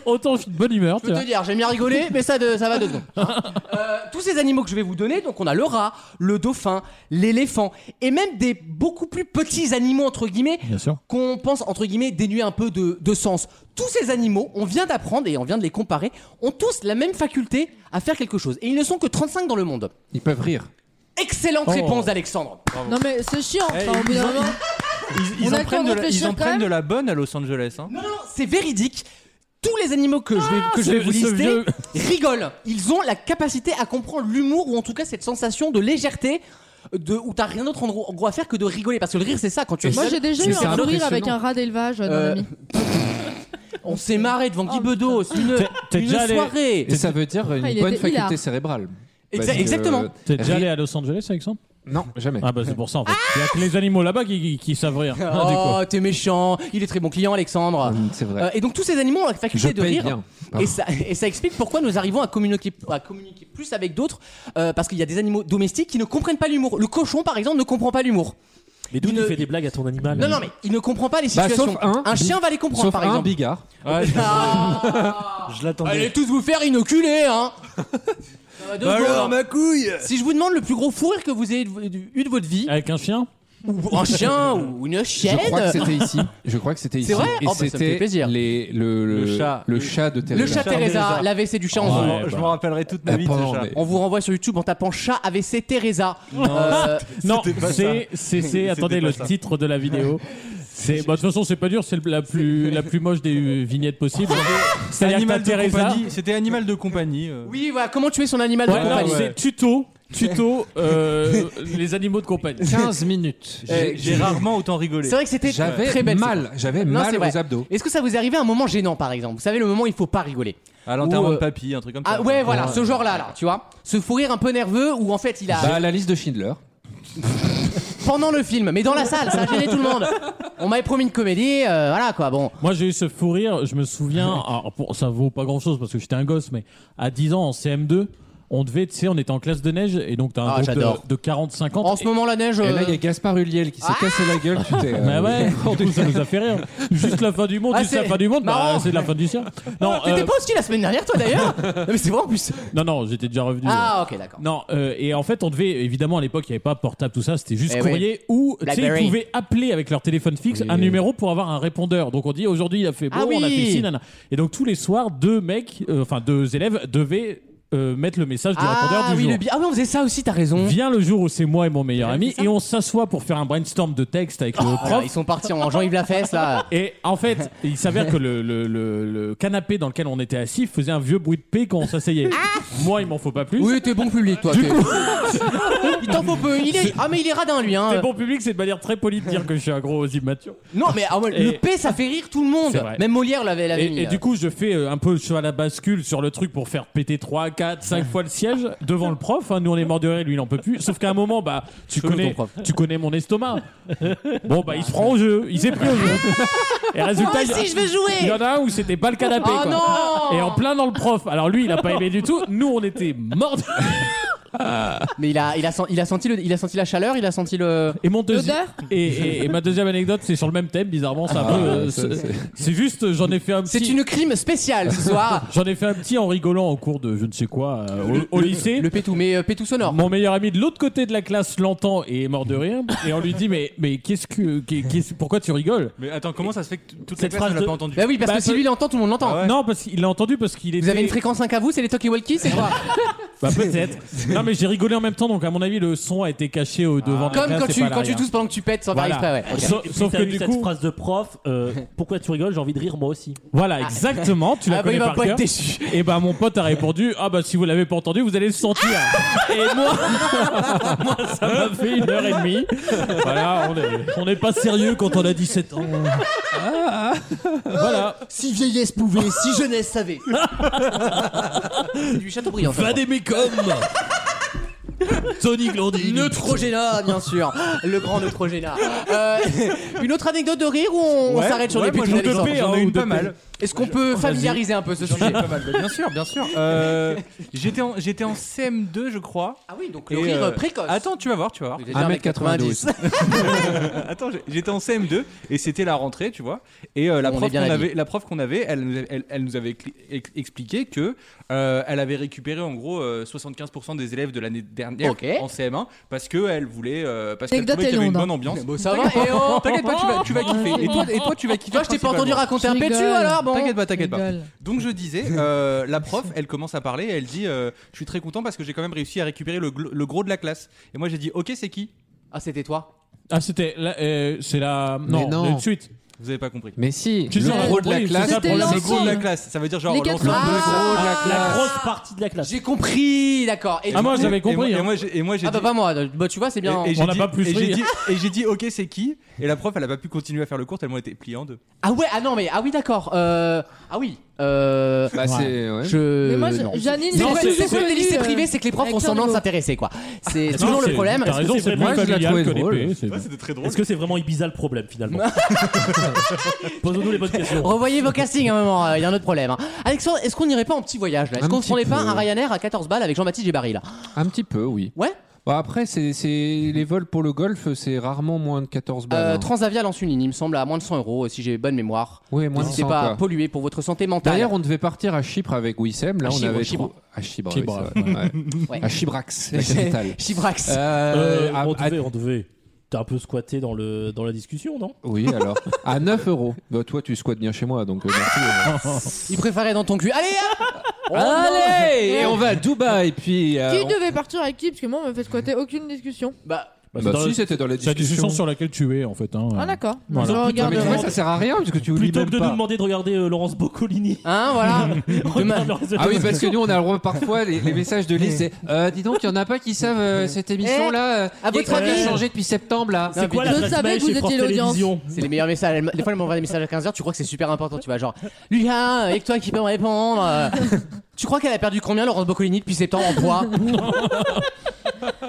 [SPEAKER 6] Autant je suis de bonne humeur.
[SPEAKER 2] Je
[SPEAKER 6] Tu
[SPEAKER 2] peux
[SPEAKER 6] vois.
[SPEAKER 2] te dire, j'ai bien rigolé, mais ça, de- ça va deux secondes. hein. Euh, tous ces animaux que je vais vous donner, donc on a le rat, le dauphin, l'éléphant, et même des beaucoup plus petits animaux, entre guillemets,
[SPEAKER 6] Bien sûr.
[SPEAKER 2] qu'on pense, entre guillemets, dénués un peu de, de sens. Tous ces animaux, on vient d'apprendre et on vient de les comparer, ont tous la même faculté à faire quelque chose. Et ils ne sont que 35 dans le monde.
[SPEAKER 5] Ils peuvent rire.
[SPEAKER 2] Excellente
[SPEAKER 6] Oh.
[SPEAKER 2] réponse d'Alexandre.
[SPEAKER 4] non, mais c'est chiant.
[SPEAKER 7] Eh,
[SPEAKER 4] enfin, au bout d'un
[SPEAKER 7] ils ont-
[SPEAKER 4] moment.
[SPEAKER 7] Ils,
[SPEAKER 4] On
[SPEAKER 7] ils
[SPEAKER 4] a
[SPEAKER 7] en
[SPEAKER 4] le
[SPEAKER 7] prennent
[SPEAKER 4] temps de
[SPEAKER 7] de la, ils en
[SPEAKER 4] réfléchir quand
[SPEAKER 7] prennent de
[SPEAKER 4] même.
[SPEAKER 7] la bonne à Los Angeles. Hein.
[SPEAKER 2] Non, non, c'est véridique. Tous les animaux que je vais, que je vais
[SPEAKER 6] Ah, ce-
[SPEAKER 2] vous
[SPEAKER 6] ce
[SPEAKER 2] lister
[SPEAKER 6] vieux.
[SPEAKER 2] rigolent. Ils ont la capacité à comprendre l'humour ou en tout cas cette sensation de légèreté de, où t'as rien d'autre en gros en gros à faire que de rigoler. Parce que le rire, c'est ça quand tu es
[SPEAKER 4] Moi,
[SPEAKER 2] seul,
[SPEAKER 4] j'ai déjà
[SPEAKER 5] Mais
[SPEAKER 4] eu
[SPEAKER 5] c'est
[SPEAKER 4] un sourire avec
[SPEAKER 5] impressionnant.
[SPEAKER 4] un rat d'élevage dans
[SPEAKER 2] Euh,
[SPEAKER 4] la vie.
[SPEAKER 2] On s'est marré devant Guy
[SPEAKER 4] Oh,
[SPEAKER 2] Bedos. Une,
[SPEAKER 6] T'es- t'es
[SPEAKER 2] une
[SPEAKER 6] déjà allé-
[SPEAKER 2] soirée.
[SPEAKER 5] Et ça veut dire une
[SPEAKER 4] Ah, il
[SPEAKER 5] bonne
[SPEAKER 4] était- il a-
[SPEAKER 5] faculté cérébrale.
[SPEAKER 2] Exa-
[SPEAKER 5] Parce que-
[SPEAKER 2] exactement.
[SPEAKER 6] T'es déjà
[SPEAKER 5] Rire-
[SPEAKER 6] allé à Los Angeles, Alexandre
[SPEAKER 5] Non, jamais.
[SPEAKER 6] Ah bah c'est pour ça en fait. Il y a que les animaux là-bas qui, qui, qui savent rire. hein, du coup.
[SPEAKER 2] Oh, t'es méchant. Il est très bon client, Alexandre.
[SPEAKER 5] Hum, C'est vrai.
[SPEAKER 2] Euh, et donc tous ces animaux ont la
[SPEAKER 5] Je
[SPEAKER 2] faculté de
[SPEAKER 5] paye
[SPEAKER 2] rire.
[SPEAKER 5] bien.
[SPEAKER 2] Et
[SPEAKER 5] Pardon.
[SPEAKER 2] ça, et ça explique pourquoi nous arrivons à communiquer, à communiquer plus avec d'autres, euh, parce qu'il y a des animaux domestiques qui ne comprennent pas l'humour. Le cochon, par exemple, ne comprend pas l'humour.
[SPEAKER 3] Mais d'où
[SPEAKER 2] Il
[SPEAKER 3] tu
[SPEAKER 2] ne-
[SPEAKER 3] fais des blagues à ton animal
[SPEAKER 2] Non, non, mais il ne comprend pas les
[SPEAKER 5] Bah,
[SPEAKER 2] situations.
[SPEAKER 5] sauf un.
[SPEAKER 2] chien va les comprendre,
[SPEAKER 5] Sauf
[SPEAKER 2] par
[SPEAKER 5] un
[SPEAKER 2] exemple.
[SPEAKER 5] bigard.
[SPEAKER 2] Ah
[SPEAKER 7] Je l'attendais.
[SPEAKER 2] Allez tous vous faire inoculer, hein Ça va deux secondes, hein.
[SPEAKER 7] ma couille
[SPEAKER 2] Si je vous demande le plus gros fou rire que vous ayez de- eu de votre vie,
[SPEAKER 6] Avec un chien
[SPEAKER 2] ou un chien ou une chienne,
[SPEAKER 5] Je crois que c'était ici. Je crois que c'était ici.
[SPEAKER 2] C'est vrai
[SPEAKER 5] Et
[SPEAKER 2] Oh, bah, ça me fait
[SPEAKER 5] c'était
[SPEAKER 2] plaisir.
[SPEAKER 5] les- le, le-
[SPEAKER 7] Le chat.
[SPEAKER 5] le chat de Teresa.
[SPEAKER 2] le chat
[SPEAKER 7] chat
[SPEAKER 2] Teresa,
[SPEAKER 7] Teresa.
[SPEAKER 2] l'AVC du chat en
[SPEAKER 6] Ouais.
[SPEAKER 2] zoom.
[SPEAKER 3] Eh ben.
[SPEAKER 7] Je m'en rappellerai toute ma vie de
[SPEAKER 5] Attends,
[SPEAKER 7] ce chat.
[SPEAKER 5] mais-
[SPEAKER 2] On vous renvoie sur YouTube en tapant chat AVC Teresa. Euh,
[SPEAKER 6] Non,
[SPEAKER 7] C'était pas
[SPEAKER 6] c'est, c'est, c'est, attendez,
[SPEAKER 7] pas
[SPEAKER 6] le
[SPEAKER 7] ça.
[SPEAKER 6] titre de la vidéo. C'est, bah, de toute façon, c'est pas dur, c'est la plus, la plus moche des euh, vignettes possibles. C'est-à-dire que t'as
[SPEAKER 7] Animal de
[SPEAKER 6] Teresa.
[SPEAKER 7] compagnie. Ah, C'était animal de compagnie. euh.
[SPEAKER 2] oui, voilà, comment tuer son animal de
[SPEAKER 6] Ouais, non,
[SPEAKER 2] compagnie
[SPEAKER 6] c'est tuto, tuto, euh, les animaux de compagnie.
[SPEAKER 5] 15 minutes.
[SPEAKER 7] J'ai j'ai rarement autant rigolé.
[SPEAKER 2] C'est vrai que c'était très
[SPEAKER 5] J'avais
[SPEAKER 2] belle.
[SPEAKER 5] mal. J'avais
[SPEAKER 2] Non,
[SPEAKER 5] mal
[SPEAKER 2] c'est vrai.
[SPEAKER 5] aux abdos.
[SPEAKER 2] Est-ce que ça vous est arrivé à un moment gênant par exemple Vous savez le moment où il faut pas rigoler.
[SPEAKER 7] À l'enterrement
[SPEAKER 2] Ou, euh,
[SPEAKER 7] de papy, un truc comme ça.
[SPEAKER 2] Ah ouais voilà, ce Ah.
[SPEAKER 6] Bah,
[SPEAKER 2] genre là là, tu vois. Ce fou rire un peu nerveux où en fait il a
[SPEAKER 5] Bah, la liste de Schindler.
[SPEAKER 2] pendant le film, mais dans la salle, ça a gêné tout le monde. On m'avait promis une comédie, euh, voilà quoi, bon.
[SPEAKER 6] Moi, j'ai eu ce fou rire. Je me souviens, alors, pour- ça vaut pas grand chose parce que j'étais un gosse, mais à 10 ans en CM2, on devait, tu sais, on était en classe de neige et donc t'as un
[SPEAKER 2] Ah,
[SPEAKER 6] groupe
[SPEAKER 2] j'adore.
[SPEAKER 6] de, de 40-50.
[SPEAKER 2] En ce moment, la neige.
[SPEAKER 6] Et là,
[SPEAKER 2] euh,
[SPEAKER 6] il y a
[SPEAKER 5] Gaspard Ulliel qui s'est cassé la gueule, tu t'es. euh,
[SPEAKER 6] Mais Bah ouais, du coup, ça nous a fait rire. Juste la fin du monde,
[SPEAKER 2] Ah,
[SPEAKER 6] juste
[SPEAKER 2] c'est
[SPEAKER 6] la fin du monde, bah,
[SPEAKER 2] marrant. Ah,
[SPEAKER 6] c'est la fin du sien. Non,
[SPEAKER 2] T'étais
[SPEAKER 6] euh,
[SPEAKER 2] pas au ski la semaine dernière, toi d'ailleurs Non, mais c'est vrai en plus.
[SPEAKER 6] non, non, j'étais déjà revenu.
[SPEAKER 2] Ah, ok, d'accord.
[SPEAKER 6] Non, euh, et en fait, on devait, évidemment, à l'époque, il n'y avait pas portable, tout ça, c'était juste
[SPEAKER 2] Eh oui.
[SPEAKER 6] courrier ou, tu sais,
[SPEAKER 2] Blackberry.
[SPEAKER 6] ils pouvaient appeler avec leur téléphone fixe un numéro pour avoir un répondeur. Donc on dit, aujourd'hui, il a fait beau,
[SPEAKER 2] Ah
[SPEAKER 6] on a
[SPEAKER 2] oui.
[SPEAKER 6] fait ci, nanana. Et donc tous les soirs, deux mecs, euh, enfin, deux élèves devaient euh, mettre le message du
[SPEAKER 2] Ah
[SPEAKER 6] répondeur du
[SPEAKER 2] oui,
[SPEAKER 6] jour.
[SPEAKER 2] le Mmh. bi- Ah oui, on faisait ça aussi, t'as raison.
[SPEAKER 6] Vient le jour où c'est moi et mon meilleur ami et on s'assoit pour faire un brainstorm de texte avec le
[SPEAKER 2] Ah,
[SPEAKER 6] prof.
[SPEAKER 2] ils sont partis en Jean-Yves Lafesse là.
[SPEAKER 6] Et en fait, il s'avère que le, le- le- le canapé dans lequel on était assis faisait un vieux bruit de paix quand on s'asseyait. Moi, il m'en faut pas plus.
[SPEAKER 2] Ah. Oui, t'es bon public, toi.
[SPEAKER 6] Du
[SPEAKER 2] t'es-
[SPEAKER 6] coup-
[SPEAKER 2] il t'en faut peu. Il est... Ah, mais il est radin, lui. Hein.
[SPEAKER 6] T'es bon public, c'est de manière très polie de dire que je suis un gros immature.
[SPEAKER 2] Non, mais ah ouais,
[SPEAKER 6] Et-
[SPEAKER 2] le P, ça fait rire tout le monde.
[SPEAKER 6] C'est vrai.
[SPEAKER 2] Même Molière l'avait l'avait mis.
[SPEAKER 6] Et, et du coup, je fais euh, un peu le cheval à bascule sur le truc pour faire péter 3, 4, 5 fois le siège devant le prof. hein. Nous, on est mort de rire, lui, il en peut plus. Sauf qu'à un moment, bah, tu,
[SPEAKER 2] Chelou,
[SPEAKER 6] connais,
[SPEAKER 2] ton prof.
[SPEAKER 6] tu connais mon estomac. Bon, bah, il se prend au jeu. Il s'est pris au jeu. Et résultat,
[SPEAKER 2] Moi
[SPEAKER 6] il-
[SPEAKER 2] aussi, je vais jouer.
[SPEAKER 6] Il y en a un où c'était pas le canapé.
[SPEAKER 2] Oh
[SPEAKER 6] quoi.
[SPEAKER 2] non
[SPEAKER 6] Et en plein dans le prof. Alors lui, il a pas aimé du tout. Nous, on était morts. de-
[SPEAKER 2] Mais il a, il, a, sen- il, a senti le- il a senti la chaleur, il a senti le.
[SPEAKER 6] Et mon deuxième.
[SPEAKER 4] L'odeur
[SPEAKER 6] Et, et- et ma deuxième anecdote, c'est sur le même thème, bizarrement. c'est un peu, euh,
[SPEAKER 5] ça,
[SPEAKER 6] c'est- c'est juste, euh, j'en ai fait un
[SPEAKER 2] C'est
[SPEAKER 6] petit.
[SPEAKER 2] une crime spéciale ce soir.
[SPEAKER 6] J'en ai fait un petit en rigolant en cours de je ne sais quoi euh, au- au, lycée.
[SPEAKER 2] Le pétou, mais euh, pétou sonore.
[SPEAKER 6] Mon meilleur ami de l'autre côté de la classe l'entend et est mort de rire. Et on lui dit mais mais qu'est-ce que qu'est- qu'est-ce- pourquoi tu rigoles
[SPEAKER 10] Mais attends, comment ça se fait que t- toute la
[SPEAKER 6] Cette
[SPEAKER 10] classe
[SPEAKER 6] phrase
[SPEAKER 10] ne l'a
[SPEAKER 6] de-
[SPEAKER 10] pas entendu
[SPEAKER 2] Bah oui, parce
[SPEAKER 6] Bah,
[SPEAKER 2] que si
[SPEAKER 6] peut-
[SPEAKER 2] lui l'entend, tout le monde
[SPEAKER 10] Ah
[SPEAKER 2] l'entend.
[SPEAKER 6] Non parce qu'il l'a entendu parce qu'il était.
[SPEAKER 2] Vous avez une fréquence 5 à vous, c'est les Talkie Walkie, c'est quoi
[SPEAKER 6] Bah peut-être. non mais j'ai rigolé en même temps donc à mon avis le son a été caché au devant.
[SPEAKER 10] Ah.
[SPEAKER 6] de la
[SPEAKER 2] Comme
[SPEAKER 6] classe
[SPEAKER 2] quand
[SPEAKER 6] et
[SPEAKER 2] tu,
[SPEAKER 6] pas à
[SPEAKER 2] quand tu
[SPEAKER 6] l'arrière.
[SPEAKER 2] tousses pendant que tu pètes sans
[SPEAKER 6] Voilà.
[SPEAKER 2] faire exprès, ouais. ok.
[SPEAKER 6] Sauf-
[SPEAKER 3] Et puis,
[SPEAKER 6] sauf
[SPEAKER 3] t'as
[SPEAKER 6] que
[SPEAKER 3] eu
[SPEAKER 6] du
[SPEAKER 3] cette
[SPEAKER 6] coup-
[SPEAKER 3] phrase de prof, euh, pourquoi tu rigoles J'ai envie de rire moi aussi.
[SPEAKER 6] Voilà exactement. Tu la
[SPEAKER 2] Ah bah
[SPEAKER 6] connais
[SPEAKER 2] il va
[SPEAKER 6] par
[SPEAKER 2] pas
[SPEAKER 6] cœur.
[SPEAKER 2] être déçu.
[SPEAKER 6] Et bah mon pote a répondu ah bah si vous l'avez pas entendu vous allez le sentir.
[SPEAKER 2] Ah.
[SPEAKER 6] et moi moi ça m'a fait une heure et demie. Voilà on est on n'est pas sérieux quand on a 17 ans. Voilà.
[SPEAKER 2] Si vieillesse pouvait, si jeunesse savait. c'est du Chateaubriand. ça, je crois.
[SPEAKER 6] Tony Glandy.
[SPEAKER 2] Neutrogena, bien sûr. Le grand Neutrogena. Euh, une autre anecdote de rire ou on on s'arrête sur
[SPEAKER 10] ouais,
[SPEAKER 2] les
[SPEAKER 10] moi,
[SPEAKER 2] pétous
[SPEAKER 10] j'en ai
[SPEAKER 2] d'Alexandre
[SPEAKER 10] deux P, hein, ou deux P.
[SPEAKER 2] Est-ce qu'on peut familiariser un peu ce sujet
[SPEAKER 10] Pas mal, mais Bien sûr, bien sûr. Euh, J'étais en, j'étais en CM2, je crois.
[SPEAKER 2] Ah oui, donc le
[SPEAKER 10] Et,
[SPEAKER 2] rire
[SPEAKER 10] euh,
[SPEAKER 2] précoce.
[SPEAKER 10] Attends, tu vas voir, tu vas voir.
[SPEAKER 2] Vous êtes déjà
[SPEAKER 5] 1m92.
[SPEAKER 10] Attends, j'ai- j'étais en CM2 et c'était la rentrée, tu vois. Et euh, la,
[SPEAKER 2] On est
[SPEAKER 10] prof qu'on
[SPEAKER 2] bien habillés.
[SPEAKER 10] avait, la prof qu'on avait, elle, nous a- elle, elle nous avait cli- ex- expliqué que euh, elle avait récupéré en gros euh, 75% des élèves de l'année dernière
[SPEAKER 2] Ok.
[SPEAKER 10] en CM1 parce que elle voulait, euh, parce qu'elle
[SPEAKER 4] Anecdote
[SPEAKER 10] trouvait qu'il y avait une
[SPEAKER 4] Thaïlande.
[SPEAKER 10] bonne ambiance.
[SPEAKER 2] Bon, ça va. Et oh,
[SPEAKER 10] T'inquiète pas, tu vas, tu vas kiffer. Et toi, et toi, tu vas kiffer.
[SPEAKER 2] Toi, je t'ai pas entendu
[SPEAKER 10] principalement.
[SPEAKER 2] raconter un
[SPEAKER 4] Je
[SPEAKER 2] pétu
[SPEAKER 4] rigole.
[SPEAKER 2] alors, bon.
[SPEAKER 10] T'inquiète pas, t'inquiète pas.
[SPEAKER 4] Rigole.
[SPEAKER 10] Donc je disais, euh, la prof, elle commence à parler, et elle dit, euh, je suis très content parce que j'ai quand même réussi à récupérer le, gl- le gros de la classe. Et moi j'ai dit, ok c'est qui
[SPEAKER 2] Ah, c'était toi.
[SPEAKER 6] Ah, c'était. la- euh, c'est la.
[SPEAKER 5] Mais
[SPEAKER 6] Non,
[SPEAKER 5] non.
[SPEAKER 6] de suite.
[SPEAKER 10] Vous avez pas compris.
[SPEAKER 5] Mais si,
[SPEAKER 6] Tu sais,
[SPEAKER 5] le gros de la
[SPEAKER 6] oui, c'est
[SPEAKER 5] classe,
[SPEAKER 6] ça, pour
[SPEAKER 4] C'était
[SPEAKER 10] Le
[SPEAKER 4] l'ensemble.
[SPEAKER 10] gros de la classe, ça veut dire genre
[SPEAKER 4] Les quatre
[SPEAKER 10] l'ensemble.
[SPEAKER 4] langues.
[SPEAKER 2] Ah,
[SPEAKER 3] La grosse partie de la classe.
[SPEAKER 2] J'ai compris, d'accord. Et
[SPEAKER 6] Ah,
[SPEAKER 2] du
[SPEAKER 6] moi,
[SPEAKER 2] coup-
[SPEAKER 6] j'avais compris,
[SPEAKER 10] Et moi-
[SPEAKER 6] hein.
[SPEAKER 10] et moi, j'ai- et moi j'ai
[SPEAKER 2] Ah bah
[SPEAKER 10] dit-
[SPEAKER 2] pas moi, bah tu vois c'est bien.
[SPEAKER 10] et- et j'ai
[SPEAKER 6] On n'a
[SPEAKER 10] dit-
[SPEAKER 6] pas plus
[SPEAKER 10] et j'ai
[SPEAKER 6] ri.
[SPEAKER 10] dit- Et j'ai dit, ok c'est qui Et la prof, elle a pas pu continuer à faire le cours tellement elle était pliée en deux.
[SPEAKER 2] Ah ouais, ah non mais ah oui d'accord. Euh, ah oui. Euh,
[SPEAKER 5] Bah, c'est. ouais.
[SPEAKER 2] je.
[SPEAKER 4] Mais moi, je-
[SPEAKER 2] non.
[SPEAKER 4] Janine,
[SPEAKER 2] C'est
[SPEAKER 6] Non,
[SPEAKER 2] quoi-
[SPEAKER 6] c'est-
[SPEAKER 2] c'est quoi
[SPEAKER 4] c'est-
[SPEAKER 2] les lycées
[SPEAKER 4] c'est-
[SPEAKER 2] privés, c'est que les profs
[SPEAKER 4] avec
[SPEAKER 2] ont semblant de
[SPEAKER 4] Charlot.
[SPEAKER 2] s'intéresser quoi. C'est
[SPEAKER 6] Non,
[SPEAKER 2] toujours le
[SPEAKER 6] c'est-
[SPEAKER 2] problème.
[SPEAKER 6] T'as raison,
[SPEAKER 3] c'est
[SPEAKER 6] c'est
[SPEAKER 3] vraiment-
[SPEAKER 6] plus
[SPEAKER 5] Moi, je la
[SPEAKER 6] familial que
[SPEAKER 5] trouvais
[SPEAKER 6] les
[SPEAKER 5] drôle.
[SPEAKER 6] PE, c'est vrai.
[SPEAKER 10] C'était très drôle.
[SPEAKER 3] Est-ce que c'est vraiment Ibiza le problème finalement Posons-nous les bonnes questions.
[SPEAKER 2] Revoyez vos castings à un moment, euh, il y a un autre problème. hein. Alexandre, est-ce qu'on n'irait pas en petit voyage là Est-ce
[SPEAKER 5] Un
[SPEAKER 2] qu'on se
[SPEAKER 5] petit
[SPEAKER 2] prenait pas
[SPEAKER 5] peu.
[SPEAKER 2] un Ryanair à 14 balles avec Jean-Baptiste Gébari là
[SPEAKER 5] Un petit peu, oui.
[SPEAKER 2] Ouais
[SPEAKER 5] Bon, après, c'est c'est- les vols pour le golf, c'est rarement moins de 14 balles.
[SPEAKER 2] Euh,
[SPEAKER 5] hein.
[SPEAKER 2] Transavia lance une ligne, il me semble, à moins de 100 euros, euh, si j'ai bonne mémoire.
[SPEAKER 5] Oui, moins de
[SPEAKER 2] N'hésitez
[SPEAKER 5] 100,
[SPEAKER 2] pas à
[SPEAKER 5] quoi.
[SPEAKER 2] polluer pour votre santé mentale.
[SPEAKER 5] D'ailleurs, on devait partir à Chypre avec Wissem. Là,
[SPEAKER 2] À
[SPEAKER 5] on
[SPEAKER 2] Chypre,
[SPEAKER 5] avait
[SPEAKER 2] Chypre.
[SPEAKER 5] trou- à Chypre,
[SPEAKER 6] Chypre,
[SPEAKER 5] oui, c'est vrai. Ouais.
[SPEAKER 2] Ouais.
[SPEAKER 5] à Chybrax, la capitale.
[SPEAKER 2] Chibrax.
[SPEAKER 5] Euh,
[SPEAKER 3] Euh,
[SPEAKER 5] à-
[SPEAKER 3] on
[SPEAKER 5] à-
[SPEAKER 3] devait, on devait. T'as un peu squatté dans, le, dans la discussion, non
[SPEAKER 5] Oui, alors. À 9 euros. Bah, toi, tu squattes bien chez moi, donc euh, merci. euh.
[SPEAKER 2] Il préférait dans ton cul. Allez, hein hop
[SPEAKER 5] Oh
[SPEAKER 3] Oh,
[SPEAKER 2] On
[SPEAKER 5] Allez
[SPEAKER 2] mange.
[SPEAKER 5] Et on va à Dubaï, puis. euh,
[SPEAKER 4] Qui
[SPEAKER 3] Bah,
[SPEAKER 5] on-
[SPEAKER 4] devait partir avec qui Parce que moi, on me fait squatter aucune discussion.
[SPEAKER 2] Bah,
[SPEAKER 5] Bah,
[SPEAKER 3] C'est dans-
[SPEAKER 5] si, c'était dans la
[SPEAKER 6] C'est la
[SPEAKER 5] discussion.
[SPEAKER 6] discussion sur laquelle tu es en fait. hein.
[SPEAKER 4] Ah, d'accord.
[SPEAKER 6] Voilà.
[SPEAKER 4] Je
[SPEAKER 6] Plutôt-
[SPEAKER 5] Non, mais tu vois,
[SPEAKER 4] regarderai.
[SPEAKER 5] ça sert à rien, parce que tu oublies
[SPEAKER 3] Plutôt
[SPEAKER 5] même
[SPEAKER 3] que de
[SPEAKER 5] pas.
[SPEAKER 3] nous demander de regarder euh, Laurence Boccolini.
[SPEAKER 2] hein, voilà. Demain.
[SPEAKER 3] Regarde le reste de
[SPEAKER 5] Ah oui,
[SPEAKER 3] la-
[SPEAKER 5] parce que nous, on a le droit parfois les, les messages de Lise. c'est, Euh, dis donc, il y en a pas qui savent euh, cette émission-là. euh,
[SPEAKER 2] Eh, à
[SPEAKER 5] y a
[SPEAKER 2] votre
[SPEAKER 5] quoi qui a
[SPEAKER 2] avis
[SPEAKER 5] changé depuis septembre là
[SPEAKER 2] Non,
[SPEAKER 3] C'est quoi
[SPEAKER 2] mais
[SPEAKER 3] la
[SPEAKER 4] je
[SPEAKER 3] place
[SPEAKER 4] savais
[SPEAKER 3] mail
[SPEAKER 4] que vous
[SPEAKER 3] chez France
[SPEAKER 4] étiez l'audience.
[SPEAKER 3] Télévisions
[SPEAKER 2] C'est les meilleurs messages. Elle- Des fois, elle m'envoie des messages à 15h, tu crois que c'est super important. Tu vas genre, Lucas, avec toi qui peut me répondre. euh, tu crois qu'elle a perdu combien, Laurence Boccolini, depuis septembre en poids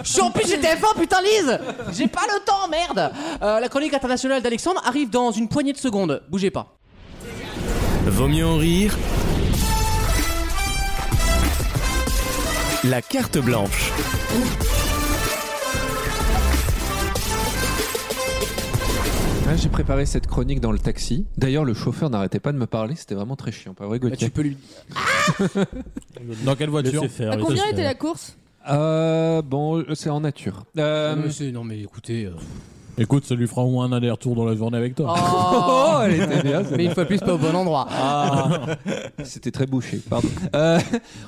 [SPEAKER 2] Je suis en plus j'étais F1, putain Lise J'ai pas le temps, merde Euh, La chronique internationale d'Alexandre arrive dans une poignée de secondes. Bougez pas.
[SPEAKER 1] Vaut mieux en rire. La carte blanche.
[SPEAKER 5] Ah, J'ai préparé cette chronique dans le taxi. D'ailleurs, le chauffeur n'arrêtait pas de me parler. C'était vraiment très chiant. Pas vrai, Gauthier
[SPEAKER 2] Bah, tu peux lui.
[SPEAKER 6] Dans quelle voiture
[SPEAKER 3] Laissez faire,
[SPEAKER 4] À
[SPEAKER 3] laissez
[SPEAKER 4] combien
[SPEAKER 3] faire.
[SPEAKER 4] était la course
[SPEAKER 5] Euh, bon, euh, c'est en nature.
[SPEAKER 2] Ah,
[SPEAKER 5] Euh,
[SPEAKER 2] non mais écoutez. euh,
[SPEAKER 6] Écoute, ça lui fera au moins un aller-retour dans la journée avec toi.
[SPEAKER 2] Oh
[SPEAKER 5] elle était bien.
[SPEAKER 2] Mais une fois de plus pas au bon endroit.
[SPEAKER 5] Ah, C'était très bouché, pardon. Euh,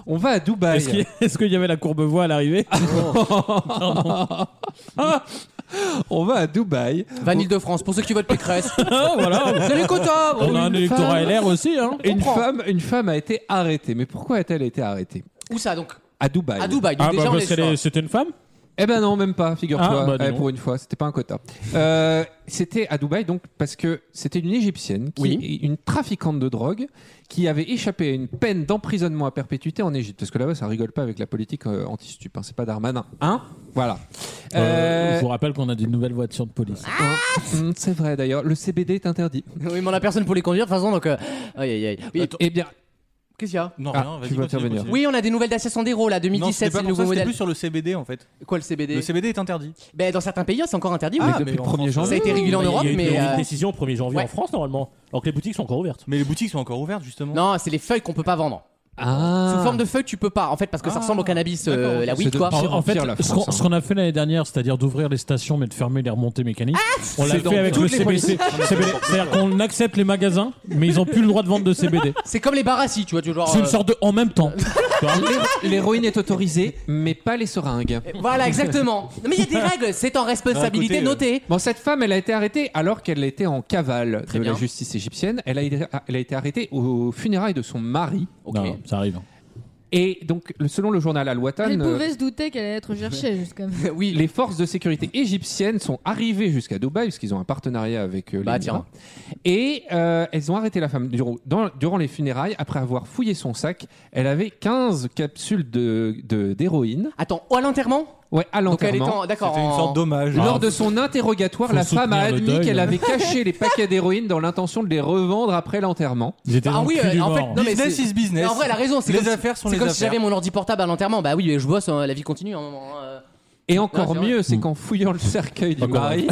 [SPEAKER 5] on va à Dubaï.
[SPEAKER 6] Est-ce qu'il est-ce qu'il y, avait la courbe voie à l'arrivée
[SPEAKER 5] On va à Dubaï.
[SPEAKER 2] Vanille de France, pour ceux qui votent Pécresse.
[SPEAKER 6] Ah, Voilà.
[SPEAKER 2] C'est les quotas
[SPEAKER 6] On a un
[SPEAKER 2] une
[SPEAKER 6] électorat
[SPEAKER 2] femme.
[SPEAKER 6] LR aussi. Hein.
[SPEAKER 5] Une
[SPEAKER 2] comprend.
[SPEAKER 5] femme, une femme a été arrêtée. Mais pourquoi a-t-elle été arrêtée
[SPEAKER 2] Où ça donc
[SPEAKER 5] À Dubaï.
[SPEAKER 2] À Dubaï, donc
[SPEAKER 6] Ah,
[SPEAKER 2] déjà
[SPEAKER 6] bah,
[SPEAKER 2] on
[SPEAKER 6] parce
[SPEAKER 2] est
[SPEAKER 6] qu'elle
[SPEAKER 2] sur-
[SPEAKER 6] est- c'était une femme
[SPEAKER 5] Eh ben non, même pas, figure-toi.
[SPEAKER 6] Ah, bah, dis
[SPEAKER 5] Ouais,
[SPEAKER 6] donc.
[SPEAKER 5] pour une fois, c'était pas un quota. Euh, c'était à Dubaï, donc, parce que c'était une Égyptienne, qui,
[SPEAKER 2] Oui.
[SPEAKER 5] une trafiquante de drogue, qui avait échappé à une peine d'emprisonnement à perpétuité en Égypte. Parce que là-bas, ça rigole pas avec la politique euh, anti-stup. hein, c'est pas Darmanin. Hein Voilà.
[SPEAKER 6] Euh,
[SPEAKER 5] Euh,
[SPEAKER 6] Je vous rappelle qu'on a des nouvelles voitures de police.
[SPEAKER 5] mm, c'est vrai d'ailleurs, le CBD est interdit.
[SPEAKER 2] Oui, mais on a personne pour les conduire de toute façon donc. euh, Aïe aïe aïe. Oui,
[SPEAKER 10] Attends.
[SPEAKER 5] Eh bien,
[SPEAKER 2] Ah, Qu'est-ce qu'il y a
[SPEAKER 10] Non,
[SPEAKER 5] Ah,
[SPEAKER 10] rien, vas-y,
[SPEAKER 5] tu vas
[SPEAKER 10] continue,
[SPEAKER 5] intervenir.
[SPEAKER 10] continue.
[SPEAKER 2] Oui, on a des nouvelles d'Acia Sandero là,
[SPEAKER 10] Non,
[SPEAKER 2] 2017,
[SPEAKER 10] c'était
[SPEAKER 2] c'est
[SPEAKER 10] pas
[SPEAKER 2] le
[SPEAKER 10] pour
[SPEAKER 2] nouveau
[SPEAKER 10] ça, c'était
[SPEAKER 2] modèle.
[SPEAKER 10] plus sur le CBD en fait.
[SPEAKER 2] Quoi le CBD
[SPEAKER 10] Le CBD est interdit.
[SPEAKER 2] Ben, dans certains pays, c'est encore interdit.
[SPEAKER 10] Ah,
[SPEAKER 2] oui.
[SPEAKER 10] mais
[SPEAKER 5] depuis le
[SPEAKER 10] en
[SPEAKER 5] 1er
[SPEAKER 10] France,
[SPEAKER 2] Ça a
[SPEAKER 5] janvier.
[SPEAKER 2] été régulé en
[SPEAKER 3] Mais
[SPEAKER 2] Europe,
[SPEAKER 3] il y a eu
[SPEAKER 2] mais.
[SPEAKER 3] une
[SPEAKER 2] euh,
[SPEAKER 3] décision au 1er janvier
[SPEAKER 2] ouais.
[SPEAKER 3] en France normalement. Alors que les boutiques sont encore ouvertes.
[SPEAKER 10] Mais les boutiques sont encore ouvertes justement.
[SPEAKER 2] Non, c'est les feuilles qu'on peut pas vendre.
[SPEAKER 5] Ah.
[SPEAKER 2] Sous forme de feuilles, tu peux pas, en fait, parce que ça
[SPEAKER 10] Ah.
[SPEAKER 2] ressemble au cannabis, euh,
[SPEAKER 10] D'accord, ok.
[SPEAKER 2] la
[SPEAKER 5] C'est
[SPEAKER 2] weed,
[SPEAKER 5] de-
[SPEAKER 2] quoi.
[SPEAKER 5] Pardon.
[SPEAKER 6] En- en fait,
[SPEAKER 5] pire, la
[SPEAKER 6] ce
[SPEAKER 5] France,
[SPEAKER 6] qu'on-
[SPEAKER 5] hein.
[SPEAKER 6] ce qu'on a fait l'année dernière, c'est-à-dire d'ouvrir les stations mais de fermer les remontées mécaniques, on l'a
[SPEAKER 5] C'est dans
[SPEAKER 6] fait avec
[SPEAKER 5] toutes
[SPEAKER 6] le
[SPEAKER 5] les
[SPEAKER 6] CBC. CBD. C'est-à-dire qu'on accepte les magasins, mais ils n'ont plus le droit de vendre de CBD.
[SPEAKER 2] C'est comme les barassis, tu vois, tu vois, genre.
[SPEAKER 6] C'est une
[SPEAKER 2] euh,
[SPEAKER 6] sorte de en même temps. Tu vois
[SPEAKER 5] L'héroïne est autorisée, mais pas les seringues.
[SPEAKER 2] Voilà, exactement. Non, mais il y a des règles, c'est en responsabilité
[SPEAKER 10] Bah, écoutez,
[SPEAKER 2] notée.
[SPEAKER 5] Bon, cette femme, elle a été arrêtée alors qu'elle était en cavale
[SPEAKER 2] Très
[SPEAKER 5] de la
[SPEAKER 2] bien.
[SPEAKER 5] justice égyptienne. Elle a, été- elle a été arrêtée au funérailles de son mari.
[SPEAKER 6] Non, ça arrive. hein.
[SPEAKER 5] Et donc, le- selon le journal Al-Watan,
[SPEAKER 4] Elle
[SPEAKER 5] euh,
[SPEAKER 4] pouvait se douter qu'elle allait être cherchée jusqu'à
[SPEAKER 2] oui.
[SPEAKER 5] les forces de sécurité égyptiennes sont arrivées jusqu'à Dubaï, puisqu'ils ont un partenariat avec euh,
[SPEAKER 2] Bah,
[SPEAKER 5] les Émirats. Et euh, elles ont arrêté la femme. Durant, dans- durant les funérailles, après avoir fouillé son sac, elle avait 15 capsules de- de- d'héroïne.
[SPEAKER 2] Attends, oh, à l'enterrement
[SPEAKER 5] ouais, à
[SPEAKER 2] Donc elle est
[SPEAKER 5] l'enterrement.
[SPEAKER 2] en. D'accord.
[SPEAKER 10] C'était une
[SPEAKER 2] en-
[SPEAKER 10] sorte d'hommage.
[SPEAKER 5] Lors de son interrogatoire,
[SPEAKER 6] Faut
[SPEAKER 5] la femme a
[SPEAKER 6] soutenir le
[SPEAKER 5] admis
[SPEAKER 6] deuil,
[SPEAKER 5] qu'elle
[SPEAKER 6] hein.
[SPEAKER 5] avait caché les paquets d'héroïne dans l'intention de les revendre après l'enterrement.
[SPEAKER 6] Ils étaient
[SPEAKER 2] Ah
[SPEAKER 6] dans le
[SPEAKER 2] oui,
[SPEAKER 6] cul
[SPEAKER 2] euh,
[SPEAKER 6] du
[SPEAKER 2] en fait,
[SPEAKER 6] mort.
[SPEAKER 2] non, mais
[SPEAKER 10] business
[SPEAKER 2] c'est-
[SPEAKER 10] is business.
[SPEAKER 2] Mais en vrai, elle a raison. c'est
[SPEAKER 10] Les
[SPEAKER 2] comme si-
[SPEAKER 10] affaires sont
[SPEAKER 2] C'est
[SPEAKER 10] les
[SPEAKER 2] comme si
[SPEAKER 10] affaires.
[SPEAKER 2] j'avais mon ordi portable à l'enterrement. Bah oui, je bosse, hein, la vie continue. à un moment, hein.
[SPEAKER 5] Et
[SPEAKER 2] Ouais,
[SPEAKER 5] encore
[SPEAKER 2] c'est vrai.
[SPEAKER 5] mieux, c'est qu'en fouillant le cercueil du
[SPEAKER 6] Encore
[SPEAKER 5] mari,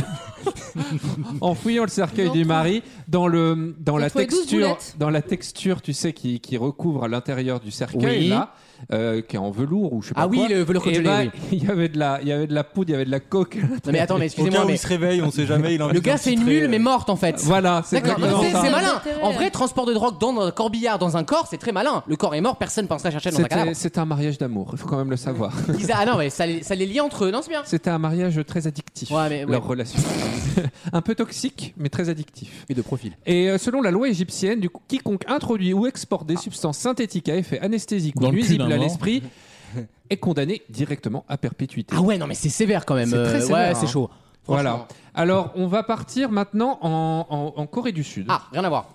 [SPEAKER 5] en fouillant le cercueil
[SPEAKER 4] Ils ont
[SPEAKER 5] du
[SPEAKER 4] tout.
[SPEAKER 5] mari, dans le dans
[SPEAKER 4] Ils
[SPEAKER 5] la
[SPEAKER 4] ont trouvé douze
[SPEAKER 5] texture,
[SPEAKER 4] boulettes.
[SPEAKER 5] dans la texture, tu sais, qui, qui recouvre l'intérieur du cercueil
[SPEAKER 2] Oui.
[SPEAKER 5] là, euh, qui est en velours ou je sais pas
[SPEAKER 2] Ah oui,
[SPEAKER 5] quoi.
[SPEAKER 2] le velours
[SPEAKER 5] Eh
[SPEAKER 2] congelé,
[SPEAKER 5] ben,
[SPEAKER 2] oui.
[SPEAKER 5] il y avait de la, il y avait de la poudre, il y avait de la coque.
[SPEAKER 2] Non, mais attends, mais
[SPEAKER 10] Au cas
[SPEAKER 2] excusez-moi.
[SPEAKER 10] où
[SPEAKER 2] mais
[SPEAKER 10] il se réveille, on sait jamais. Il a envie
[SPEAKER 2] Le
[SPEAKER 10] de
[SPEAKER 2] gars,
[SPEAKER 10] faire
[SPEAKER 2] c'est une
[SPEAKER 10] titrer,
[SPEAKER 2] mule,
[SPEAKER 10] euh,
[SPEAKER 2] mais morte en fait.
[SPEAKER 5] Voilà, c'est
[SPEAKER 2] D'accord,
[SPEAKER 5] exactement
[SPEAKER 2] mais c'est
[SPEAKER 5] ça.
[SPEAKER 2] c'est
[SPEAKER 4] ça.
[SPEAKER 2] malin.
[SPEAKER 4] Intérêt.
[SPEAKER 2] En vrai, transport de drogue dans un corbillard, dans un corps, c'est très malin. Le corps est mort, personne pensera chercher dans un cadavre.
[SPEAKER 5] C'était- C'était un mariage d'amour, il faut quand même le savoir.
[SPEAKER 2] Ils a- Ah non, mais ça les, ça les lie entre eux, non, c'est bien.
[SPEAKER 5] C'était un mariage très addictif,
[SPEAKER 2] Ouais, mais-
[SPEAKER 5] leur
[SPEAKER 2] ouais.
[SPEAKER 5] relation. un peu toxique, mais très addictif.
[SPEAKER 2] Et de profil.
[SPEAKER 5] Et euh, selon la loi égyptienne, du coup, quiconque introduit ou exporte des substances synthétiques à effet anesthésique
[SPEAKER 6] Dans
[SPEAKER 5] ou
[SPEAKER 6] le cul
[SPEAKER 5] nuisible
[SPEAKER 6] d'un
[SPEAKER 5] à
[SPEAKER 6] mort.
[SPEAKER 5] l'esprit est condamné directement à perpétuité.
[SPEAKER 2] Ah ouais, non, mais c'est sévère quand même.
[SPEAKER 5] C'est très
[SPEAKER 2] euh,
[SPEAKER 5] sévère,
[SPEAKER 2] ouais,
[SPEAKER 5] hein.
[SPEAKER 2] c'est chaud.
[SPEAKER 5] voilà.
[SPEAKER 2] Franchement.
[SPEAKER 5] Alors, on va partir maintenant en, en- en Corée du Sud.
[SPEAKER 2] Ah, rien à voir.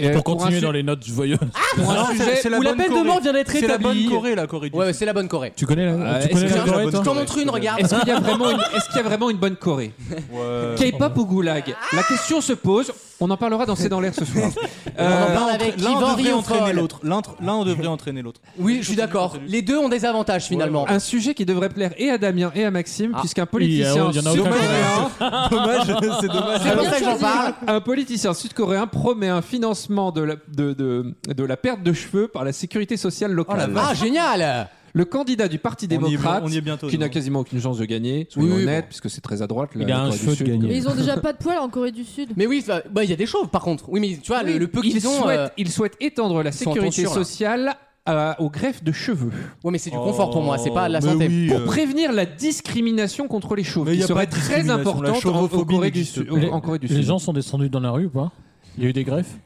[SPEAKER 5] Euh,
[SPEAKER 6] Pour
[SPEAKER 5] un
[SPEAKER 6] continuer
[SPEAKER 5] su-
[SPEAKER 6] dans les notes joyeuses.
[SPEAKER 5] pour un
[SPEAKER 10] Non,
[SPEAKER 5] sujet-
[SPEAKER 10] Ah, c'est- c'est la
[SPEAKER 2] où la
[SPEAKER 10] bonne
[SPEAKER 2] peine de
[SPEAKER 10] Corée.
[SPEAKER 2] mort vient d'être
[SPEAKER 10] C'est la bonne
[SPEAKER 2] établie.
[SPEAKER 10] Corée, la Corée du
[SPEAKER 2] Ouais,
[SPEAKER 10] Sud.
[SPEAKER 2] ouais, c'est la bonne Corée.
[SPEAKER 6] Tu connais
[SPEAKER 5] Euh,
[SPEAKER 6] la, tu
[SPEAKER 5] est-ce
[SPEAKER 6] connais la
[SPEAKER 5] que j'ai-
[SPEAKER 6] Corée,
[SPEAKER 2] Je
[SPEAKER 6] toi
[SPEAKER 2] t'en montre une, regarde. Euh,
[SPEAKER 5] Est-ce qu'il y, a vraiment une- est-ce qu'il y a vraiment une bonne Corée
[SPEAKER 10] Ouais.
[SPEAKER 5] K-pop ou goulag La question se pose. On en parlera dans C'est dans l'air ce soir.
[SPEAKER 2] On en
[SPEAKER 5] Euh,
[SPEAKER 2] parle avec
[SPEAKER 10] L'un
[SPEAKER 2] Yvan
[SPEAKER 10] devrait entraîner
[SPEAKER 2] Rioufol.
[SPEAKER 10] l'autre. L'un tr- L'un devrait entraîner l'autre.
[SPEAKER 2] Oui, je suis d'accord. Les deux ont des avantages finalement.
[SPEAKER 5] un sujet qui devrait plaire et à Damien et à Maxime,
[SPEAKER 2] Ah.
[SPEAKER 5] puisqu'un
[SPEAKER 6] Il y
[SPEAKER 5] politicien
[SPEAKER 6] a- il y en a aucun
[SPEAKER 5] sud-coréen
[SPEAKER 10] Dommage, c'est dommage.
[SPEAKER 2] C'est pour ça que j'en parle.
[SPEAKER 5] Un politicien sud-coréen promet un financement de la, de, de- de la perte de cheveux par la sécurité sociale locale.
[SPEAKER 2] Ah, génial
[SPEAKER 5] le candidat du Parti
[SPEAKER 10] On y est,
[SPEAKER 5] démocrate,
[SPEAKER 10] on y est bientôt.
[SPEAKER 5] qui n'a
[SPEAKER 10] non
[SPEAKER 5] quasiment aucune chance de gagner, soyons
[SPEAKER 2] Oui,
[SPEAKER 5] honnêtes,
[SPEAKER 2] bon.
[SPEAKER 5] puisque c'est très à droite. la-
[SPEAKER 6] Il a
[SPEAKER 5] la
[SPEAKER 6] un
[SPEAKER 5] Corée du
[SPEAKER 6] cheveu de
[SPEAKER 5] Sud.
[SPEAKER 6] gagner.
[SPEAKER 4] Mais ils ont déjà pas de poils en Corée du Sud.
[SPEAKER 2] Mais oui, bah, bah, il y a des chauves par contre. Oui, mais tu vois, Bah, le, le peu
[SPEAKER 5] il,
[SPEAKER 2] qu'ils ont.
[SPEAKER 5] souhaite,
[SPEAKER 2] euh,
[SPEAKER 5] il souhaite étendre la
[SPEAKER 2] sont en
[SPEAKER 5] sécurité
[SPEAKER 2] tonsure, là.
[SPEAKER 5] sociale à- aux greffes de cheveux
[SPEAKER 2] Ouais, mais c'est du confort pour moi, c'est pas de la
[SPEAKER 10] Mais
[SPEAKER 2] santé.
[SPEAKER 10] oui,
[SPEAKER 5] pour
[SPEAKER 10] euh,
[SPEAKER 5] prévenir la discrimination contre les chauves,
[SPEAKER 10] Mais il
[SPEAKER 5] qui
[SPEAKER 10] y a pas
[SPEAKER 5] serait
[SPEAKER 10] de
[SPEAKER 5] très
[SPEAKER 10] discrimination, la
[SPEAKER 5] importante en, en
[SPEAKER 10] chauvophobie
[SPEAKER 5] Corée du
[SPEAKER 10] n'existe
[SPEAKER 5] Sud.
[SPEAKER 10] pas.
[SPEAKER 5] en- en Corée du
[SPEAKER 6] Les
[SPEAKER 5] Sud.
[SPEAKER 6] gens sont descendus dans la rue ou pas Il y a eu des greffes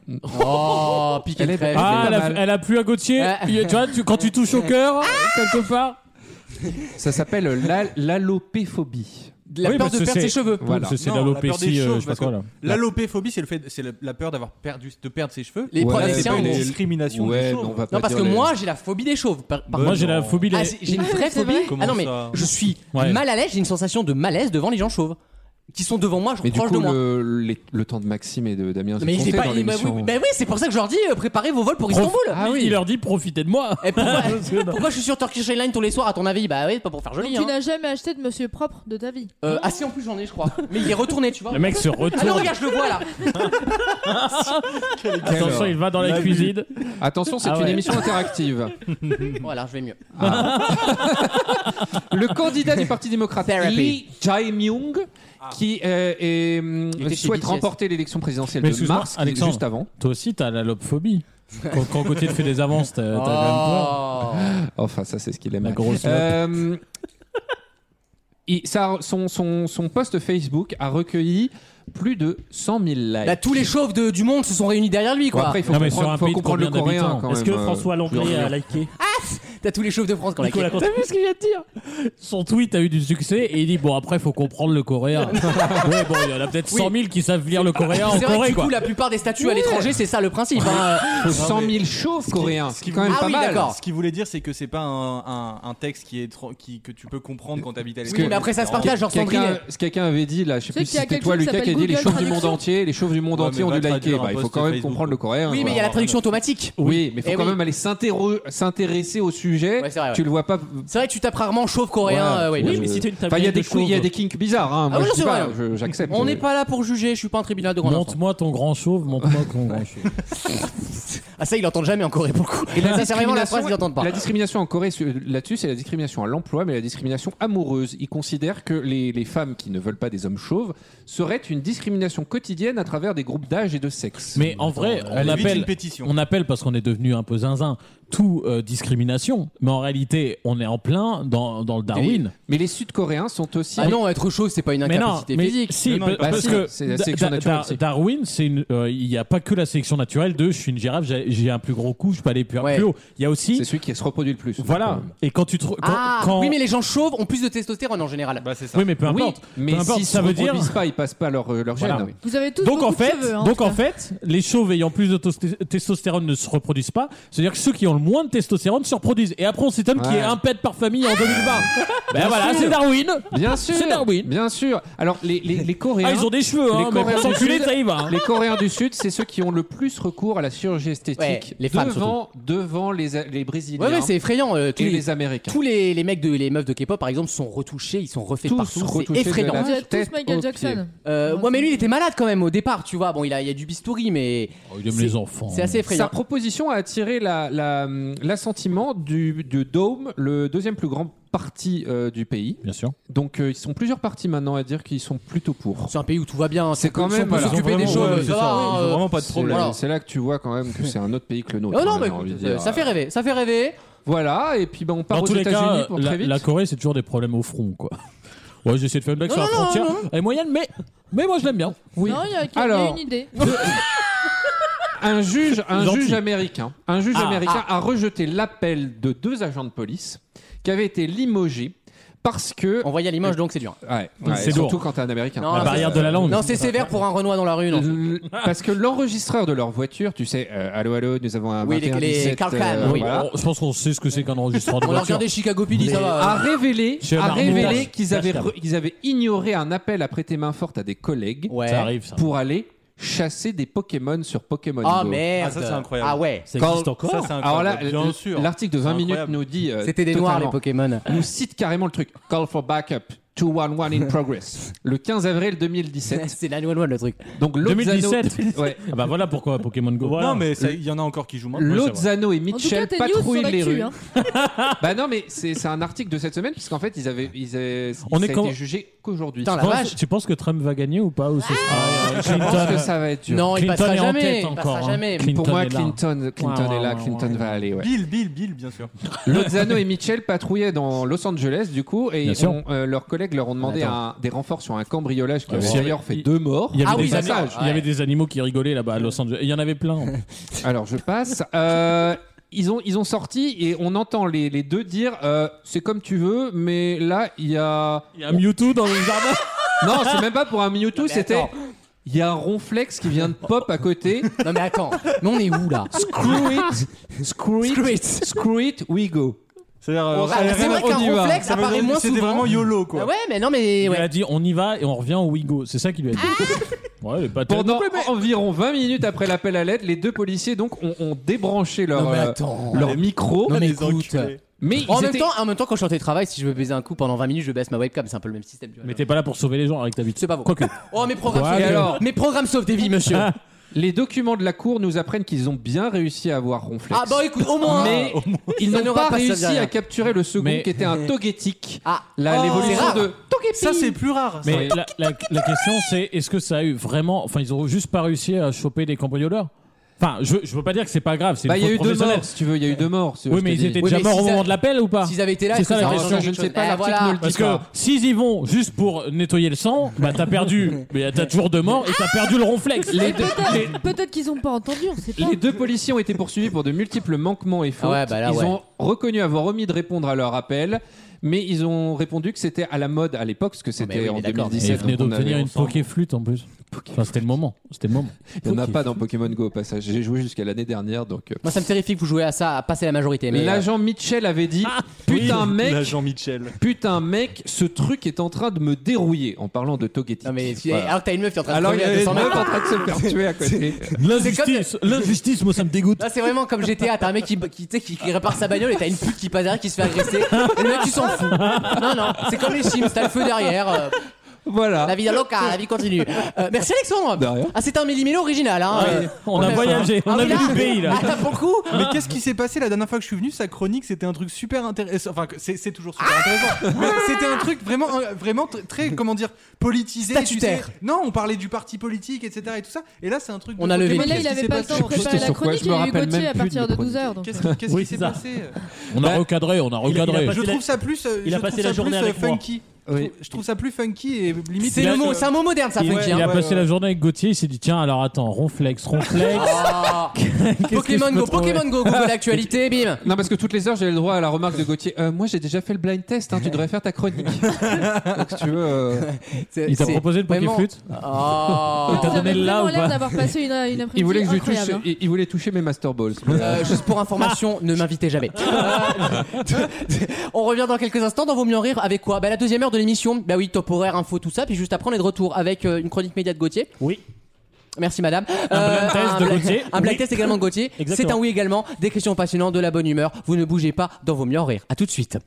[SPEAKER 2] Oh, piqué
[SPEAKER 5] Elle
[SPEAKER 2] de
[SPEAKER 5] est-
[SPEAKER 2] crève.
[SPEAKER 5] Ah,
[SPEAKER 6] Ah,
[SPEAKER 5] c'est
[SPEAKER 6] elle
[SPEAKER 5] pas
[SPEAKER 6] a,
[SPEAKER 5] mal.
[SPEAKER 6] elle a plu à Gauthier.
[SPEAKER 2] Ouais. Ah
[SPEAKER 6] Il- Tu vois, tu- quand tu touches au cœur, quelque euh, part.
[SPEAKER 5] Ça s'appelle l'al- l'allopéphobie.
[SPEAKER 2] la
[SPEAKER 6] Oui,
[SPEAKER 2] peur
[SPEAKER 6] parce
[SPEAKER 2] de
[SPEAKER 6] que
[SPEAKER 2] perdre ses
[SPEAKER 6] c'est-
[SPEAKER 2] cheveux.
[SPEAKER 6] Voilà.
[SPEAKER 10] Non,
[SPEAKER 6] c'est
[SPEAKER 10] la
[SPEAKER 6] l'alopécie,
[SPEAKER 10] peur des
[SPEAKER 6] euh,
[SPEAKER 10] cheveux,
[SPEAKER 6] je sais pas
[SPEAKER 10] parce que
[SPEAKER 6] quoi, là.
[SPEAKER 10] L'alopéphobie, c'est le fait, c'est la- la peur d'avoir perdu, de perdre ses cheveux.
[SPEAKER 2] Les
[SPEAKER 10] Là,
[SPEAKER 2] Prolésiens
[SPEAKER 10] c'est pas une
[SPEAKER 2] ont-
[SPEAKER 10] discrimination. du
[SPEAKER 5] Ouais,
[SPEAKER 10] chauve.
[SPEAKER 5] mais on va pas
[SPEAKER 2] Non, parce
[SPEAKER 5] dire
[SPEAKER 2] que
[SPEAKER 5] les-
[SPEAKER 2] moi j'ai la phobie des chauves. par- par
[SPEAKER 6] Bah, moi,
[SPEAKER 2] contre.
[SPEAKER 6] j'ai la phobie des-
[SPEAKER 2] Ah, c'est- j'ai une
[SPEAKER 4] Ah,
[SPEAKER 2] vraie
[SPEAKER 4] c'est
[SPEAKER 2] phobie.
[SPEAKER 4] vrai
[SPEAKER 2] Ah
[SPEAKER 10] Comment
[SPEAKER 2] non, mais
[SPEAKER 10] ça
[SPEAKER 2] je suis
[SPEAKER 6] Ouais.
[SPEAKER 2] mal à l'aise, j'ai une sensation de malaise devant les gens chauves qui sont devant moi, je
[SPEAKER 5] Mais du
[SPEAKER 2] reproche de
[SPEAKER 5] coup,
[SPEAKER 2] moi.
[SPEAKER 5] le, les- le temps de Maxime et de Damien,
[SPEAKER 2] Mais il
[SPEAKER 5] c'est
[SPEAKER 2] est pas.
[SPEAKER 5] compté dans
[SPEAKER 2] il- bah oui,
[SPEAKER 5] l'émission.
[SPEAKER 2] bah oui, c'est pour ça que je leur dis euh, préparez vos vols pour
[SPEAKER 6] Prof-
[SPEAKER 2] Istanbul.
[SPEAKER 6] Ah oui. Il leur dit profitez de moi.
[SPEAKER 2] Et pourquoi, pourquoi je suis sur Turkish Airlines tous les soirs à ton avis Bah oui, pas pour faire
[SPEAKER 4] Donc,
[SPEAKER 2] joli.
[SPEAKER 4] tu
[SPEAKER 2] hein.
[SPEAKER 4] n'as jamais acheté de monsieur propre de ta vie.
[SPEAKER 2] Euh, ah si, en plus j'en ai, je crois. Mais il est retourné, tu vois.
[SPEAKER 6] Le mec se
[SPEAKER 2] Ah non,
[SPEAKER 6] retourne.
[SPEAKER 2] regarde, je le vois là.
[SPEAKER 6] Attention, il va dans la cuisine.
[SPEAKER 5] Attention, c'est
[SPEAKER 6] Ah
[SPEAKER 5] une
[SPEAKER 6] ouais.
[SPEAKER 5] émission interactive.
[SPEAKER 2] Voilà, je vais mieux.
[SPEAKER 5] Le candidat du Parti démocrate
[SPEAKER 2] Therapy.
[SPEAKER 5] Lee Jae-myung qui euh, est, hum,
[SPEAKER 2] Il était chez
[SPEAKER 5] souhaite
[SPEAKER 2] BTS.
[SPEAKER 5] remporter l'élection présidentielle
[SPEAKER 6] Mais
[SPEAKER 5] de
[SPEAKER 6] excuse-moi,
[SPEAKER 5] mars, qui est
[SPEAKER 6] Alexandre.
[SPEAKER 5] juste avant.
[SPEAKER 6] Toi aussi, t'as la lobophobie. Quand, quand Gauthier te fait des avances, t'as t'as
[SPEAKER 2] Oh.
[SPEAKER 6] quand même peur.
[SPEAKER 5] Enfin, ça, c'est ce qu'il aime.
[SPEAKER 6] La grosse lobe.
[SPEAKER 5] Euh, il- ça, son, son, son post Facebook a recueilli plus de 100 000 likes.
[SPEAKER 2] Là, tous les chauves de- du monde se sont réunis derrière lui,
[SPEAKER 5] Bon,
[SPEAKER 2] quoi.
[SPEAKER 5] après, il faut
[SPEAKER 6] Non, mais sur
[SPEAKER 5] comprendre,
[SPEAKER 6] un
[SPEAKER 5] faut
[SPEAKER 6] pays de
[SPEAKER 5] comprendre le
[SPEAKER 6] combien
[SPEAKER 5] coréen
[SPEAKER 6] d'habitants
[SPEAKER 5] quand
[SPEAKER 3] Est-ce
[SPEAKER 5] même,
[SPEAKER 3] que
[SPEAKER 5] euh,
[SPEAKER 3] François Lambert a liké
[SPEAKER 2] T'as tous les chauves de France qui ont
[SPEAKER 3] Nicolas
[SPEAKER 2] la
[SPEAKER 3] T'as vu ce qu'il vient de dire
[SPEAKER 6] Son tweet a eu du succès et il dit Bon, après, faut comprendre le coréen. ouais, bon, il y en a peut-être
[SPEAKER 2] Oui.
[SPEAKER 6] 100 000 qui savent lire le coréen en
[SPEAKER 2] C'est vrai que
[SPEAKER 6] Corée,
[SPEAKER 2] du
[SPEAKER 6] quoi.
[SPEAKER 2] coup, la plupart des statues à l'étranger, c'est ça le principe. hein.
[SPEAKER 5] faut 100 000 chauves coréens, ce qui est quand même
[SPEAKER 2] Ah
[SPEAKER 5] pas
[SPEAKER 2] oui,
[SPEAKER 5] mal.
[SPEAKER 2] d'accord.
[SPEAKER 10] Ce qui voulait dire, c'est que c'est pas un, un- un texte qui est trop- qui, que tu peux comprendre quand t'habites à
[SPEAKER 5] Oui,
[SPEAKER 10] l'étranger.
[SPEAKER 2] mais après, ça se partage, genre Sandrine.
[SPEAKER 5] Quelqu'un quelqu'un avait dit là, je
[SPEAKER 4] Tu sais
[SPEAKER 5] euh, sais plus
[SPEAKER 4] qu'il
[SPEAKER 5] si
[SPEAKER 4] y a
[SPEAKER 5] c'était
[SPEAKER 4] quelque
[SPEAKER 5] toi
[SPEAKER 4] chose qui
[SPEAKER 5] Lucas qui a dit
[SPEAKER 4] s'appelle
[SPEAKER 5] les chauves du
[SPEAKER 4] Google
[SPEAKER 5] monde entier, les chauves du monde
[SPEAKER 10] Ouais,
[SPEAKER 5] entier
[SPEAKER 10] mais
[SPEAKER 5] ont
[SPEAKER 10] va
[SPEAKER 5] dû liker.
[SPEAKER 10] traduire un
[SPEAKER 5] Bah, il faut
[SPEAKER 10] post
[SPEAKER 5] quand même
[SPEAKER 10] Facebook.
[SPEAKER 5] comprendre le coréen.
[SPEAKER 2] Oui, mais il y a la traduction automatique.
[SPEAKER 5] Oui, mais faut
[SPEAKER 2] Eh
[SPEAKER 5] quand
[SPEAKER 2] oui.
[SPEAKER 5] même aller s'interro- s'intéresser au sujet.
[SPEAKER 2] Ouais, c'est vrai, ouais.
[SPEAKER 5] Tu le vois pas.
[SPEAKER 2] C'est vrai que tu tapes rarement chauve coréen.
[SPEAKER 5] Ouais.
[SPEAKER 2] euh, oui,
[SPEAKER 5] Oui,
[SPEAKER 2] bien
[SPEAKER 5] mais
[SPEAKER 2] sûr.
[SPEAKER 5] si
[SPEAKER 3] t'as une
[SPEAKER 5] Enfin, il y a des couilles- il y a des kinks bizarres. hein. Moi,
[SPEAKER 2] oui,
[SPEAKER 5] je dis
[SPEAKER 2] c'est
[SPEAKER 5] pas,
[SPEAKER 2] vrai.
[SPEAKER 5] je- j'accepte. euh,
[SPEAKER 2] On n'est pas là pour juger, je suis pas un tribunal de grande instance.
[SPEAKER 6] Montre-moi ton grand chauve, montre-moi ton grand chauve.
[SPEAKER 2] Ah, ça, il entend jamais en Corée pour le coup.
[SPEAKER 5] Et la
[SPEAKER 2] ça, c'est vraiment la
[SPEAKER 5] discrimination-
[SPEAKER 2] phrase qu'ils entendent pas.
[SPEAKER 5] La discrimination en Corée sur- là-dessus, c'est la discrimination à l'emploi, mais la discrimination amoureuse. Ils considèrent que les, les femmes qui ne veulent pas des hommes chauves seraient une discrimination quotidienne à travers des groupes d'âge et de sexe.
[SPEAKER 6] Mais en vrai, on
[SPEAKER 10] Elle évite
[SPEAKER 6] appelle,
[SPEAKER 10] une pétition.
[SPEAKER 6] on appelle parce qu'on est devenu un peu zinzin tout euh, discrimination, mais en réalité, on est en plein dans, dans le Darwin.
[SPEAKER 5] Mais les Sud-Coréens sont aussi.
[SPEAKER 2] Ah non, être chauve, c'est pas une
[SPEAKER 6] Mais non,
[SPEAKER 2] incapacité
[SPEAKER 6] mais
[SPEAKER 2] physique.
[SPEAKER 6] si,
[SPEAKER 10] Non, non,
[SPEAKER 6] pa-
[SPEAKER 10] bah
[SPEAKER 6] parce
[SPEAKER 5] si,
[SPEAKER 6] que
[SPEAKER 5] c'est la
[SPEAKER 6] Da-
[SPEAKER 5] sélection
[SPEAKER 6] Da-
[SPEAKER 5] naturelle,
[SPEAKER 6] Da-
[SPEAKER 5] si.
[SPEAKER 6] Darwin, c'est une- euh, il n'y a pas que la sélection naturelle de je suis une girafe, j'ai j'ai un plus gros cou, je peux aller plus,
[SPEAKER 2] Ouais.
[SPEAKER 6] plus haut. Il y a aussi
[SPEAKER 5] C'est celui qui se reproduit le plus.
[SPEAKER 6] voilà. Et quand tu te quand,
[SPEAKER 2] Ah,
[SPEAKER 6] quand-
[SPEAKER 2] oui, mais les gens chauves ont plus de testostérone en général.
[SPEAKER 10] Bah, c'est ça.
[SPEAKER 6] Oui, mais peu
[SPEAKER 5] Oui,
[SPEAKER 6] importe.
[SPEAKER 5] mais
[SPEAKER 6] peu importe,
[SPEAKER 5] s'ils
[SPEAKER 6] ça
[SPEAKER 5] se
[SPEAKER 6] veut dire.
[SPEAKER 5] reproduisent pas, ils passent pas leur, euh, leur gène.
[SPEAKER 6] Voilà.
[SPEAKER 4] Vous avez tous
[SPEAKER 6] Donc en
[SPEAKER 4] beaucoup de
[SPEAKER 6] fait,
[SPEAKER 4] cheveux, hein,
[SPEAKER 6] donc
[SPEAKER 4] en
[SPEAKER 6] en
[SPEAKER 4] tout
[SPEAKER 6] fait, les chauves ayant plus de tosté- testostérone ne se reproduisent pas. C'est-à-dire que ceux qui ont le moins de testostérone se reproduisent. Et après, on s'étonne qu'il y ait
[SPEAKER 5] Ouais.
[SPEAKER 6] un pet par famille en 2020. ben voilà, c'est Darwin.
[SPEAKER 5] Bien sûr.
[SPEAKER 6] C'est Darwin.
[SPEAKER 5] Bien sûr. Alors les, les, les Coréens.
[SPEAKER 6] Ah, ils ont des cheveux,
[SPEAKER 5] Les
[SPEAKER 6] hein, mais
[SPEAKER 5] Coréens
[SPEAKER 6] pour
[SPEAKER 5] du
[SPEAKER 6] s'enculer,
[SPEAKER 5] Sud-
[SPEAKER 6] ça y va. hein.
[SPEAKER 5] Les Coréens du Sud, c'est ceux qui ont le plus recours à la chirurgie esthétique
[SPEAKER 2] Ouais, les femmes
[SPEAKER 5] devant, devant les, les Brésiliens
[SPEAKER 2] Ouais, ouais, c'est effrayant. euh, tous
[SPEAKER 5] et
[SPEAKER 2] les,
[SPEAKER 5] les Américains.
[SPEAKER 2] tous les, les mecs de les meufs de K-pop par exemple sont retouchés, ils sont refaits
[SPEAKER 5] Tous
[SPEAKER 2] partout, c'est
[SPEAKER 5] retouchés de
[SPEAKER 2] effrayant.
[SPEAKER 5] la-
[SPEAKER 4] cas. Vous êtes
[SPEAKER 5] Tête
[SPEAKER 4] tous Michael
[SPEAKER 5] aux
[SPEAKER 4] Jackson.
[SPEAKER 2] Euh, ouais, mais lui il était malade quand même au départ, tu vois. Bon, il a, il y a du bistouri, mais
[SPEAKER 6] Oh, il aime
[SPEAKER 2] C'est-
[SPEAKER 6] les enfants.
[SPEAKER 2] c'est assez
[SPEAKER 5] Sa
[SPEAKER 2] effrayant.
[SPEAKER 5] proposition a attiré la- la- hum, l'assentiment du, du Dome, le deuxième plus grand parti euh, du pays.
[SPEAKER 6] Bien sûr.
[SPEAKER 5] Donc euh, ils sont plusieurs partis maintenant à dire qu'ils sont plutôt pour.
[SPEAKER 2] C'est un pays où tout va bien.
[SPEAKER 5] C'est
[SPEAKER 2] on peut-
[SPEAKER 5] quand
[SPEAKER 2] on
[SPEAKER 5] même,
[SPEAKER 2] peut
[SPEAKER 5] voilà.
[SPEAKER 2] s'occuper des
[SPEAKER 6] Ils ont vraiment-
[SPEAKER 2] choses.
[SPEAKER 6] ouais,
[SPEAKER 2] ça
[SPEAKER 6] c'est
[SPEAKER 2] va,
[SPEAKER 6] ça,
[SPEAKER 2] euh,
[SPEAKER 10] Vraiment pas de
[SPEAKER 5] C'est
[SPEAKER 10] problème.
[SPEAKER 2] Voilà.
[SPEAKER 5] c'est là que tu vois quand même que c'est un autre pays que le nôtre.
[SPEAKER 2] Oh non,
[SPEAKER 5] hein,
[SPEAKER 2] mais
[SPEAKER 5] j'ai envie
[SPEAKER 2] écoute,
[SPEAKER 5] de dire.
[SPEAKER 2] ça fait rêver, ça fait rêver.
[SPEAKER 5] Voilà, et puis ben, on part
[SPEAKER 6] Dans
[SPEAKER 5] aux
[SPEAKER 6] tous les
[SPEAKER 5] États-Unis
[SPEAKER 6] cas,
[SPEAKER 5] pour
[SPEAKER 6] la,
[SPEAKER 5] très vite.
[SPEAKER 6] la Corée, c'est toujours des problèmes au front, quoi. Ouais, j'essaie de faire une blague
[SPEAKER 2] Non,
[SPEAKER 6] sur la
[SPEAKER 2] non, non,
[SPEAKER 6] frontière.
[SPEAKER 2] non.
[SPEAKER 6] Elle est moyenne, mais, mais moi, je l'aime bien.
[SPEAKER 5] Oui.
[SPEAKER 4] Non, il y a, il y a
[SPEAKER 5] Alors-
[SPEAKER 4] une idée.
[SPEAKER 5] Un juge, un
[SPEAKER 6] Gentil.
[SPEAKER 5] juge américain, un juge
[SPEAKER 6] Ah,
[SPEAKER 5] américain a rejeté l'appel de deux agents de police qui avaient été limogés parce que
[SPEAKER 2] Envoyer à l'image, donc c'est dur.
[SPEAKER 5] ouais,
[SPEAKER 6] Donc
[SPEAKER 5] ouais,
[SPEAKER 6] c'est
[SPEAKER 5] surtout
[SPEAKER 6] lourd.
[SPEAKER 5] quand t'es un américain.
[SPEAKER 2] Oh. Non,
[SPEAKER 6] la
[SPEAKER 2] Ah,
[SPEAKER 6] barrière de la langue.
[SPEAKER 2] Non, c'est sévère pour un Renoir dans la rue, non.
[SPEAKER 5] L- Parce que l'enregistreur de leur voiture, tu sais, euh, allô allô, nous avons un
[SPEAKER 2] Oui, les-
[SPEAKER 5] 21,
[SPEAKER 2] les
[SPEAKER 5] 17,
[SPEAKER 2] Carl Kahn,
[SPEAKER 5] euh,
[SPEAKER 2] oui. Oh,
[SPEAKER 5] voilà,
[SPEAKER 6] Alors, je pense qu'on sait ce que c'est qu'un enregistrement de
[SPEAKER 2] On a
[SPEAKER 6] voiture.
[SPEAKER 2] regardé Chicago PD, ça
[SPEAKER 5] a
[SPEAKER 2] va. euh.
[SPEAKER 5] révélé,
[SPEAKER 6] Chez
[SPEAKER 5] a
[SPEAKER 6] Omar
[SPEAKER 5] révélé
[SPEAKER 6] Montage.
[SPEAKER 5] qu'ils avaient,
[SPEAKER 6] Hashtag.
[SPEAKER 5] re- qu'ils avaient ignoré un appel à prêter main forte à des collègues
[SPEAKER 2] Ouais.
[SPEAKER 6] Ça arrive, ça.
[SPEAKER 5] pour aller chasser des Pokémon sur Pokémon
[SPEAKER 2] Ah
[SPEAKER 5] Go.
[SPEAKER 2] merde.
[SPEAKER 10] Ah, ça, c'est incroyable.
[SPEAKER 2] Ah ouais.
[SPEAKER 6] Ça
[SPEAKER 5] Quand-
[SPEAKER 6] existe encore
[SPEAKER 10] Ça, c'est incroyable.
[SPEAKER 5] Alors là,
[SPEAKER 10] bien sûr.
[SPEAKER 5] l'article de 20
[SPEAKER 10] C'est
[SPEAKER 5] minutes
[SPEAKER 10] incroyable.
[SPEAKER 5] nous dit. euh,
[SPEAKER 2] C'était des noirs les
[SPEAKER 5] totalement.
[SPEAKER 2] Pokémon.
[SPEAKER 5] nous cite carrément le truc. Call for backup 211 in progress. Le 15 avril 2017.
[SPEAKER 2] C'est la nouvelle loi, le truc.
[SPEAKER 5] Donc Lozano,
[SPEAKER 6] 2017.
[SPEAKER 5] ouais,
[SPEAKER 6] Ah bah voilà pourquoi Pokémon Go.
[SPEAKER 10] Non, mais ça- il y en a encore qui jouent maintenant.
[SPEAKER 5] Lozano
[SPEAKER 4] En
[SPEAKER 5] et
[SPEAKER 4] tout cas,
[SPEAKER 5] Mitchell
[SPEAKER 4] tes news sont
[SPEAKER 5] patrouillent les
[SPEAKER 4] d'actu.
[SPEAKER 5] rues.
[SPEAKER 4] Hein.
[SPEAKER 5] Bah non, mais c'est c'est un article de cette semaine puisqu'en fait ils avaient, ils avaient,
[SPEAKER 6] On
[SPEAKER 5] ça
[SPEAKER 6] est
[SPEAKER 5] a
[SPEAKER 6] quand-
[SPEAKER 5] été jugé qu'aujourd'hui.
[SPEAKER 2] Putain,
[SPEAKER 5] Je
[SPEAKER 2] la
[SPEAKER 6] Pense-
[SPEAKER 2] vache.
[SPEAKER 6] tu penses que Trump va gagner ou pas ou ce sera- Ah,
[SPEAKER 5] pense que
[SPEAKER 6] Clinton.
[SPEAKER 5] ça va être dur.
[SPEAKER 2] Non, il
[SPEAKER 6] Clinton
[SPEAKER 2] passera
[SPEAKER 6] est en
[SPEAKER 2] jamais.
[SPEAKER 6] tête
[SPEAKER 2] il
[SPEAKER 6] encore.
[SPEAKER 2] passera
[SPEAKER 6] hein.
[SPEAKER 2] jamais.
[SPEAKER 5] Pour moi,
[SPEAKER 6] est là.
[SPEAKER 5] Clinton, Clinton
[SPEAKER 6] Ouais,
[SPEAKER 5] est là,
[SPEAKER 6] ouais,
[SPEAKER 5] Clinton
[SPEAKER 6] ouais,
[SPEAKER 5] va aller. Ouais.
[SPEAKER 10] Bill, Bill, Bill, bien sûr.
[SPEAKER 5] Lozano et Mitchell patrouillaient dans Los Angeles du coup et
[SPEAKER 6] Bien
[SPEAKER 5] ils
[SPEAKER 6] sûr.
[SPEAKER 5] ont, euh, leurs collègues leur ont demandé un- des renforts sur un cambriolage qui
[SPEAKER 6] Ouais,
[SPEAKER 5] avait
[SPEAKER 6] ouais.
[SPEAKER 5] d'ailleurs fait
[SPEAKER 6] Euh, Il-
[SPEAKER 5] deux morts.
[SPEAKER 6] Il y, avait
[SPEAKER 2] Ah oui,
[SPEAKER 6] des
[SPEAKER 2] ça
[SPEAKER 6] animaux,
[SPEAKER 2] sort,
[SPEAKER 6] il y
[SPEAKER 2] ouais.
[SPEAKER 6] avait des animaux qui rigolaient là-bas à Los Angeles. Il y en avait plein.
[SPEAKER 5] Alors je passe. Euh, ils ont, ils ont sorti et on entend les, les deux dire euh, c'est comme tu veux, mais là il y a. Il y a Mewtwo dans le jardin Non, c'est même pas pour un Mewtwo, c'était.
[SPEAKER 2] attends.
[SPEAKER 5] Il y a un ronflex qui vient de pop à côté.
[SPEAKER 2] Non mais attends, mais on est où là
[SPEAKER 5] Screw it, screw it, screw it, we go.
[SPEAKER 10] C'est-à-dire,
[SPEAKER 6] euh,
[SPEAKER 2] Bah, c'est vrai qu'un réflexe apparaît moins souvent.
[SPEAKER 10] C'était vraiment YOLO, quoi.
[SPEAKER 2] Ah ouais, mais non, mais
[SPEAKER 6] Il
[SPEAKER 2] ouais.
[SPEAKER 6] a dit on y va et on revient au Wigo. C'est ça qu'il lui a dit. ouais, les patates.
[SPEAKER 5] Pendant environ 20 minutes après l'appel à l'aide, les deux policiers donc ont, ont débranché leur,
[SPEAKER 2] Non, mais
[SPEAKER 5] euh,
[SPEAKER 2] attends.
[SPEAKER 5] leur micro.
[SPEAKER 2] Non mais
[SPEAKER 10] les
[SPEAKER 2] écoute.
[SPEAKER 10] enculés.
[SPEAKER 5] Mais
[SPEAKER 2] En
[SPEAKER 5] ils
[SPEAKER 2] même,
[SPEAKER 5] étaient-
[SPEAKER 2] temps, en même temps, quand je suis en télétravail, si je veux baiser un coup pendant 20 minutes, je baisse ma webcam. C'est un peu le même système. tu vois.
[SPEAKER 6] Mais t'es pas là pour sauver les gens avec ta vie.
[SPEAKER 2] C'est pas vous.
[SPEAKER 6] Quoique.
[SPEAKER 2] Oh, mes programmes,
[SPEAKER 6] Ouais,
[SPEAKER 2] sauvent
[SPEAKER 5] et
[SPEAKER 2] des vies.
[SPEAKER 5] alors
[SPEAKER 2] mes programmes sauvent des vies, monsieur.
[SPEAKER 6] Ah.
[SPEAKER 5] les documents de la cour nous apprennent qu'ils ont bien réussi à avoir ronflex.
[SPEAKER 2] ah bon, écoute, au moins.
[SPEAKER 5] Mais ils
[SPEAKER 2] Ça
[SPEAKER 5] n'ont
[SPEAKER 2] n'aura
[SPEAKER 5] pas,
[SPEAKER 2] pas
[SPEAKER 5] réussi
[SPEAKER 2] servi à rien.
[SPEAKER 5] à capturer le second
[SPEAKER 6] Mais-
[SPEAKER 5] qui était un togetic.
[SPEAKER 2] Ah. Oh,
[SPEAKER 5] La-
[SPEAKER 2] c'est
[SPEAKER 5] L'évolution
[SPEAKER 2] rare.
[SPEAKER 5] de
[SPEAKER 10] Ça, c'est plus rare. ça.
[SPEAKER 6] Mais la, la- la question c'est est-ce que ça a eu vraiment. Enfin, ils ont juste pas réussi à choper des cambrioleurs Enfin, je, je veux pas dire que c'est pas grave, c'est
[SPEAKER 5] Bah, il
[SPEAKER 6] une
[SPEAKER 5] y a
[SPEAKER 6] faute
[SPEAKER 5] eu deux
[SPEAKER 6] professionnelle.
[SPEAKER 5] morts, si tu veux, il y a eu deux morts. c'est-
[SPEAKER 6] Oui,
[SPEAKER 5] je
[SPEAKER 6] mais
[SPEAKER 5] te
[SPEAKER 6] ils
[SPEAKER 5] dis.
[SPEAKER 6] étaient
[SPEAKER 2] Oui,
[SPEAKER 6] déjà
[SPEAKER 2] mais
[SPEAKER 6] morts
[SPEAKER 2] si
[SPEAKER 6] au
[SPEAKER 2] ça-
[SPEAKER 6] moment de l'appel ou pas
[SPEAKER 2] S'ils avaient été là,
[SPEAKER 6] C'est
[SPEAKER 2] est-ce que
[SPEAKER 6] ça, la
[SPEAKER 2] aurait
[SPEAKER 6] question.
[SPEAKER 2] changé
[SPEAKER 5] Je ne sais
[SPEAKER 2] quelque
[SPEAKER 5] pas,
[SPEAKER 2] chose Eh,
[SPEAKER 5] l'article
[SPEAKER 2] voilà.
[SPEAKER 5] ne le
[SPEAKER 6] Parce
[SPEAKER 5] dit
[SPEAKER 6] que
[SPEAKER 5] pas.
[SPEAKER 6] s'ils y vont juste pour nettoyer le sang, bah t'as perdu. Mais t'as toujours deux morts et t'as perdu le ronflex.
[SPEAKER 4] Mais peut-être peut-être qu'ils ont pas entendu, on sait pas.
[SPEAKER 5] Les deux policiers ont été poursuivis pour de multiples manquements et fautes.
[SPEAKER 2] Ah ouais, bah là,
[SPEAKER 5] ils
[SPEAKER 2] ouais.
[SPEAKER 5] ont reconnu avoir omis de répondre à leur appel, mais ils ont répondu que c'était à la mode à l'époque, parce que
[SPEAKER 2] Oh, mais
[SPEAKER 5] c'était
[SPEAKER 2] oui,
[SPEAKER 5] en
[SPEAKER 2] mais d'accord.
[SPEAKER 6] Et ils
[SPEAKER 5] 2017.
[SPEAKER 6] venaient
[SPEAKER 5] donc on
[SPEAKER 6] d'obtenir
[SPEAKER 5] avait
[SPEAKER 6] une
[SPEAKER 5] ensemble.
[SPEAKER 6] pokéflûte en plus. Enfin, c'était le moment. C'était le moment.
[SPEAKER 5] Il n'y en a pas dans Pokémon Go au passage. J'ai joué jusqu'à l'année dernière, donc. euh,
[SPEAKER 2] Moi, ça me terrifie que vous jouez à ça, à passer la majorité. Mais euh, Ah,
[SPEAKER 5] L'agent Mitchell avait dit Putain, mec,
[SPEAKER 10] L'agent Mitchell.
[SPEAKER 5] putain, mec, ce truc est en train de me dérouiller en parlant de Togetic.
[SPEAKER 2] non, mais si-
[SPEAKER 5] Voilà.
[SPEAKER 2] alors que t'as une meuf qui est en train de
[SPEAKER 5] Alors, il y
[SPEAKER 2] crever à
[SPEAKER 5] avait une
[SPEAKER 2] 200 mètres.
[SPEAKER 5] meuf en train de se faire tuer à côté.
[SPEAKER 6] L'injustice, l'injustice, moi ça me dégoûte.
[SPEAKER 2] Là, c'est vraiment comme GTA. T'as un mec qui, qui, tu sais, qui- qui répare sa bagnole et t'as une pute qui passe derrière qui se fait agresser. Et le mec, tu s'en fous. Non, non, c'est comme les Sims. T'as le feu derrière. euh,
[SPEAKER 5] Voilà.
[SPEAKER 2] La vie loca, la vie continue. Euh, merci Alexandre.
[SPEAKER 5] De rien.
[SPEAKER 2] Ah, c'est un mélimélo original. Hein.
[SPEAKER 6] Ouais,
[SPEAKER 2] Euh,
[SPEAKER 6] on a
[SPEAKER 2] fait-
[SPEAKER 6] voyagé, on a
[SPEAKER 2] oui,
[SPEAKER 6] vu
[SPEAKER 2] là-
[SPEAKER 6] du pays, là.
[SPEAKER 2] Ah, là, pour le coup.
[SPEAKER 10] Mais qu'est-ce qui s'est passé la dernière fois que je suis venu Sa chronique, c'était un truc super intéressant. Enfin, que c'est c'est toujours super intéressant. Mais c'était un truc vraiment, euh, vraiment tr- très, comment dire, politisé. tu sais.
[SPEAKER 2] Statutaire.
[SPEAKER 10] Non, on parlait du parti politique, etc. Et tout ça. Et là, c'est un truc. de
[SPEAKER 2] On a levé.
[SPEAKER 10] Pokémon.
[SPEAKER 4] Mais là, il
[SPEAKER 10] Qu'est-ce qui
[SPEAKER 4] avait
[SPEAKER 10] s'est
[SPEAKER 4] pas le temps
[SPEAKER 10] passé
[SPEAKER 4] de préparer
[SPEAKER 5] sais
[SPEAKER 4] la
[SPEAKER 5] sur quoi,
[SPEAKER 4] chronique,
[SPEAKER 5] je
[SPEAKER 4] il
[SPEAKER 5] me
[SPEAKER 4] y a eu
[SPEAKER 5] rappelle
[SPEAKER 4] Gauthier
[SPEAKER 5] même
[SPEAKER 4] à
[SPEAKER 5] plus
[SPEAKER 4] partir
[SPEAKER 5] des
[SPEAKER 4] de 12h. Donc...
[SPEAKER 10] Qu'est-ce qui- qu'est-ce
[SPEAKER 6] Oui,
[SPEAKER 10] qui s'est
[SPEAKER 6] ça.
[SPEAKER 10] passé
[SPEAKER 6] On
[SPEAKER 5] Bah,
[SPEAKER 6] a recadré, on a
[SPEAKER 3] il a
[SPEAKER 6] recadré.
[SPEAKER 3] pas-
[SPEAKER 10] euh, Je
[SPEAKER 3] Il a-
[SPEAKER 10] trouve ça plus. euh,
[SPEAKER 3] il a
[SPEAKER 10] je
[SPEAKER 3] passé
[SPEAKER 10] trouve
[SPEAKER 3] la
[SPEAKER 10] ça
[SPEAKER 3] journée
[SPEAKER 10] plus, euh,
[SPEAKER 3] avec moi.
[SPEAKER 10] funky. Je
[SPEAKER 5] Oui.
[SPEAKER 10] trouve- Je trouve ça plus funky et limite. euh,
[SPEAKER 2] C'est le mot,
[SPEAKER 10] que-
[SPEAKER 2] c'est un mot moderne, ça,
[SPEAKER 6] Il,
[SPEAKER 2] Funky.
[SPEAKER 6] il
[SPEAKER 2] hein.
[SPEAKER 6] a
[SPEAKER 10] ouais,
[SPEAKER 6] passé
[SPEAKER 10] ouais.
[SPEAKER 6] la journée avec Gauthier, il s'est dit tiens alors attends, ronflex, ronflex.
[SPEAKER 2] Ah.
[SPEAKER 6] Qu'est-ce que
[SPEAKER 2] Pokémon
[SPEAKER 6] je peux
[SPEAKER 2] Go,
[SPEAKER 6] trouver
[SPEAKER 2] Pokémon Go, Google Actualité, bim.
[SPEAKER 5] Non, parce que toutes les heures, j'avais le droit à la remarque de Gauthier. Euh, moi, j'ai déjà fait le blind test, hein, tu devrais faire ta chronique. Donc, si tu veux. euh,
[SPEAKER 2] C'est-
[SPEAKER 6] Il t'a
[SPEAKER 2] c'est
[SPEAKER 6] proposé le
[SPEAKER 2] vraiment-
[SPEAKER 6] pokéflûte
[SPEAKER 2] Oh.
[SPEAKER 4] euh,
[SPEAKER 6] Il t'a donné le bah. là ou pas
[SPEAKER 4] d'avoir passé une, une après-midi
[SPEAKER 5] Il voulait que je touche,
[SPEAKER 4] incroyable, hein.
[SPEAKER 5] il, il voulait toucher mes Master Balls.
[SPEAKER 2] Euh, juste pour information, ne m'invitez jamais. Euh, on revient dans quelques instants dans Vos mieux en rire avec quoi bah, La deuxième heure de l'émission, bah oui, top horaire, info, tout ça. Puis juste après, on est de retour avec euh, une chronique média de Gauthier.
[SPEAKER 6] Oui.
[SPEAKER 2] Merci madame.
[SPEAKER 6] blind test de
[SPEAKER 2] bla-
[SPEAKER 6] Gauthier.
[SPEAKER 2] Un blind
[SPEAKER 6] Oui.
[SPEAKER 2] test également de Gauthier. C'est
[SPEAKER 6] Exactement.
[SPEAKER 2] un oui également. Des questions passionnantes, de la bonne humeur. Vous ne bougez pas dans Vos mieux en rire. À tout de suite.